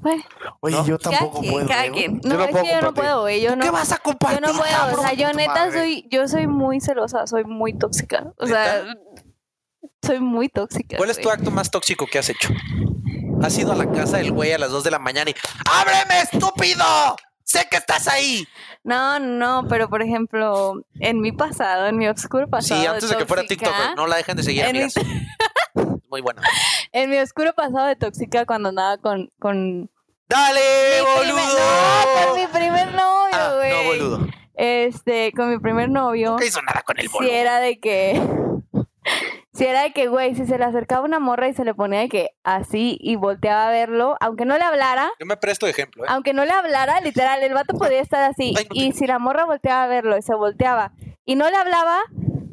Speaker 3: Bueno,
Speaker 1: Oye,
Speaker 2: ¿No?
Speaker 1: yo
Speaker 3: cada
Speaker 1: tampoco
Speaker 3: quien,
Speaker 1: puedo.
Speaker 3: cada
Speaker 2: ¿eh?
Speaker 1: güey.
Speaker 3: quien.
Speaker 1: yo
Speaker 3: No,
Speaker 1: no
Speaker 3: es
Speaker 1: puedo
Speaker 3: que yo no
Speaker 1: compartir.
Speaker 3: puedo, güey. Yo
Speaker 2: ¿Tú
Speaker 3: no,
Speaker 2: ¿Qué vas a
Speaker 3: yo
Speaker 2: compartir?
Speaker 3: no puedo. O
Speaker 2: cabrón?
Speaker 3: sea, yo
Speaker 1: tu
Speaker 3: neta
Speaker 1: madre.
Speaker 3: soy, yo soy muy celosa, soy muy tóxica. O sea, soy muy tóxica.
Speaker 2: ¿Cuál es tu
Speaker 3: güey.
Speaker 2: acto más tóxico que has hecho? Has ido a la casa del güey a las 2 de la mañana y ¡Ábreme, estúpido! ¡Sé que estás ahí!
Speaker 3: No, no, pero por ejemplo, en mi pasado, en mi oscuro pasado.
Speaker 2: sí, antes de que fuera
Speaker 3: tóxica,
Speaker 2: TikTok, güey, no la dejen de seguir,
Speaker 3: en mi-
Speaker 2: amigas. Muy buena.
Speaker 3: En mi oscuro pasado de tóxica cuando andaba con. con
Speaker 2: ¡Dale,
Speaker 3: mi primer-
Speaker 2: boludo!
Speaker 3: no, con mi primer
Speaker 2: Ah,
Speaker 3: novio, güey.
Speaker 2: no, boludo.
Speaker 3: Este, con mi primer novio.
Speaker 2: Nunca hizo nada con el
Speaker 3: si
Speaker 2: boludo.
Speaker 3: era de que. Si era de que, güey, si se le acercaba una morra y se le ponía de que así y volteaba a verlo, aunque no le hablara,
Speaker 2: Yo me presto de ejemplo, ¿eh?
Speaker 3: aunque no le hablara, literal, el vato podía estar así.
Speaker 2: Ay, no te-
Speaker 3: Y si la morra volteaba a verlo y se volteaba y no le hablaba,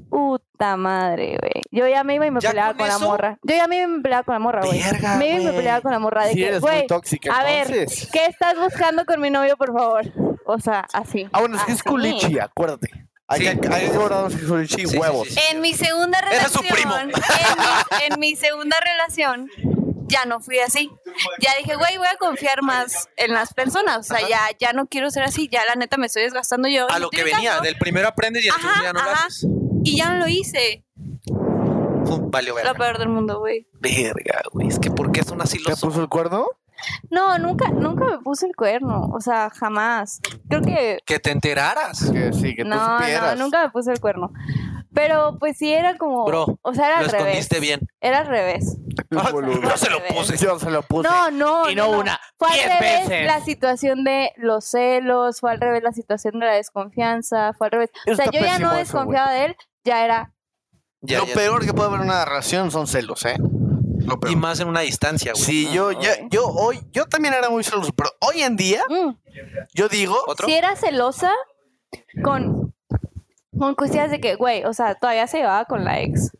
Speaker 3: puta madre, güey. Yo ya me iba y me
Speaker 2: ¿Ya
Speaker 3: peleaba
Speaker 2: con
Speaker 3: con, la
Speaker 2: eso?
Speaker 3: morra. Yo ya me iba y me peleaba con la morra, güey.
Speaker 2: Verga,
Speaker 3: Me iba y me
Speaker 2: güey.
Speaker 3: peleaba con la morra de
Speaker 1: Sí,
Speaker 3: que,
Speaker 1: eres muy
Speaker 3: güey,
Speaker 1: tóxica,
Speaker 3: a ver,
Speaker 1: entonces.
Speaker 3: ¿qué estás buscando con mi novio, por favor? O sea, así.
Speaker 1: Ah, bueno, es que es
Speaker 3: así.
Speaker 1: culichi, acuérdate. Hay
Speaker 2: Sí.
Speaker 1: que hay que guardar los culichi y
Speaker 2: Sí, sí,
Speaker 1: huevos.
Speaker 2: sí, sí.
Speaker 3: En mi segunda
Speaker 2: Era su
Speaker 3: relación,
Speaker 2: primo.
Speaker 3: En, mi, en mi segunda relación, ya no fui así. Ya dije, güey, voy a confiar más en las personas. O sea, ya, ya no quiero ser así. Ya la neta me estoy desgastando yo.
Speaker 2: A
Speaker 3: y
Speaker 2: lo
Speaker 3: no
Speaker 2: que
Speaker 3: tiene
Speaker 2: venía,
Speaker 3: caso.
Speaker 2: del primero aprendes y el
Speaker 3: Ajá,
Speaker 2: segundo ya no lo
Speaker 3: ajá.
Speaker 2: haces.
Speaker 3: Y ya no lo hice.
Speaker 2: Pum, valió
Speaker 3: Lo
Speaker 2: verga.
Speaker 3: peor del mundo, güey.
Speaker 2: Verga, güey. Es que ¿por qué son así
Speaker 1: ¿Te
Speaker 2: los
Speaker 1: puso el cuerno?
Speaker 3: No, nunca, nunca me puse el cuerno. O sea, jamás. Creo que
Speaker 5: Que te enteraras.
Speaker 1: Que sí, que tú
Speaker 3: no, no,
Speaker 1: supieras.
Speaker 3: nunca me puse el cuerno. Pero pues sí era como.
Speaker 2: Bro,
Speaker 3: o sea, era
Speaker 2: Lo
Speaker 3: al revés.
Speaker 2: escondiste bien. Ah,
Speaker 3: Era al revés.
Speaker 1: Boludo.
Speaker 2: No se lo puse.
Speaker 1: Yo se lo puse.
Speaker 3: No, no.
Speaker 1: Y no una,
Speaker 3: Fue al
Speaker 1: 10
Speaker 3: revés
Speaker 1: veces.
Speaker 3: la situación de los celos, fue al revés la situación de la desconfianza, fue al revés. O sea,
Speaker 1: Está
Speaker 3: yo ya
Speaker 1: pésimo
Speaker 3: no
Speaker 1: eso,
Speaker 3: desconfiaba de él, ya era.
Speaker 2: Ya,
Speaker 1: lo
Speaker 2: ya.
Speaker 1: peor que puede haber en una relación son celos, ¿eh? Lo peor.
Speaker 2: Y más en una distancia, güey.
Speaker 1: Sí, yo, ya,
Speaker 3: ok.
Speaker 1: yo hoy, yo también era muy celoso, pero hoy en día,
Speaker 3: mm,
Speaker 1: yo digo,
Speaker 2: ¿Otro?
Speaker 3: si era celosa con, con cuestiones de que, güey, o sea, todavía se llevaba con la ex.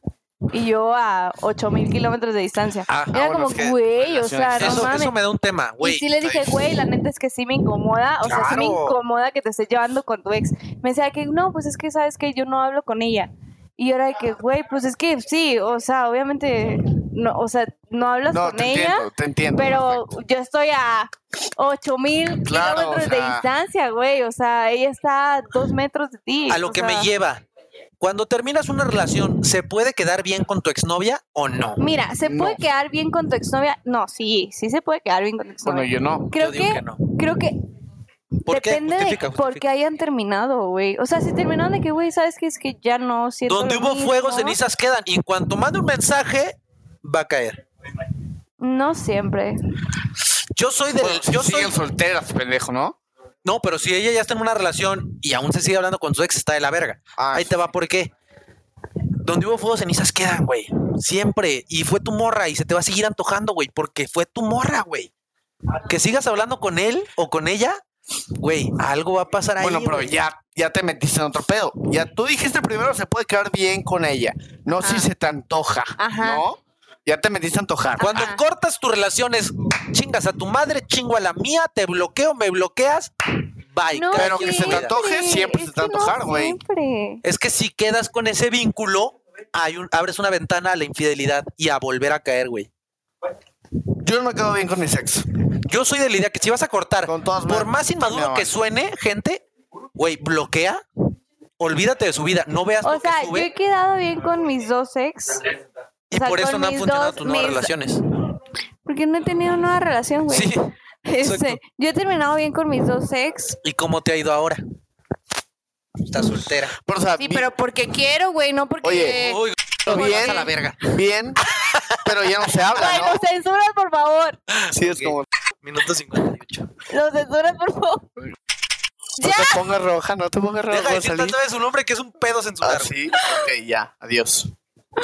Speaker 3: Y yo a 8000 kilómetros de distancia.
Speaker 1: Ah, ah,
Speaker 3: era
Speaker 1: bueno,
Speaker 3: como,
Speaker 1: es que
Speaker 3: güey, o sea, Ah, no
Speaker 2: Eso,
Speaker 3: mames.
Speaker 2: eso me da un tema, güey.
Speaker 3: y sí le dije, güey, la neta es que sí me incomoda, o sea, sí me
Speaker 1: Claro.
Speaker 3: incomoda que te estés llevando con tu ex. Me decía que no, pues es que sabes que yo no hablo con ella. Y ahora de que, güey, pues es que sí, o sea, obviamente, no, o sea, no hablas
Speaker 1: no,
Speaker 3: con
Speaker 1: te
Speaker 3: ella,
Speaker 1: entiendo, te entiendo.
Speaker 3: pero yo estoy a 8000
Speaker 1: Claro, o
Speaker 3: kilómetros de
Speaker 1: sea.
Speaker 3: distancia, güey, o sea, ella está a dos metros de ti.
Speaker 2: a lo
Speaker 3: o
Speaker 2: que
Speaker 3: sea,
Speaker 2: me lleva. Cuando terminas una relación, ¿se puede quedar bien con tu exnovia o no?
Speaker 3: Mira, ¿se puede quedar bien con tu exnovia? No, sí, sí se puede quedar bien con tu exnovia.
Speaker 1: Bueno, yo no.
Speaker 2: Yo
Speaker 3: creo
Speaker 2: digo que no.
Speaker 3: creo que
Speaker 2: ¿Por qué?
Speaker 3: Depende
Speaker 2: Justifica,
Speaker 3: de por qué
Speaker 2: justifica.
Speaker 3: hayan terminado, güey. O sea, si terminaron de que, güey, ¿sabes qué? Es que ya no siento
Speaker 2: Donde
Speaker 3: lo
Speaker 2: hubo
Speaker 3: mismo.
Speaker 2: fuego, cenizas quedan. Y en cuanto mande un mensaje, va a caer.
Speaker 3: No siempre.
Speaker 2: Yo soy del.
Speaker 1: Bueno, si
Speaker 2: yo soy,
Speaker 1: Pues, siguen solteras, pendejo, ¿no?
Speaker 2: no, pero si ella ya está en una relación y aún se sigue hablando con su ex, está de la verga.
Speaker 1: Ah,
Speaker 2: Ahí te va, ¿por qué? Donde hubo fuego, cenizas quedan, güey. Siempre. Y fue tu morra y se te va a seguir antojando, güey, porque fue tu morra, güey. Que sigas hablando con él o con ella, güey, algo va a pasar ahí.
Speaker 1: Bueno, pero
Speaker 2: güey.
Speaker 1: ya, ya te metiste en otro pedo. Ya tú dijiste primero se puede quedar bien con ella. No si
Speaker 3: Ah.
Speaker 1: se te antoja.
Speaker 3: Ajá. Ah.
Speaker 1: ¿No? Ya te metiste a antojar.
Speaker 2: Cuando
Speaker 3: Ajá.
Speaker 2: cortas tus relaciones, chingas a tu madre, chingo a la mía, te bloqueo, me bloqueas, bye.
Speaker 3: No
Speaker 2: cada
Speaker 1: Pero
Speaker 2: quien
Speaker 1: que se
Speaker 2: su
Speaker 1: te
Speaker 2: vida.
Speaker 1: antoje. siempre
Speaker 3: Es
Speaker 1: se te va a
Speaker 3: que no
Speaker 1: antojar, güey.
Speaker 3: Siempre.
Speaker 2: Es que si quedas con ese vínculo, hay un, abres una ventana a la infidelidad y a volver a caer, güey.
Speaker 1: Yo no me quedo bien con mi sexo.
Speaker 2: Yo soy de la idea que si vas a cortar,
Speaker 1: Con todas
Speaker 2: por
Speaker 1: me-
Speaker 2: más
Speaker 1: me
Speaker 2: inmaduro
Speaker 1: vale.
Speaker 2: que suene, gente, güey, bloquea, olvídate de su vida, no veas
Speaker 3: O
Speaker 2: lo que
Speaker 3: sea, yo
Speaker 2: sube,
Speaker 3: he quedado bien con mis dos ex.
Speaker 2: y
Speaker 3: o sea,
Speaker 2: por eso
Speaker 3: con
Speaker 2: no han
Speaker 3: mis
Speaker 2: funcionado
Speaker 3: dos-
Speaker 2: tus nuevas
Speaker 3: mis-
Speaker 2: relaciones.
Speaker 3: Porque no he tenido nueva relación, güey.
Speaker 2: Sí,
Speaker 3: Este,
Speaker 2: exacto.
Speaker 3: yo he terminado bien con mis dos ex.
Speaker 2: ¿y cómo te ha ido ahora? Estás soltera.
Speaker 1: Pero, o sea,
Speaker 3: Sí,
Speaker 1: bi-
Speaker 3: pero pues, porque quiero, güey, no porque.
Speaker 1: Oye,
Speaker 2: Uy,
Speaker 1: Bien.
Speaker 2: bien. a la verga.
Speaker 1: bien, pero ya no se habla,
Speaker 3: Ay,
Speaker 1: ¿no?
Speaker 3: los censuras, por favor.
Speaker 1: Sí, es como,
Speaker 2: Minuto 58.
Speaker 3: Los censuras, por favor.
Speaker 1: no te pongas roja, no te pongas roja.
Speaker 2: Deja de
Speaker 1: voy a
Speaker 2: decir
Speaker 1: salir.
Speaker 2: tanta vez su nombre que es un pedo censurar.
Speaker 1: Ah, sí. Ok, ya. Adiós.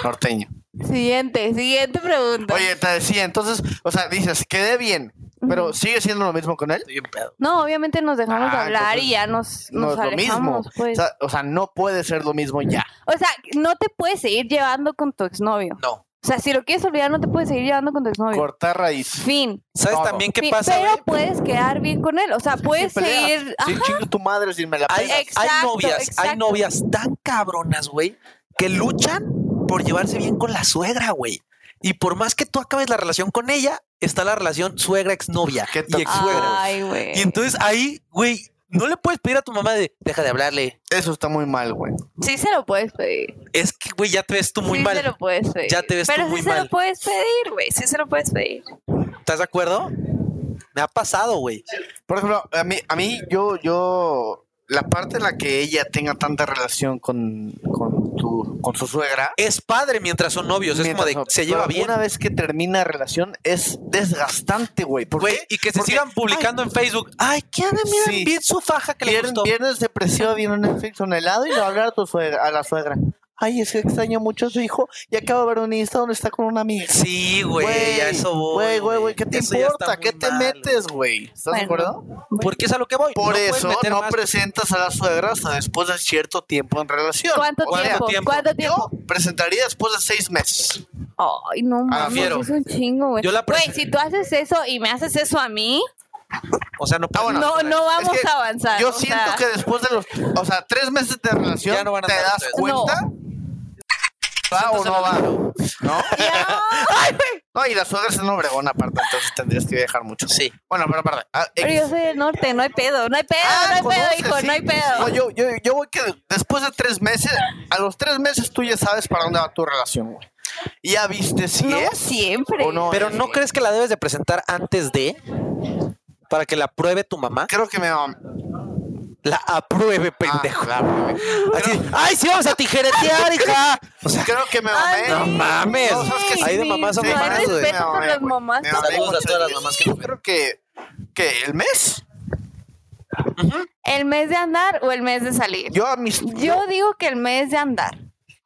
Speaker 1: Norteño.
Speaker 3: Siguiente, siguiente pregunta.
Speaker 1: Oye, te decía, entonces, o sea, dices, quedé bien, pero ¿sigue siendo lo mismo con él?
Speaker 2: Estoy en pedo.
Speaker 3: No, obviamente nos dejamos
Speaker 1: Ah,
Speaker 3: hablar
Speaker 1: entonces
Speaker 3: y ya nos,
Speaker 1: No
Speaker 3: nos
Speaker 1: es lo mismo.
Speaker 3: alejamos, pues.
Speaker 1: O, sea, o sea, no puede ser lo mismo ya.
Speaker 3: O sea, no te puedes seguir llevando con tu exnovio.
Speaker 2: No.
Speaker 3: O sea, si lo quieres olvidar, no te puedes seguir llevando con tu exnovio.
Speaker 1: Cortar raíz.
Speaker 3: fin.
Speaker 2: ¿Sabes
Speaker 1: Todo.
Speaker 2: también qué
Speaker 3: Fin.
Speaker 2: pasa?
Speaker 3: Pero
Speaker 2: güey?
Speaker 3: puedes quedar bien con él. O sea, puedes
Speaker 1: pelea.
Speaker 3: seguir.
Speaker 1: Sí,
Speaker 3: Ajá.
Speaker 1: chinga tu madre si me la
Speaker 2: Hay,
Speaker 1: pelas.
Speaker 2: hay
Speaker 3: Exacto,
Speaker 2: novias, hay
Speaker 3: exacto.
Speaker 2: novias tan cabronas, güey, que luchan por llevarse bien con la suegra, güey. Y por más que tú acabes la relación con ella, está la relación suegra-exnovia
Speaker 1: Qué
Speaker 2: y ex-suegra.
Speaker 3: Ay, güey.
Speaker 2: Y entonces ahí, güey, no le puedes pedir a tu mamá de, deja de hablarle.
Speaker 1: Eso está muy mal, güey.
Speaker 3: Sí se lo puedes pedir.
Speaker 2: Es que, güey, ya te ves tú muy
Speaker 3: sí
Speaker 2: mal.
Speaker 3: se lo puedes pedir.
Speaker 2: Ya te ves tú
Speaker 3: Pero
Speaker 2: muy
Speaker 3: sí se
Speaker 2: mal.
Speaker 3: lo puedes pedir, güey. Sí se lo puedes pedir.
Speaker 2: ¿Estás de acuerdo? Me ha pasado, güey.
Speaker 1: Por ejemplo, a mí, a mí yo, yo, la parte en la que ella tenga tanta relación con, con, tu, con su suegra.
Speaker 2: Es padre mientras son novios, Pues es como
Speaker 1: mientras no-
Speaker 2: de, se lleva
Speaker 1: pero
Speaker 2: bien.
Speaker 1: Una vez que termina relación es desgastante, güey. ¿Por
Speaker 2: Güey,
Speaker 1: qué?
Speaker 2: y que se
Speaker 1: Porque-
Speaker 2: sigan publicando en Facebook. Ay, ¿qué onda? Miren,
Speaker 1: Sí.
Speaker 2: bien su faja que le
Speaker 1: Viernes,
Speaker 2: gustó.
Speaker 1: viernes depresivo viene un Netflix un helado y lo hablar a tu suegra, a la suegra. Ay, es que extraño mucho a su hijo y acabo de ver un Insta donde está con una amiga.
Speaker 2: Sí, güey, a eso voy.
Speaker 1: Güey, güey, güey, ¿qué te
Speaker 2: Eso ya está
Speaker 1: importa?
Speaker 2: muy
Speaker 1: ¿Qué te
Speaker 2: mal,
Speaker 1: metes, güey? ¿Estás de
Speaker 3: Bueno.
Speaker 1: acuerdo?
Speaker 2: güey. Porque es a lo que voy.
Speaker 1: Por
Speaker 2: No puedes
Speaker 1: eso
Speaker 2: meter
Speaker 1: no
Speaker 2: más-
Speaker 1: presentas a la suegra hasta después de cierto tiempo en relación.
Speaker 3: ¿Cuánto,
Speaker 1: O sea,
Speaker 3: tiempo?
Speaker 2: tiempo?
Speaker 3: ¿Cuánto
Speaker 1: Yo
Speaker 3: tiempo?
Speaker 1: presentaría después de seis meses.
Speaker 3: Ay, no mames,
Speaker 2: Ah, fiero.
Speaker 3: es un chingo, güey.
Speaker 2: Yo la
Speaker 3: Güey,
Speaker 2: presen-
Speaker 3: si tú haces eso y me haces eso a mí,
Speaker 2: O sea, no puedes.
Speaker 1: Ah, bueno.
Speaker 3: no, no
Speaker 1: Es
Speaker 3: vamos
Speaker 1: que
Speaker 3: a avanzar.
Speaker 1: Yo
Speaker 3: o
Speaker 1: siento
Speaker 3: sea.
Speaker 1: que después de los, o sea, tres meses de relación,
Speaker 2: Ya no van a
Speaker 1: te
Speaker 2: andar
Speaker 1: das
Speaker 2: ustedes.
Speaker 1: cuenta. ¿Va o
Speaker 2: Siéntase
Speaker 1: no
Speaker 2: en
Speaker 1: va?
Speaker 2: el
Speaker 1: ¿No?
Speaker 3: Ya.
Speaker 1: No, y la suegra es una obregón aparte, entonces tendrías que viajar mucho.
Speaker 2: Sí.
Speaker 1: Bueno, pero aparte. ah,
Speaker 3: Pero
Speaker 1: X.
Speaker 3: yo soy del norte, no hay pedo, no hay pedo,
Speaker 1: Ah,
Speaker 3: no hay pedo,
Speaker 1: conoces,
Speaker 3: hijo,
Speaker 1: sí.
Speaker 3: no hay pedo.
Speaker 1: No, yo, yo, yo voy que después de tres meses, a los tres meses tú ya sabes para dónde va tu relación, güey. Ya viste si
Speaker 3: no
Speaker 1: es
Speaker 3: siempre.
Speaker 1: o no.
Speaker 2: Pero
Speaker 1: es,
Speaker 2: ¿no
Speaker 1: güey.
Speaker 2: crees que la debes de presentar antes de? Para que la apruebe tu mamá.
Speaker 1: Creo que me va.
Speaker 2: La apruebe, pendejo.
Speaker 1: Ah, claro, güey.
Speaker 2: Así, ¡Ay, sí, vamos a tijeretear, hija! O sea,
Speaker 1: Creo que me
Speaker 3: Ay,
Speaker 1: mamé.
Speaker 2: no mames.
Speaker 1: No, ¿sabes qué?
Speaker 2: Ahí de
Speaker 3: Sí,
Speaker 2: mamás a
Speaker 1: Sí,
Speaker 3: no, hay
Speaker 2: mamás, güey.
Speaker 3: respeto por
Speaker 1: Me
Speaker 3: las
Speaker 1: mamé,
Speaker 3: mamás.
Speaker 1: güey. Me mamé
Speaker 6: Saludos a
Speaker 1: mucho.
Speaker 6: todas las mamás que
Speaker 1: Yo
Speaker 6: nos ven.
Speaker 1: creo que. que ¿El mes?
Speaker 3: ¿El mes de andar o el mes de salir?
Speaker 1: Yo a mis.
Speaker 3: Yo digo que el mes de andar.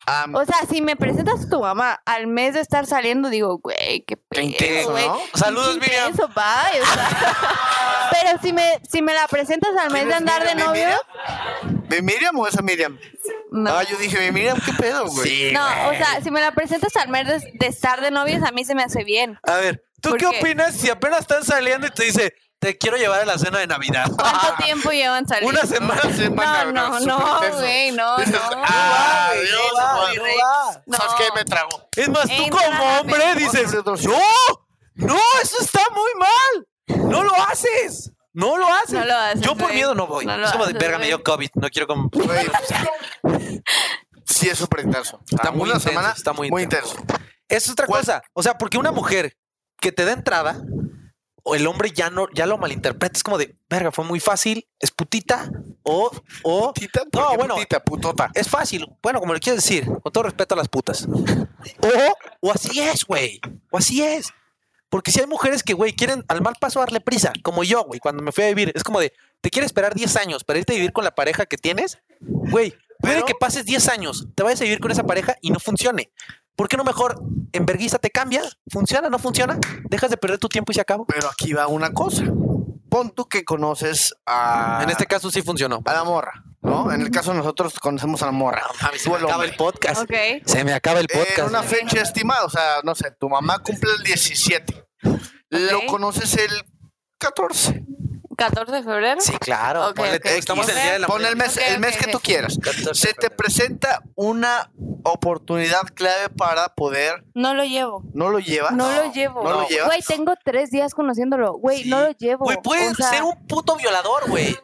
Speaker 1: a-
Speaker 3: O sea, si me presentas a tu mamá al mes de estar saliendo, digo, güey, qué pedo,
Speaker 1: intenso,
Speaker 3: güey.
Speaker 1: ¿no?
Speaker 3: Qué
Speaker 6: Saludos, Miriam.
Speaker 3: intenso, bye, o sea. Pero si me, si me la presentas al mes
Speaker 1: ¿Quién
Speaker 3: de
Speaker 1: es
Speaker 3: andar de
Speaker 1: Miriam? ¿Mi
Speaker 3: novio,
Speaker 1: Miriam? ¿Mi Miriam o esa Miriam?
Speaker 3: no.
Speaker 1: Ah, yo dije, mi Miriam, ¿qué pedo, güey?
Speaker 6: Sí.
Speaker 3: No, o sea, si me la presentas al mes de, de estar de novios, a mí se me hace bien.
Speaker 2: A ver, ¿tú
Speaker 3: ¿Por
Speaker 2: qué,
Speaker 3: qué?
Speaker 2: opinas si apenas están saliendo y te dice, te quiero llevar a la cena de Navidad?
Speaker 3: ¿Cuánto tiempo llevan saliendo?
Speaker 2: Una semana.
Speaker 3: No, no, no, güey, no, no.
Speaker 1: Ah,
Speaker 2: No va,
Speaker 1: Dios,
Speaker 2: no va,
Speaker 1: güey,
Speaker 2: no
Speaker 1: Rex.
Speaker 2: va.
Speaker 1: ¿Sabes
Speaker 3: No.
Speaker 1: qué? Me trago.
Speaker 2: Es más, tú
Speaker 3: Entra
Speaker 2: como
Speaker 3: la
Speaker 2: hombre
Speaker 3: pena.
Speaker 2: dices, no, no, eso está muy mal. No lo haces. No lo haces.
Speaker 3: No lo haces,
Speaker 2: yo por
Speaker 3: güey.
Speaker 2: miedo no voy.
Speaker 3: No lo
Speaker 2: es como de,
Speaker 3: haces,
Speaker 2: verga, me
Speaker 3: güey.
Speaker 2: dio COVID. No quiero como...
Speaker 1: Güey, o sea, sí, es súper intenso.
Speaker 2: Está muy
Speaker 1: Una
Speaker 2: intenso,
Speaker 1: semana
Speaker 2: está muy
Speaker 1: intenso.
Speaker 2: Es otra
Speaker 1: ¿Cuál?
Speaker 2: cosa. O sea, porque una mujer que te da entrada, o el hombre ya no, ya lo malinterpreta. Es como de, verga, fue muy fácil, es putita, o, o
Speaker 1: Putita, ¿por
Speaker 2: No,
Speaker 1: qué
Speaker 2: bueno.
Speaker 1: putita, putota.
Speaker 2: es fácil. Bueno, como le quieres decir, con todo respeto a las putas. O, o así es, güey. O así es. Porque si hay mujeres que, güey, quieren al mal paso darle prisa, como yo, güey, cuando me fui a vivir, es como de, te quiere esperar 10 años para irte a vivir con la pareja que tienes, güey, puede
Speaker 1: Pero-
Speaker 2: que pases 10 años, te vayas a vivir con esa pareja y no funcione. ¿Por qué no mejor en verguiza te cambias? ¿Funciona? ¿No funciona? Dejas de perder tu tiempo y se acabó.
Speaker 1: Pero aquí va una cosa. Pon tú que conoces a.
Speaker 2: En este caso sí funcionó.
Speaker 1: A la morra, ¿no? En el caso de nosotros conocemos a la morra.
Speaker 2: se
Speaker 1: Tú
Speaker 2: me
Speaker 1: al
Speaker 2: acaba
Speaker 1: hombre.
Speaker 2: el podcast.
Speaker 3: Ok.
Speaker 2: Se me acaba el
Speaker 1: En
Speaker 2: podcast.
Speaker 1: una fecha estimada, o sea, no sé, tu mamá cumple el 17. Lo
Speaker 3: Ok.
Speaker 1: conoces el 14.
Speaker 3: 14 de febrero.
Speaker 2: Sí, claro.
Speaker 3: Ok,
Speaker 2: Ponle
Speaker 3: ok.
Speaker 2: tú, Estamos en el día de la
Speaker 1: Pon el
Speaker 2: mujer.
Speaker 1: mes,
Speaker 3: Ok,
Speaker 1: el mes
Speaker 3: ok,
Speaker 1: que tú
Speaker 3: ok.
Speaker 1: quieras. Se te presenta una oportunidad clave para poder.
Speaker 3: No lo llevo.
Speaker 1: ¿No lo llevas?
Speaker 3: No lo llevo.
Speaker 1: ¿No lo llevas?
Speaker 3: Güey, tengo tres días conociéndolo. Güey,
Speaker 2: Sí.
Speaker 3: no lo llevo.
Speaker 2: Güey, puede
Speaker 3: O sea,
Speaker 2: ser un puto violador, güey.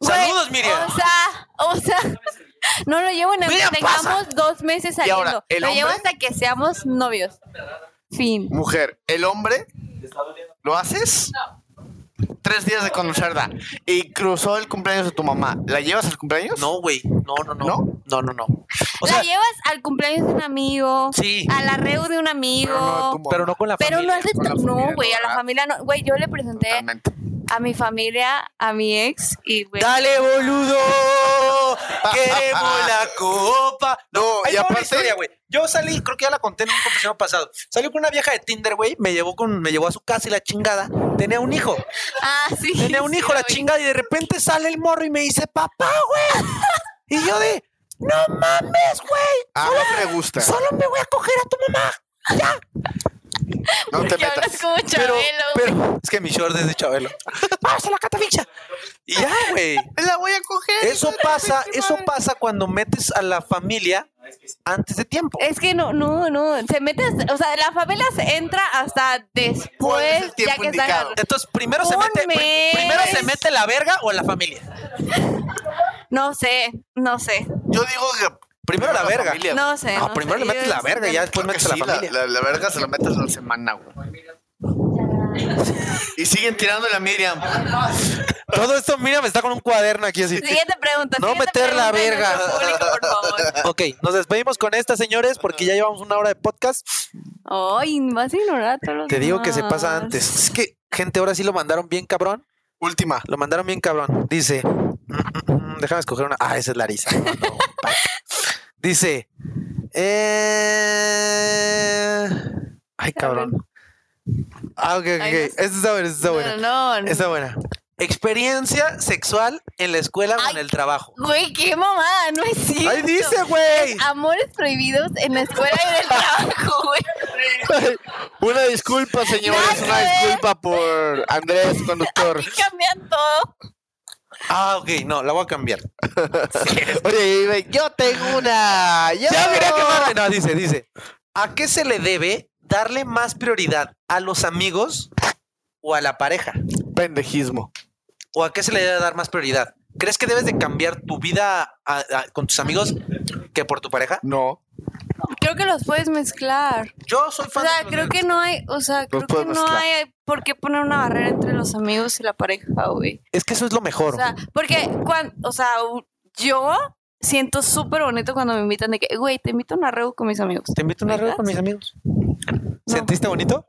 Speaker 3: güey,
Speaker 2: Saludos, Miriam.
Speaker 3: O sea, o sea, no lo llevo en el
Speaker 2: Miriam,
Speaker 3: que tengamos
Speaker 2: pasa.
Speaker 3: dos meses
Speaker 1: Y
Speaker 3: saliendo.
Speaker 1: ahora, ¿el
Speaker 3: lo llevo
Speaker 1: hombre?
Speaker 3: hasta que seamos novios. Fin.
Speaker 1: Mujer, el hombre, ¿lo haces? Tres días de conocerla y cruzó el cumpleaños de tu mamá. ¿La llevas al cumpleaños?
Speaker 2: No, güey. No, no, no.
Speaker 1: ¿No?
Speaker 2: No, no, no. O sea,
Speaker 3: la llevas al cumpleaños de un amigo,
Speaker 2: sí,
Speaker 3: a la reu de un amigo.
Speaker 1: Pero no, tu mamá.
Speaker 2: pero no con la
Speaker 3: Pero no
Speaker 2: familia.
Speaker 3: al de
Speaker 1: con la familia,
Speaker 3: No, güey,
Speaker 1: no,
Speaker 3: a la
Speaker 1: ¿verdad?
Speaker 3: familia no. Güey, yo le presenté
Speaker 1: Totalmente.
Speaker 3: a mi familia, a mi ex y güey.
Speaker 2: Dale, boludo. Queremos la copa.
Speaker 1: No,
Speaker 2: Ahí
Speaker 1: y
Speaker 2: va una
Speaker 1: aparte-
Speaker 2: historia, güey. Yo salí, creo que ya la conté en un confesionado pasado. Salió con una vieja de Tinder, güey. Me llevó con, me llevó a su casa y la chingada. Tenía un hijo.
Speaker 3: Ah, sí.
Speaker 2: Tenía un
Speaker 3: sí,
Speaker 2: hijo, la
Speaker 3: lo vi.
Speaker 2: chingada, y de repente sale el morro y me dice, papá, güey. Y yo de, no mames, güey.
Speaker 1: Ah, no me gusta.
Speaker 2: Solo me voy a coger a tu mamá.
Speaker 1: No te
Speaker 3: Que hablas
Speaker 1: metas.
Speaker 3: como
Speaker 2: Pero,
Speaker 3: Chabelo, güey.
Speaker 2: pero, es que mi short es de Chabelo. Vamos a la catafixa. Y ya, güey.
Speaker 1: La voy a coger.
Speaker 2: Eso pasa, eso pasa cuando metes a la familia antes de tiempo.
Speaker 3: Es que no, no, no. Se mete, hasta- o sea, la familia se entra hasta
Speaker 1: ¿Cuál es
Speaker 3: después,
Speaker 1: el tiempo
Speaker 3: ya que están.
Speaker 1: indicado?
Speaker 3: agarrados.
Speaker 2: Entonces, primero se
Speaker 3: Un
Speaker 2: mete, pri-
Speaker 3: mes.
Speaker 2: primero se mete la verga o la familia.
Speaker 3: No sé, no sé,
Speaker 1: Yo digo que
Speaker 2: Primero la verga.
Speaker 1: familia,
Speaker 3: no sé.
Speaker 2: Ah,
Speaker 3: no
Speaker 2: primero le
Speaker 3: sé.
Speaker 2: metes
Speaker 3: Yo-
Speaker 2: la verga y ya después
Speaker 1: Creo que
Speaker 2: metes a
Speaker 1: sí,
Speaker 2: la familia.
Speaker 1: La, la verga se la metes en la semana, güey. Y siguen tirándole a Miriam.
Speaker 2: Todo esto, mira, me está con un cuaderno aquí así.
Speaker 3: Siguiente pregunta.
Speaker 2: No
Speaker 3: siguiente
Speaker 2: meter la
Speaker 3: pregunta a
Speaker 2: verga.
Speaker 3: nuestro público, por favor.
Speaker 2: Ok, nos despedimos con esta, señores, porque ya llevamos una hora de podcast.
Speaker 3: Ay, vas a ignorar a todos los
Speaker 2: Te digo que se pasa
Speaker 3: demás.
Speaker 2: antes. Es que, gente, ahora sí lo mandaron bien cabrón.
Speaker 1: Última.
Speaker 2: Lo mandaron bien cabrón. Dice, mm, mm, mm, déjame escoger una. Ah, esa es Larisa. Dice, eh... ay, cabrón. Ah, ok, ok, ok.
Speaker 3: Ay, no sé.
Speaker 2: Esta está buena, esta está buena.
Speaker 3: No, no.
Speaker 2: Está buena. Experiencia sexual en la escuela o en
Speaker 3: Ay.
Speaker 2: el trabajo.
Speaker 3: Güey, qué mamada, no ah. es cierto.
Speaker 2: Ahí dice, güey.
Speaker 3: Amores prohibidos en la escuela y en el trabajo, güey.
Speaker 1: Una disculpa, señores.
Speaker 3: Nada
Speaker 1: Una
Speaker 3: que ver.
Speaker 1: disculpa por Andrés, conductor.
Speaker 3: Aquí cambian todo.
Speaker 2: Ah, ok, no, la voy a cambiar.
Speaker 1: Oye, güey, yo tengo una. Yo
Speaker 2: Ya mira que madre. No, dice, dice. ¿A qué se le debe darle más prioridad? ¿A los amigos o a la pareja?
Speaker 1: Pendejismo.
Speaker 2: ¿O a qué se le debe dar más prioridad? ¿Crees que debes de cambiar tu vida a- a- con tus amigos que por tu pareja?
Speaker 1: No.
Speaker 3: Creo que los puedes mezclar.
Speaker 7: Yo soy
Speaker 3: O
Speaker 7: fan
Speaker 3: sea,
Speaker 7: de los
Speaker 3: creo que no hay, o sea, creo que
Speaker 1: puedes
Speaker 3: no
Speaker 1: mezclar.
Speaker 3: hay por qué poner una barrera entre los amigos y la pareja, güey.
Speaker 2: Es que eso es lo mejor.
Speaker 3: O sea, porque cuando, o sea, u- yo siento súper bonito cuando me invitan de que, güey, te invito a una reunión con mis amigos.
Speaker 2: Te invito a una reunión con mis amigos. ¿Sentiste bonito?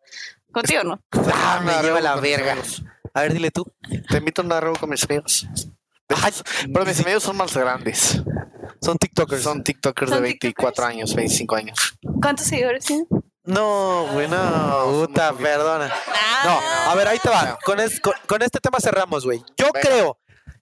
Speaker 3: ¿Contigo no?
Speaker 1: Ah, me lleva
Speaker 2: Una reunión
Speaker 1: la
Speaker 2: con mis
Speaker 1: verga.
Speaker 2: amigos. A ver, dile tú.
Speaker 1: Te invito a una reunión con mis amigos.
Speaker 2: Ay,
Speaker 1: Pero mis amigos son más grandes.
Speaker 2: son TikTokers.
Speaker 1: Son TikTokers de
Speaker 3: ¿Son
Speaker 1: 24 años, 25 años.
Speaker 3: ¿Cuántos seguidores tienen?
Speaker 2: No, güey, no. Puta, perdona. No, a ver, ahí te va. Con, es- con- con este tema cerramos, güey. Yo
Speaker 1: Ah. Venga.
Speaker 2: creo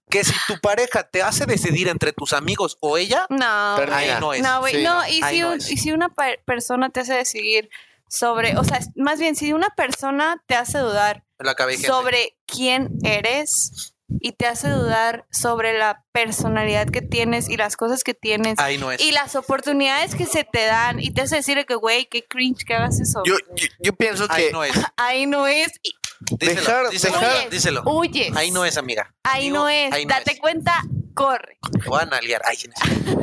Speaker 2: que si tu pareja te hace decidir entre tus amigos o ella,
Speaker 3: No.
Speaker 1: Pero
Speaker 2: ahí
Speaker 1: Mira,
Speaker 2: no es.
Speaker 3: No, güey,
Speaker 1: sí,
Speaker 3: no,
Speaker 1: no,
Speaker 3: y
Speaker 2: ahí
Speaker 3: si,
Speaker 2: no
Speaker 3: un-
Speaker 2: es.
Speaker 3: y si una per- persona te hace decidir sobre, o sea, es- más bien, si una persona te hace dudar
Speaker 7: Me la acabé, gente.
Speaker 3: sobre quién eres y te hace dudar sobre la personalidad que tienes y las cosas que tienes
Speaker 2: Ah,
Speaker 7: Ahí no es.
Speaker 3: y las oportunidades que se te dan y te hace decir que, güey, qué cringe que hagas eso.
Speaker 1: Yo, yo, yo pienso
Speaker 7: Ahí
Speaker 1: que
Speaker 7: no es.
Speaker 3: Ahí no es, y
Speaker 7: Díselo,
Speaker 1: Dejar-
Speaker 7: díselo,
Speaker 3: dejar-
Speaker 7: díselo.
Speaker 3: huyes.
Speaker 7: Ahí no es, amiga.
Speaker 3: Ahí
Speaker 7: Amigo,
Speaker 3: no es.
Speaker 7: ahí no
Speaker 3: Date
Speaker 7: es.
Speaker 3: cuenta, corre.
Speaker 7: Te van a liar. Ay,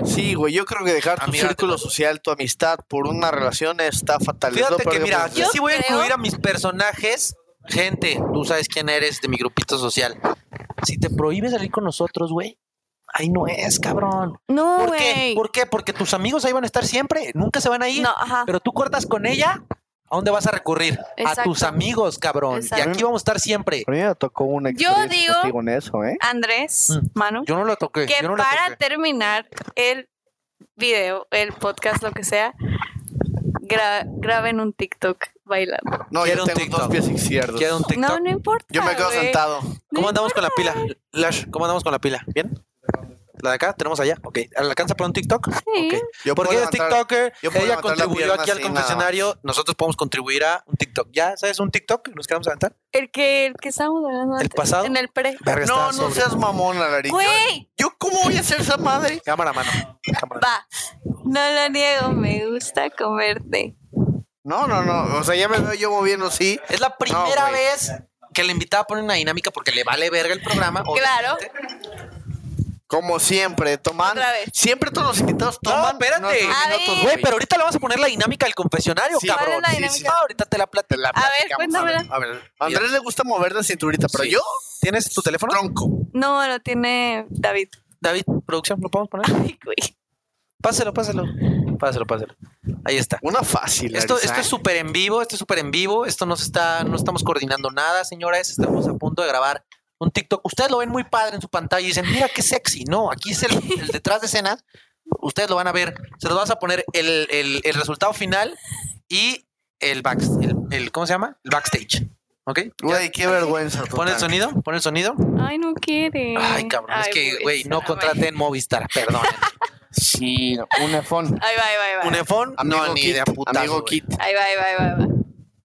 Speaker 1: sí, güey. Yo creo que dejar tu
Speaker 7: Amiga, te
Speaker 1: círculo
Speaker 7: paso.
Speaker 1: social, tu amistad por una relación está fatal. Es lo
Speaker 2: Fíjate
Speaker 1: peor
Speaker 2: que, mira,
Speaker 1: puedes
Speaker 2: yo
Speaker 3: Yo
Speaker 2: sí voy a
Speaker 3: creo-
Speaker 2: incluir a mis personajes. Gente, tú sabes quién eres de mi grupito social. Si te prohíbe salir con nosotros, güey, ahí no es, cabrón.
Speaker 3: No,
Speaker 2: ¿Por qué?
Speaker 3: güey.
Speaker 2: ¿Por qué? Porque tus amigos ahí van a estar siempre, nunca se van a ir.
Speaker 3: No, ajá.
Speaker 2: Pero tú cortas con ella, ¿a dónde vas a recurrir? A
Speaker 3: Exacto.
Speaker 2: tus amigos, cabrón. Y
Speaker 3: Exacto.
Speaker 2: aquí vamos a estar siempre.
Speaker 1: A mí me tocó una
Speaker 3: Yo
Speaker 1: experiencia
Speaker 3: digo-
Speaker 1: contigo en eso, ¿eh?
Speaker 3: Andrés,
Speaker 2: Mm.
Speaker 3: Manu,
Speaker 2: Yo no lo toqué.
Speaker 3: que
Speaker 2: yo no la
Speaker 3: para
Speaker 2: toqué.
Speaker 3: terminar el video, el podcast, lo que sea, gra- graben un TikTok bailando.
Speaker 1: No, yo
Speaker 2: Quiero un
Speaker 1: tengo
Speaker 2: TikTok.
Speaker 1: dos pies izquierdos.
Speaker 2: Quiero un TikTok.
Speaker 3: No, no importa.
Speaker 1: Yo me quedo
Speaker 3: güey.
Speaker 1: sentado.
Speaker 2: ¿Cómo andamos con la pila? Lash, ¿cómo andamos con la pila? ¿Bien? ¿La de acá? ¿Tenemos allá? Ok. ¿Alcanza para un TikTok?
Speaker 3: Sí.
Speaker 2: Ok.
Speaker 1: Yo
Speaker 2: Porque
Speaker 1: puedo
Speaker 2: ella es
Speaker 1: levantar-
Speaker 2: TikToker,
Speaker 1: yo puedo levantar
Speaker 2: ella
Speaker 1: la
Speaker 2: contribuyó
Speaker 1: pierna
Speaker 2: aquí al
Speaker 1: así, nada
Speaker 2: confesionario, nosotros podemos contribuir a un TikTok. ¿Ya sabes un TikTok? ¿Nos quedamos a aventar?
Speaker 3: El que, el que estábamos hablando
Speaker 2: ¿El
Speaker 3: antes,
Speaker 2: pasado?
Speaker 3: En el pre.
Speaker 2: Verga, está
Speaker 1: No, no
Speaker 2: sobre.
Speaker 1: seas mamona, Larry. Yo,
Speaker 3: Güey,
Speaker 1: yo cómo voy a ser esa madre?
Speaker 2: Cámara, mano. Cámara.
Speaker 3: va. No lo niego, me gusta comerte.
Speaker 1: No, no, no. O sea, ya me veo yo moviendo así.
Speaker 2: Es la primera
Speaker 1: güey.
Speaker 2: vez que la invitada pone una dinámica porque le vale verga el programa.
Speaker 3: Claro.
Speaker 2: obviamente.
Speaker 1: Como siempre, toman.
Speaker 3: Otra vez.
Speaker 1: Siempre todos los invitados
Speaker 2: No,
Speaker 1: toman.
Speaker 2: espérate.
Speaker 1: nuestros
Speaker 3: A
Speaker 1: minutos,
Speaker 3: ver.
Speaker 2: Güey, pero ahorita le vamos a poner la dinámica del confesionario,
Speaker 1: Sí,
Speaker 2: cabrón.
Speaker 3: ¿Cuál es la
Speaker 2: Sí,
Speaker 3: dinámica?
Speaker 2: sí. Ah, ahorita te la platico.
Speaker 1: la
Speaker 3: A ver,
Speaker 1: platicamos.
Speaker 3: cuéntamela.
Speaker 1: A ver, a Andrés le gusta mover la cinturita, pero
Speaker 2: Sí.
Speaker 1: yo,
Speaker 2: ¿Tienes tu teléfono?
Speaker 1: tronco.
Speaker 3: No, lo tiene David.
Speaker 2: David, producción, ¿lo podemos poner?
Speaker 3: Ay, güey.
Speaker 2: Páselo, páselo. Páselo, páselo. Ahí está.
Speaker 1: Una fácil.
Speaker 2: Esto,
Speaker 1: Larisa.
Speaker 2: esto es súper en vivo, esto es súper en vivo, esto no se está, no estamos coordinando nada, señores, estamos a punto de grabar un TikTok. Ustedes lo ven muy padre en su pantalla y dicen, mira qué sexy. No, aquí es el, el detrás de escenas. Ustedes lo van a ver. Se los vas a poner el, el- el resultado final y el back, el, el- ¿cómo se llama? El backstage. ¿Ok?
Speaker 1: ¿eh? Güey, qué vergüenza.
Speaker 2: Pon el
Speaker 1: total.
Speaker 2: sonido, pon el sonido.
Speaker 3: Ay, no quiere.
Speaker 2: Ay, cabrón, es
Speaker 3: Ay, pues,
Speaker 2: que, güey, no
Speaker 3: pobrecita,
Speaker 2: contraten Movistar, perdón.
Speaker 1: Sí, no, un iPhone.
Speaker 3: Ahí va, ahí va, ahí va.
Speaker 2: Un iPhone,
Speaker 1: Amigo
Speaker 2: no, ni
Speaker 1: Kit,
Speaker 2: de a putazo,
Speaker 1: Amigo
Speaker 2: güey.
Speaker 1: Kit.
Speaker 3: Ahí va, ahí va, ahí va, ahí va.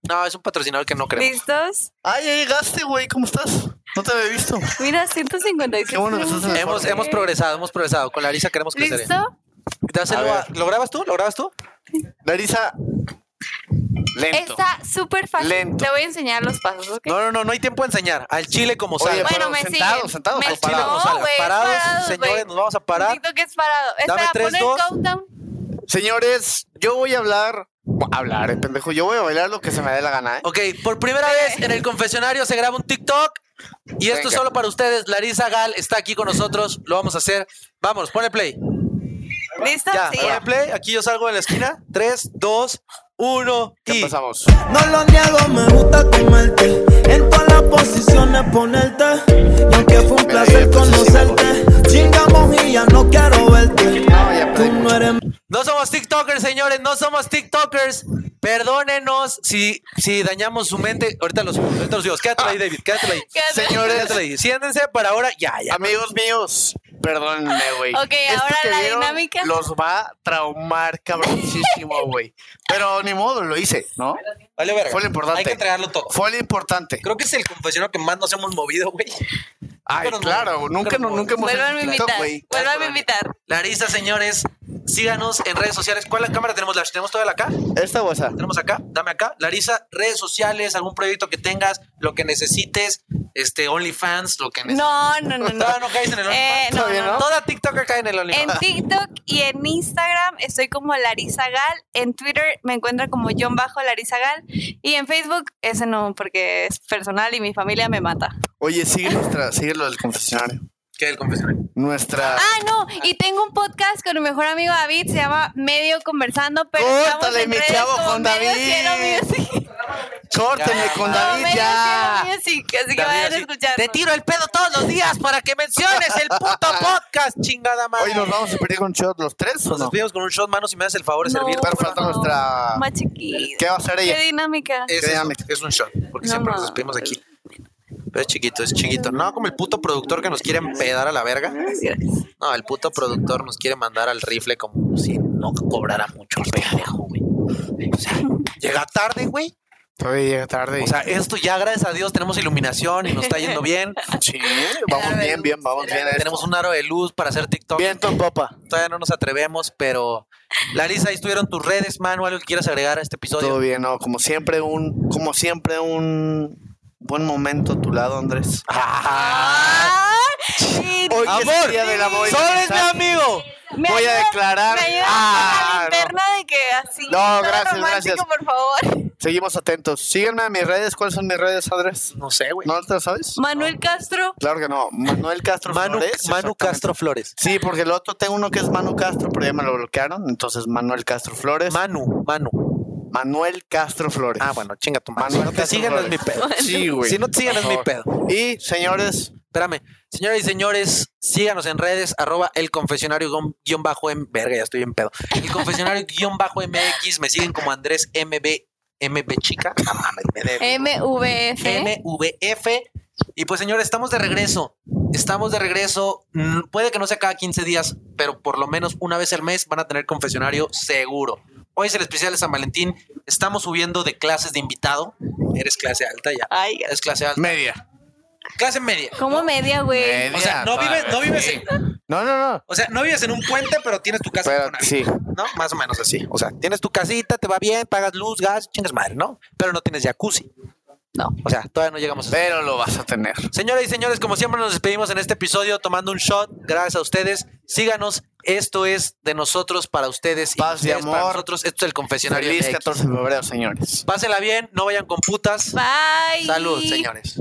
Speaker 2: No, es un patrocinador que no creo.
Speaker 3: ¿Listos?
Speaker 1: Ay, ya llegaste, güey. ¿Cómo estás? No te había visto.
Speaker 3: Mira, 156.
Speaker 1: Qué bueno que estás en el
Speaker 2: Hemos, hemos progresado, hemos progresado. Con Larisa queremos crecer.
Speaker 3: ¿Listo?
Speaker 2: Dáselo
Speaker 1: A ver.
Speaker 2: a- ¿Lo grabas tú? ¿Lo grabas tú?
Speaker 1: Larisa. Lento.
Speaker 3: Está súper fácil.
Speaker 1: Lento.
Speaker 3: Te voy a enseñar los pasos, ¿ok?
Speaker 2: No, no, no, no hay tiempo de enseñar. Al chile como
Speaker 1: Oye,
Speaker 2: salga.
Speaker 1: pues,
Speaker 3: bueno,
Speaker 1: pero
Speaker 3: me
Speaker 1: sentados,
Speaker 3: siguen.
Speaker 1: sentados
Speaker 3: Me-
Speaker 1: o parados.
Speaker 3: pues, No,
Speaker 2: Salga.
Speaker 3: güey,
Speaker 2: parados,
Speaker 3: parados,
Speaker 2: señores,
Speaker 3: güey.
Speaker 2: nos vamos a parar.
Speaker 3: TikTok es parado.
Speaker 2: Dame
Speaker 3: Espera,
Speaker 2: tres,
Speaker 3: pon el
Speaker 2: dos.
Speaker 3: countdown.
Speaker 1: Señores, yo voy a hablar. Hablar, eh, pendejo. Yo voy a bailar lo que se me dé la gana, ¿eh?
Speaker 2: Ok, por primera vez en el confesionario se graba un TikTok. Y esto es
Speaker 1: Venga.
Speaker 2: solo para ustedes. Larisa Gal está aquí con nosotros. Lo vamos a hacer. Vamos, pone play.
Speaker 3: ¿Listo?
Speaker 2: Ya,
Speaker 3: sí,
Speaker 2: pone
Speaker 3: ya.
Speaker 2: play. Aquí yo salgo de la esquina. 3, 2, 1
Speaker 1: ¿Qué
Speaker 2: y...
Speaker 1: pasamos?
Speaker 8: No lo niego, me gusta comerte. En todas las posiciones ponerte. Y aunque fue un
Speaker 1: Me la llevé,
Speaker 8: placer
Speaker 1: pues, sí,
Speaker 8: conocerte, chingamos y ya no quiero verte.
Speaker 1: No, ya perdí.
Speaker 8: Tú no eres
Speaker 2: No somos TikTokers, señores, no somos TikTokers. Perdónenos si, si dañamos su mente. Ahorita los, ahorita los digo. Quédatela ahí, David, quédatela ahí.
Speaker 3: Quédate.
Speaker 1: Señores,
Speaker 2: Quédatela ahí. Siéntense para ahora. Ya, ya.
Speaker 1: amigos míos, perdónenme, güey.
Speaker 3: Ok, ahora
Speaker 1: que
Speaker 3: la
Speaker 1: vieron
Speaker 3: dinámica.
Speaker 1: Los va a traumar cabroncísimo, güey. Pero ni modo, lo hice, ¿no?
Speaker 2: Vale, verga.
Speaker 1: Fue lo importante.
Speaker 2: Hay que entregarlo todo.
Speaker 1: Fue lo importante.
Speaker 2: Creo que es el confesionario que más nos hemos movido, güey.
Speaker 1: Ay,
Speaker 2: Pero no,
Speaker 1: claro, nunca,
Speaker 2: pero
Speaker 1: no,
Speaker 2: no.
Speaker 1: nunca hemos
Speaker 3: Vuelvan a
Speaker 1: hecho TikTok,
Speaker 3: invitar.
Speaker 1: güey.
Speaker 3: Vuelvan a invitar.
Speaker 2: Larisa, señores, síganos en redes sociales. ¿Cuál cámara tenemos? ¿La tenemos toda la acá?
Speaker 1: Esta bolsa.
Speaker 2: Tenemos acá, dame acá. Larisa, redes sociales, algún proyecto que tengas, lo que necesites.
Speaker 9: este OnlyFans, lo que necesites.
Speaker 3: No, no, no, no.
Speaker 2: No, no caes en el
Speaker 3: Eh, no,
Speaker 2: Todavía
Speaker 3: no, no.
Speaker 2: Toda TikToker cae en el OnlyFans.
Speaker 3: En TikTok y en Instagram estoy como Larisa Gal. En Twitter me encuentran como John Bajo Larisa Gal. Y en Facebook, ese no, porque es personal y mi familia me mata.
Speaker 1: Oye, sigue nuestra, sigue lo del confesionario.
Speaker 9: ¿Qué el confesionario?
Speaker 1: Nuestra.
Speaker 3: Ah, no, y tengo un podcast con mi mejor amigo David, se llama Medio Conversando, pero estamos
Speaker 1: Córtale,
Speaker 3: en
Speaker 1: mi
Speaker 3: redes
Speaker 1: chavo,
Speaker 3: como
Speaker 1: con
Speaker 3: Medio
Speaker 1: David.
Speaker 3: Cielo Music.
Speaker 1: Córtenle con
Speaker 3: Como
Speaker 1: David
Speaker 3: Medio
Speaker 1: ya.
Speaker 3: Cielo Music, así que
Speaker 2: David
Speaker 3: vayan a
Speaker 2: así,
Speaker 3: escuchar.
Speaker 2: Te tiro el pedo todos los días para que menciones el puto podcast, chingada madre.
Speaker 1: Hoy nos vamos a pedir con shot los tres o
Speaker 2: Nos
Speaker 1: no?
Speaker 2: despedimos con un shot, mano, si me das el favor de
Speaker 3: No,
Speaker 2: servir.
Speaker 1: Pero
Speaker 3: por
Speaker 1: falta
Speaker 3: favor.
Speaker 1: nuestra.
Speaker 3: Más chiquita.
Speaker 1: ¿Qué va a hacer ella?
Speaker 3: Qué dinámica.
Speaker 9: Es,
Speaker 1: Créame.
Speaker 9: es- es un shot, porque
Speaker 3: No
Speaker 9: siempre nos
Speaker 3: mames.
Speaker 9: despedimos aquí. Pero es chiquito, es chiquito. No, como el puto productor que nos quiere empedar a la verga.
Speaker 3: Gracias.
Speaker 9: No, el puto productor nos quiere mandar al rifle como si no cobrara mucho el pendejo, güey. O sea, llega tarde, güey.
Speaker 1: Todavía llega tarde.
Speaker 2: O sea, esto ya, gracias a Dios, tenemos iluminación y nos está yendo bien.
Speaker 1: sí, vamos bien, bien, vamos bien. a esto.
Speaker 2: tenemos un aro de luz para hacer TikTok.
Speaker 1: Viento en popa.
Speaker 2: Todavía no nos atrevemos, pero Larisa, ahí estuvieron tus redes, Manu, algo que quieras agregar a este episodio.
Speaker 1: Todo bien, no, como siempre un, como siempre un buen momento a tu lado, Andrés.
Speaker 2: Ah,
Speaker 1: Hoy
Speaker 3: Ay,
Speaker 1: que es
Speaker 2: Amor,
Speaker 1: el día del amor y la
Speaker 2: ¡Sol es mi
Speaker 1: amistad,
Speaker 2: amigo!
Speaker 3: me
Speaker 1: voy a
Speaker 3: ayudas-
Speaker 1: declarar.
Speaker 3: Me ayudas
Speaker 1: Ah,
Speaker 3: con la
Speaker 1: no.
Speaker 3: linterna de que así.
Speaker 1: No,
Speaker 3: todo
Speaker 1: gracias,
Speaker 3: romántico,
Speaker 1: gracias.
Speaker 3: por favor.
Speaker 1: Seguimos atentos. Síganme en mis redes. ¿Cuáles son mis redes, Andrés?
Speaker 2: No sé, güey.
Speaker 1: ¿No te lo sabes?
Speaker 3: Manuel Castro.
Speaker 1: Claro que no. Manuel Castro
Speaker 2: Manu,
Speaker 1: Flores,
Speaker 2: Manu
Speaker 1: exactamente.
Speaker 2: Castro Flores.
Speaker 1: Sí, porque el otro tengo uno que es Manu Castro, pero ya me lo bloquearon. Entonces, Manuel Castro Flores.
Speaker 2: Manu, Manu.
Speaker 1: Manuel Castro Flores.
Speaker 2: Ah, bueno, chinga tu madre.
Speaker 1: Manuel
Speaker 2: Si no te
Speaker 1: Castro
Speaker 2: siguen, no es mi
Speaker 1: Flores.
Speaker 2: pedo.
Speaker 1: Sí, güey.
Speaker 2: Si no te siguen, no es
Speaker 1: Por
Speaker 2: mi
Speaker 1: favor.
Speaker 2: pedo.
Speaker 1: Y, señores,
Speaker 2: Espérame. Señoras y señores, síganos en redes, arroba el confesionario gon- guión bajo en verga, ya estoy en pedo. El confesionario guión bajo MX, me siguen como Andrés MB, MB chica. No mames, me debe.
Speaker 3: MVF.
Speaker 2: MVF. Y pues señores, estamos de regreso. Estamos de regreso. Mm, Puede que no sea cada 15 días, pero por lo menos una vez al mes van a tener confesionario seguro. Hoy es el especial de San Valentín. Estamos subiendo de clases de invitado. Eres clase alta ya.
Speaker 3: Ay,
Speaker 2: Eres clase alta.
Speaker 1: media.
Speaker 2: Clase media.
Speaker 3: ¿Cómo media, güey?
Speaker 1: Media,
Speaker 2: O sea, no
Speaker 1: pa-
Speaker 2: vives, no vives en,
Speaker 1: No, no, no.
Speaker 2: o sea, no vives en un puente, pero tienes tu casa
Speaker 1: Pero,
Speaker 2: con alguien,
Speaker 1: sí.
Speaker 2: ¿no? Más o menos así. O sea, tienes tu casita, te va bien, pagas luz, gas, chingas madre, ¿no? Pero no tienes jacuzzi.
Speaker 3: No.
Speaker 2: O sea, todavía no llegamos a eso.
Speaker 1: Pero lo vas a tener.
Speaker 2: Señoras y señores, como siempre nos despedimos en este episodio tomando un shot. Gracias a ustedes. Síganos. Esto es de nosotros para ustedes. y
Speaker 1: Paz y
Speaker 2: ustedes para
Speaker 1: amor.
Speaker 2: nosotros. Esto es el confesionario.
Speaker 1: Feliz
Speaker 2: MX.
Speaker 1: 14 de febrero, señores.
Speaker 2: Pásenla bien, no vayan con putas.
Speaker 3: Bye.
Speaker 2: Salud, señores.